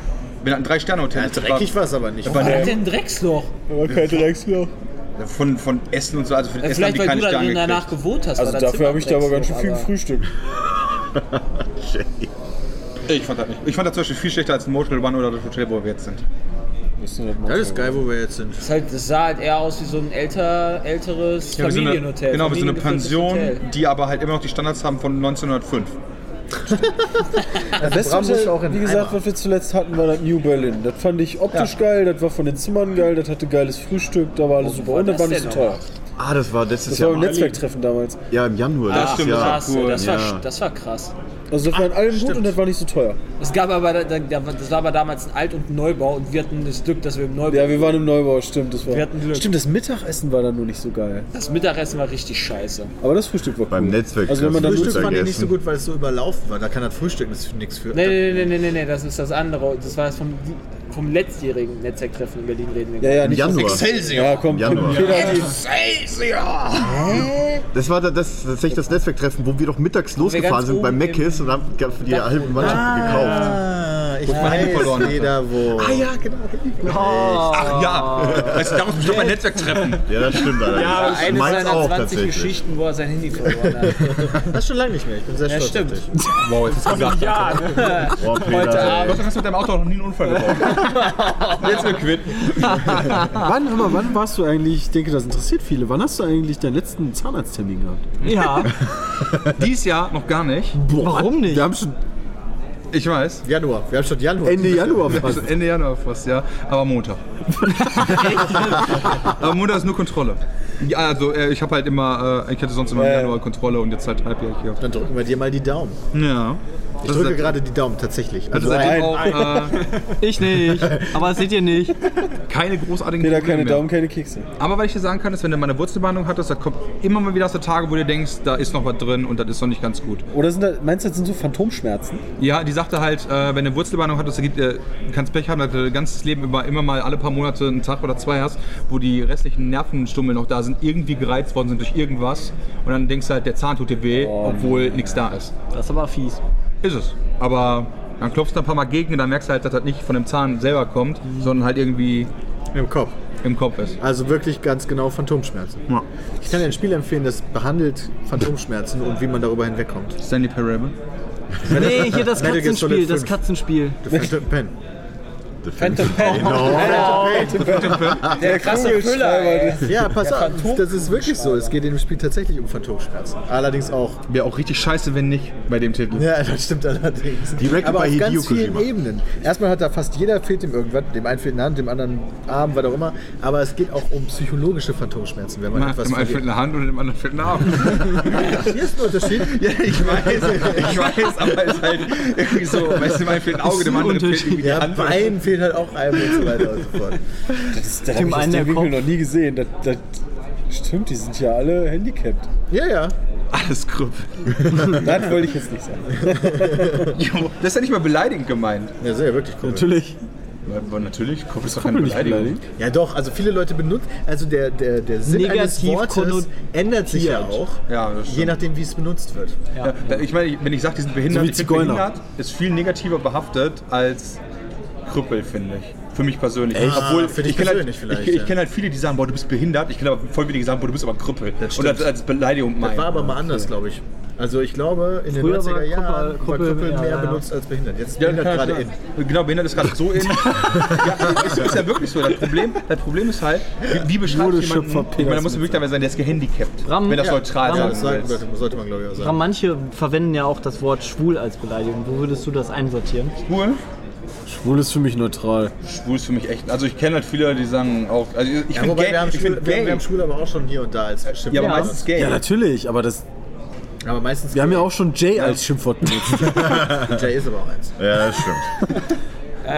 Speaker 4: Wenn das ein Drei-Sterne-Hotel
Speaker 3: Ja,
Speaker 4: ist, das
Speaker 3: dreckig war es aber nicht.
Speaker 4: war,
Speaker 9: Was hat
Speaker 4: das
Speaker 9: denn ein Drecksloch?
Speaker 7: Aber kein Drecksloch.
Speaker 4: war von, von Essen und so, also für das Essen haben
Speaker 9: Vielleicht,
Speaker 4: die
Speaker 9: weil
Speaker 4: keine
Speaker 9: du dann
Speaker 4: Sterne
Speaker 9: danach
Speaker 4: gekriegt.
Speaker 9: gewohnt hast.
Speaker 7: Also
Speaker 9: war das
Speaker 7: dafür
Speaker 9: Zimmer
Speaker 7: habe ich da aber ganz schön
Speaker 9: Drecksloch,
Speaker 7: viel
Speaker 9: aber-
Speaker 7: gefrühstückt.
Speaker 4: Ich fand das nicht. Ich fand das zum Beispiel viel schlechter als ein Motel One oder das Hotel, wo wir jetzt sind.
Speaker 3: Das ist geil, wo wir jetzt sind.
Speaker 9: Das, ist halt, das sah halt eher aus wie so ein älter, älteres
Speaker 4: Ja, wir sind
Speaker 9: Familienhotel.
Speaker 4: Eine, genau, wir sind eine
Speaker 9: familiengeführtes
Speaker 4: Pension,
Speaker 9: Hotel.
Speaker 4: die aber halt immer noch die Standards haben von 1905.
Speaker 7: Das Beste
Speaker 3: Bram muss
Speaker 7: Hotel,
Speaker 3: auch in
Speaker 7: wie
Speaker 3: den
Speaker 7: gesagt,
Speaker 3: Eimer.
Speaker 7: was wir zuletzt hatten, war das New Berlin. Das fand ich optisch geil, das war von den Zimmern geil, das hatte geiles Frühstück, da war alles super
Speaker 9: war
Speaker 7: und das war
Speaker 9: das
Speaker 7: nicht so
Speaker 9: denn
Speaker 7: teuer.
Speaker 5: Ah, das war letztes
Speaker 7: Das war
Speaker 5: Jahr.
Speaker 7: im
Speaker 5: im
Speaker 7: Netzwerktreffen damals.
Speaker 5: Ali- Ja, im Januar.
Speaker 4: Das
Speaker 5: letztes
Speaker 4: stimmt, das
Speaker 5: Jahr.
Speaker 4: war
Speaker 9: Krass,
Speaker 4: cool,
Speaker 9: das, war,
Speaker 5: ja.
Speaker 9: das war krass.
Speaker 7: Also das war in allem gut und das war nicht so teuer.
Speaker 9: Es gab aber, da- da- da- das war aber damals ein Alt- und ein Neubau und wir hatten das Glück, dass wir im Neubau
Speaker 7: Ja, wir waren im Neubau, stimmt. Das war,
Speaker 9: Wir hatten Glück.
Speaker 7: Stimmt, das Mittagessen war dann nur nicht so geil.
Speaker 9: Das Mittagessen war richtig scheiße.
Speaker 7: Aber das Frühstück war cool.
Speaker 5: Beim Netzwerk-
Speaker 7: Also wenn man dann
Speaker 5: Frühstück
Speaker 3: Frühstück fand ich nicht
Speaker 5: vergessen.
Speaker 3: so gut, weil es so überlaufen war. Da kann das Frühstück nichts- nichts für.
Speaker 9: Nee, nee, nee, nee, nee, nee, das ist das andere. Das war das vom, vom letztjährigen Netzwerktreffen in Berlin reden wir.
Speaker 7: Ja, ja,
Speaker 5: Im
Speaker 7: nicht
Speaker 5: Januar.
Speaker 7: Ja, komm,
Speaker 5: Januar.
Speaker 7: Peter,
Speaker 5: Das war da- das, tatsächlich das Netzwerktreffen, wo wir doch mittags
Speaker 9: wir
Speaker 5: losgefahren
Speaker 9: ganz
Speaker 5: sind bei
Speaker 9: oben
Speaker 5: Mc's und haben für die halbe Mannschaft gekauft.
Speaker 3: Ah,
Speaker 4: ich hab mein Handy verloren.
Speaker 5: Jeder wo.
Speaker 4: Ah ja, genau. Ach ja, weißt du, da muss ich doch mein Netzwerk treffen.
Speaker 5: Ja, das stimmt. Alter.
Speaker 9: Ja, eine
Speaker 5: Meins
Speaker 9: seiner
Speaker 5: auch
Speaker 9: 20
Speaker 5: tatsächlich.
Speaker 9: Geschichten, wo er sein Handy verloren hat.
Speaker 3: Das ist schon lange nicht mehr. Ich bin sehr
Speaker 9: Ja,
Speaker 3: stolz.
Speaker 9: stimmt.
Speaker 4: Wow, jetzt ist gesagt.
Speaker 9: Ja, ne?
Speaker 5: Boah, Peter, ey.
Speaker 9: Heute Abend.
Speaker 4: Du hast mit deinem Auto noch nie einen Unfall gebaut. [LAUGHS] Jetzt wird quitt.
Speaker 7: Ah. Wann, hör mal, wann warst du eigentlich, ich denke, das interessiert viele, wann hast du eigentlich deinen letzten Zahnarzttermin gehabt?
Speaker 6: Ja,
Speaker 4: Dies Jahr noch gar nicht.
Speaker 7: Warum nicht? Wir haben schon
Speaker 4: Ich weiß.
Speaker 3: Januar. Wir haben schon Januar.
Speaker 7: Ende Januar [LAUGHS]
Speaker 4: Das
Speaker 7: fast.
Speaker 4: ist Ende Januar fast, ja. Aber [LAUGHS] Montag. Aber Montag ist nur Kontrolle. Ja, also äh, ich habe halt immer, äh, ich hatte sonst immer im Januar Kontrolle und jetzt halt halbjährig hier.
Speaker 3: Dann drücken wir dir mal die Daumen.
Speaker 4: Ja.
Speaker 3: Ich drücke gerade die Daumen, tatsächlich.
Speaker 4: Also seitdem auch äh, [LAUGHS]
Speaker 6: ich nicht. Aber das seht ihr nicht.
Speaker 4: keine großartigen
Speaker 10: Peter,
Speaker 4: Probleme
Speaker 10: keine
Speaker 4: mehr.
Speaker 10: Daumen, keine Kekse.
Speaker 4: Aber was ich dir sagen kann, ist, wenn du mal eine Wurzelbehandlung hattest, da kommt immer mal wieder aus der Tage, wo du denkst, da ist noch was drin und das ist noch nicht ganz gut.
Speaker 10: Oder sind da, meinst du, das sind so Phantomschmerzen?
Speaker 4: Ja, die sagte halt, äh, wenn du Wurzelbehandlung hattest, da gibt, äh, kannst Pech haben, dass du dein ganzes Leben über immer mal alle paar Monate einen Tag oder zwei hast, wo die restlichen Nervenstummel noch da sind, irgendwie gereizt worden sind durch irgendwas. Und dann denkst du halt, der Zahn tut dir weh, obwohl nichts da ist.
Speaker 6: Oh. Das ist aber fies.
Speaker 4: Ist es. Aber dann klopfst du ein paar Mal gegen und dann merkst du halt, dass das nicht von dem Zahn selber kommt, sondern halt irgendwie
Speaker 3: Im Kopf.
Speaker 4: im Kopf ist.
Speaker 3: Also wirklich ganz genau Phantomschmerzen. Ich kann dir ein Spiel empfehlen, das behandelt Phantomschmerzen und wie man darüber hinwegkommt.
Speaker 4: Stanley Parable.
Speaker 6: Nee,
Speaker 3: [LAUGHS]
Speaker 6: hier das
Speaker 3: Metal Gear Solid
Speaker 6: Katzenspiel, das
Speaker 3: fünf.
Speaker 6: Katzenspiel.
Speaker 3: The Phantom Pen.
Speaker 9: Phantom Pen. Der krasse Füller. ey.
Speaker 3: Ja, pass
Speaker 9: Der
Speaker 3: auf,
Speaker 9: Phantom-
Speaker 3: das ist wirklich so. Es geht in dem Spiel tatsächlich um Phantomschmerzen. Allerdings auch.
Speaker 4: Wäre auch richtig scheiße, wenn nicht bei dem Titel.
Speaker 3: [LAUGHS] Ja, das stimmt allerdings.
Speaker 5: Direkt
Speaker 3: Aber
Speaker 5: bei
Speaker 3: auf
Speaker 5: Hideo
Speaker 3: ganz vielen
Speaker 5: Kojima.
Speaker 3: Ebenen. Erstmal hat da fast jeder fehlt ihm irgendwas, dem einen fehlt eine Hand, dem anderen Arm, was auch immer. Aber es geht auch um psychologische Phantomschmerzen, wenn man etwas
Speaker 4: Dem einen fehlt
Speaker 3: verliert.
Speaker 4: eine Hand und dem anderen fehlt ein Arm.
Speaker 3: [LAUGHS] Hier ist ein Unterschied.
Speaker 4: Ja, ich weiß, [LAUGHS] ich weiß, aber es ist halt irgendwie so, weißt du, mein fehlt ein Auge, dem anderen fehlt irgendwie die
Speaker 3: Ja,
Speaker 4: Hand.
Speaker 3: Bein fehlt halt auch einem und so weiter und so fort.
Speaker 10: Da habe ich
Speaker 6: einen
Speaker 10: das
Speaker 6: der
Speaker 10: Ding
Speaker 6: Kopf.
Speaker 10: noch nie gesehen. Das, das, stimmt, die sind ja alle handicapped.
Speaker 3: Ja, ja.
Speaker 4: Alles Krüpp.
Speaker 10: Das wollte ich jetzt nicht sagen.
Speaker 4: [LAUGHS] Jo, das ist ja nicht mal beleidigend gemeint.
Speaker 3: Ja, sehr, wirklich cool.
Speaker 7: Natürlich.
Speaker 4: Aber natürlich, Kopf ist doch keine Beleidigung.
Speaker 3: Ja, doch, also viele Leute benutzen, also der, der, der Sinn eines
Speaker 6: Negativ
Speaker 3: Wortes ändert sich ja auch,
Speaker 4: Ja, das stimmt.
Speaker 3: je nachdem, wie es benutzt wird.
Speaker 4: Ja, da- ich meine, wenn ich sage, die sind behindert,
Speaker 7: So wie
Speaker 4: ich find,
Speaker 7: Zigeuner.
Speaker 4: behindert ist viel negativer behaftet als Krüppel, finde ich. Für mich persönlich. Echt? Obwohl,
Speaker 3: Ah, für dich
Speaker 4: ich kenne
Speaker 3: persönlich
Speaker 4: halt,
Speaker 3: vielleicht,
Speaker 4: Ich, ich
Speaker 3: ja.
Speaker 4: kenne halt viele, die sagen, boah, du bist behindert. Ich kenne aber voll viele, die sagen, boah, du bist aber ein Krüppel. Und
Speaker 3: stimmt.
Speaker 4: das als Beleidigung meinen.
Speaker 3: War aber mal anders, glaube ich. Also ich glaube, in den
Speaker 6: Früher war
Speaker 3: 90er Jahren
Speaker 6: Krüppel-
Speaker 3: war
Speaker 6: Krüppel-
Speaker 3: Krüppel
Speaker 6: ja,
Speaker 3: mehr
Speaker 6: ja.
Speaker 3: benutzt als behindert. Jetzt ist
Speaker 4: Ja,
Speaker 3: behindert
Speaker 4: kann
Speaker 3: gerade in.
Speaker 4: sein. Genau, behindert ist gerade so
Speaker 3: [LAUGHS]
Speaker 4: in. ja, ist, ist ja wirklich so. Das Problem, das Problem ist halt, wie, wie beschreibt jemanden,
Speaker 7: Schöpfer
Speaker 4: ich meine, da
Speaker 7: Peters
Speaker 4: muss wirklich dabei sein, der ist gehandicapt.
Speaker 6: Ram-
Speaker 4: wenn das
Speaker 6: Ja,
Speaker 4: neutral
Speaker 6: Ram-
Speaker 3: Ja,
Speaker 4: sagen
Speaker 3: das
Speaker 4: willst.
Speaker 3: sollte, sollte man, glaube ich, auch
Speaker 6: Aber
Speaker 3: sagen.
Speaker 6: manche verwenden ja auch das Wort schwul als Beleidigung. Wo würdest du das einsortieren?
Speaker 4: Schwul?
Speaker 7: Schwul ist für mich neutral.
Speaker 4: Schwul ist für mich echt. Also ich kenne halt viele, die sagen auch. Also ich
Speaker 3: Ja,
Speaker 4: finde
Speaker 3: wobei,
Speaker 4: gay.
Speaker 3: wir haben,
Speaker 4: ich
Speaker 3: Schwule,
Speaker 4: find
Speaker 3: wir, haben-
Speaker 4: gay.
Speaker 3: wir haben Schwule aber auch schon hier und da als Schimpfwort.
Speaker 4: ja, aber meistens gay.
Speaker 7: Ja, natürlich, aber das,
Speaker 3: aber meistens
Speaker 7: wir haben ja auch schon Jay als Schimpfwort benutzt.
Speaker 3: Jay ist aber auch eins.
Speaker 5: Ja, das stimmt.
Speaker 7: [LAUGHS]
Speaker 4: Ich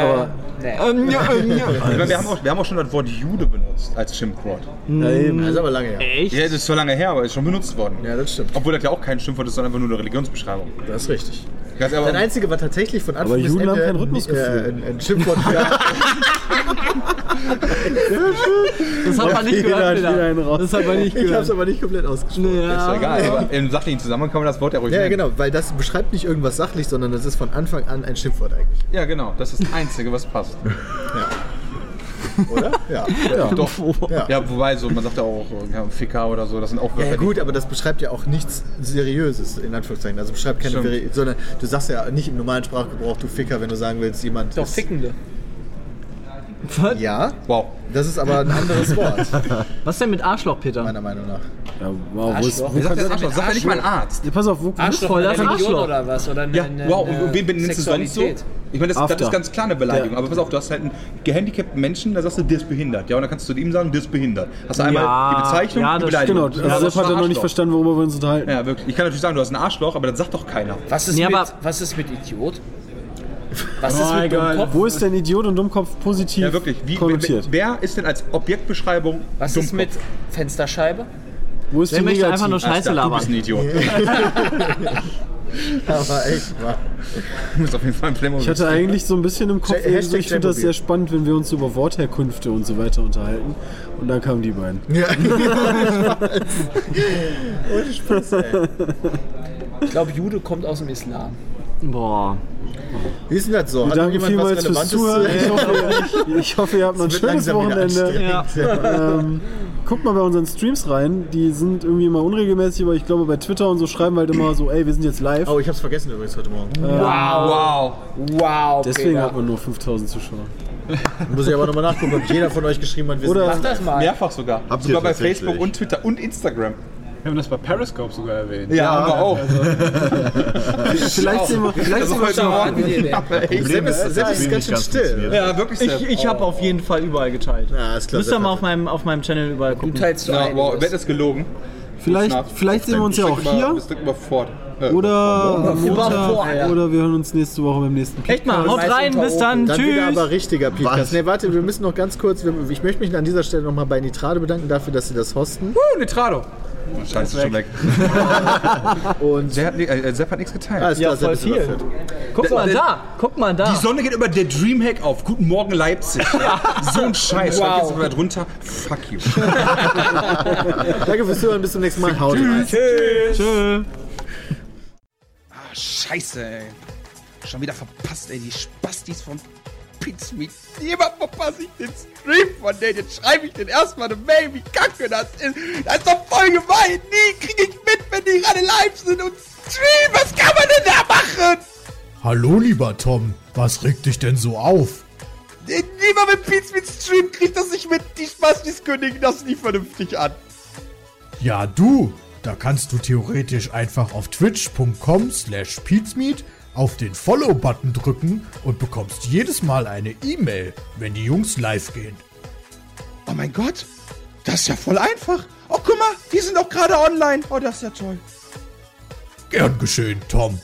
Speaker 4: meine, wir, haben auch, wir haben auch schon das Wort Jude benutzt als Schimpfwort.
Speaker 7: ja, eben.
Speaker 3: Das ist aber lange her.
Speaker 6: Echt?
Speaker 4: Ja, das ist schon lange her, aber ist schon benutzt worden.
Speaker 3: Ja, das stimmt.
Speaker 4: Obwohl das ja auch kein Schimpfwort ist, sondern einfach nur eine Religionsbeschreibung.
Speaker 3: Das ist richtig.
Speaker 4: Ganz aber-
Speaker 3: Das Einzige war tatsächlich von Anfang
Speaker 7: Aber
Speaker 3: bis
Speaker 7: Juden
Speaker 3: Ende
Speaker 7: haben kein
Speaker 3: ein-
Speaker 7: Rhythmusgefühl.
Speaker 3: Äh, ein, ein Schimpfwort für
Speaker 6: Das
Speaker 7: also [LAUGHS]
Speaker 6: hat man nicht gehört, Peter. Das hat man nicht
Speaker 3: Ich hab's
Speaker 6: gehört.
Speaker 3: aber nicht komplett ausgesprochen.
Speaker 4: ist doch
Speaker 6: Ja.
Speaker 4: egal, aber im sachlichen Zusammenhang kann man das Wort ja ruhig
Speaker 3: Ja,
Speaker 4: nennen.
Speaker 3: genau, weil das beschreibt nicht irgendwas sachlich, sondern das ist von Anfang an ein Schimpfwort eigentlich.
Speaker 4: Ja, genau. Das ist das Einzige, was passt.
Speaker 3: Oder? Ja. ja.
Speaker 4: Doch.
Speaker 3: Ja.
Speaker 4: Ja. wobei, so, man sagt ja auch ja, Ficker oder so, das sind auch
Speaker 3: Ja
Speaker 4: Wörter, die-
Speaker 3: Äh, gut, aber das beschreibt ja auch nichts Seriöses, in Anführungszeichen. Also beschreibt keine,
Speaker 4: Stimmt.
Speaker 3: Veri- sondern du sagst ja nicht im normalen Sprachgebrauch, du Ficker, wenn du sagen willst, jemand
Speaker 9: Doch,
Speaker 3: ist-
Speaker 9: Fickende.
Speaker 3: Ja,
Speaker 4: Wow.
Speaker 3: das ist aber ein anderes Wort,
Speaker 6: Was denn mit Arschloch, Peter?
Speaker 3: meiner Meinung nach.
Speaker 7: Ja, wow, wo ist,
Speaker 9: Arschloch.
Speaker 7: wo
Speaker 4: Sag
Speaker 7: kann,
Speaker 4: ja Arschloch, sag ja nicht mal ein Arzt.
Speaker 7: ja, pass auf, wo
Speaker 6: voll
Speaker 9: Arschloch voll
Speaker 6: das
Speaker 9: Religion
Speaker 6: Arschloch.
Speaker 9: oder was? Oder eine,
Speaker 4: Ja,
Speaker 9: eine,
Speaker 4: wow, und wen benennst du sonst so?
Speaker 9: Sexualität.
Speaker 4: Ich meine, das, das
Speaker 7: After.
Speaker 4: ist ganz klar eine Beleidigung, aber pass auf, du hast halt einen gehandicapten Menschen, da sagst du, der ist behindert. Ja, und dann kannst du zu ihm sagen, der ist behindert. Hast du einmal
Speaker 6: Ja.
Speaker 4: die Bezeichnung,
Speaker 6: Ja,
Speaker 4: die
Speaker 6: das
Speaker 4: Beleidigung. Ja,
Speaker 7: genau, also
Speaker 4: das war
Speaker 7: Sepp hat ja noch nicht
Speaker 4: Arschloch.
Speaker 7: verstanden, worüber wir uns unterhalten.
Speaker 4: Ja, wirklich. Ich kann natürlich sagen, du hast ein Arschloch, aber das sagt doch keiner.
Speaker 9: Was ist,
Speaker 6: Nee,
Speaker 9: mit,
Speaker 6: aber-
Speaker 9: was ist mit Idiot? Was ist
Speaker 7: Oh,
Speaker 9: mit
Speaker 7: egal.
Speaker 9: dem Kopf?
Speaker 7: Wo ist denn Idiot und Dummkopf positiv
Speaker 4: Ja, wirklich. Wie, wer,
Speaker 7: konnotiert?
Speaker 4: wer ist denn als Objektbeschreibung
Speaker 9: Was ist mit Fensterscheibe?
Speaker 7: Wo ist
Speaker 6: Der
Speaker 7: die
Speaker 6: möchte einfach nur
Speaker 7: Negativ?
Speaker 6: Scheiße
Speaker 4: Scheiße, du bist ein
Speaker 6: labern.
Speaker 4: Idiot.
Speaker 3: Aber echt, mal.
Speaker 4: Du bist auf jeden Fall ein Flemmer.
Speaker 7: Ich hatte eigentlich so ein bisschen im Kopf,
Speaker 3: Hashtag
Speaker 7: irgendwie so, ich finde das
Speaker 3: Tschernobyl.
Speaker 7: sehr spannend, wenn wir uns über Wortherkünfte und so weiter unterhalten. Und dann kamen die beiden.
Speaker 9: Ich glaube, Jude kommt aus dem Islam.
Speaker 6: Boah.
Speaker 5: Wie ist denn das so?
Speaker 7: Wir danken vielmals fürs Zuhören. Ich hoffe, ich hoffe, ihr habt noch ein
Speaker 5: Es wird
Speaker 7: schönes
Speaker 5: langsam wieder
Speaker 7: Wochenende.
Speaker 5: anstrengend.
Speaker 7: Ähm, guckt mal bei unseren Streams rein. Die sind irgendwie immer unregelmäßig, aber ich glaube, bei Twitter und so schreiben wir halt immer so, ey, wir sind jetzt live.
Speaker 3: Oh, ich hab's vergessen übrigens heute Morgen.
Speaker 11: Wow. Wow.
Speaker 7: Deswegen
Speaker 11: Peter.
Speaker 7: hat man nur 5000 Zuschauer.
Speaker 3: Muss ich aber nochmal nachgucken, ob jeder von euch geschrieben hat, wir
Speaker 7: Oder-
Speaker 11: Mach das mal.
Speaker 4: Mehrfach sogar.
Speaker 5: Habt ihr
Speaker 4: sogar bei
Speaker 5: tatsächlich?
Speaker 4: Facebook und Twitter und Instagram.
Speaker 2: Wir haben das bei Periscope sogar erwähnt.
Speaker 4: Ja, aber auch.
Speaker 7: Vielleicht sehen wir, vielleicht
Speaker 5: Also
Speaker 7: sehen wir
Speaker 4: heute Morgen.
Speaker 5: Problem
Speaker 4: Ja,
Speaker 5: ist,
Speaker 3: Sepp ist ganz
Speaker 5: Stream nicht
Speaker 3: schön still.
Speaker 5: funktioniert.
Speaker 4: Ja, wirklich
Speaker 6: Ich,
Speaker 4: Sepp.
Speaker 6: ich habe auf jeden Fall überall geteilt.
Speaker 3: Ja, ist klar.
Speaker 6: Müsst ihr mal auf meinem, auf meinem Channel überall gucken.
Speaker 11: Teilst du
Speaker 4: Ja,
Speaker 11: einiges.
Speaker 4: wow, Wett ist gelogen.
Speaker 7: vielleicht,
Speaker 4: Schnapp.
Speaker 7: vielleicht sehen wir uns ja auch
Speaker 4: Über-
Speaker 7: hier.
Speaker 4: Bist du überfordert? Äh,
Speaker 7: Oder am
Speaker 11: Über-
Speaker 7: Montag.
Speaker 11: vorher.
Speaker 7: Oder wir hören uns nächste Woche beim nächsten Podcast.
Speaker 6: Echt mal, haut
Speaker 11: Meist
Speaker 6: rein,
Speaker 11: unter
Speaker 6: bis
Speaker 11: Opel.
Speaker 6: dann.
Speaker 3: Dann wieder
Speaker 6: Tschüss.
Speaker 3: aber richtiger
Speaker 5: Was?
Speaker 3: Podcast. Ne, warte, wir müssen noch ganz kurz, wir, ich möchte mich an dieser Stelle nochmal bei Nitrade bedanken dafür, dass sie das hosten.
Speaker 4: Oh, Nitrado. oh, Scheiße, schon weg.
Speaker 3: Und Also-
Speaker 4: Der hat, ni- äh, Sepp hat nichts geteilt.
Speaker 3: alles klar, Sepp
Speaker 6: voll
Speaker 3: ist überführt.
Speaker 6: Guck mal da, guck mal da.
Speaker 4: Die Sonne geht über der Dreamhack auf. Guten Morgen, Leipzig. so ein Scheiß.
Speaker 11: Wow.
Speaker 4: Da geht's immer drunter. Fuck you.
Speaker 3: Danke fürs Zuhören, bis zum nächsten Mal. Haut rein.
Speaker 4: Ah, Scheiße, ey. Schon wieder verpasst, ey. Die Spastis von Pizmeet. Immer verpasse ich den Stream von denen. Jetzt schreibe ich den erstmal eine Mail, wie kacke das ist. Das ist doch voll gemein. Nie kriege ich mit, wenn die gerade live sind und streamen. Was kann man denn da machen?
Speaker 9: Hallo lieber Tom, was regt dich denn so auf?
Speaker 4: Niemand mit Pizmeet Stream kriegt das nicht mit. Die Spastis kündigen das nie vernünftig an.
Speaker 9: Ja du, da kannst du theoretisch einfach auf twitch.com slash peatsmeet auf den Follow-Button drücken und bekommst jedes Mal eine E-Mail, wenn die Jungs live gehen.
Speaker 4: Oh mein Gott, das ist ja voll einfach. Oh, guck mal, die sind doch gerade online. Oh, das ist ja toll.
Speaker 9: Gern geschehen, Tom.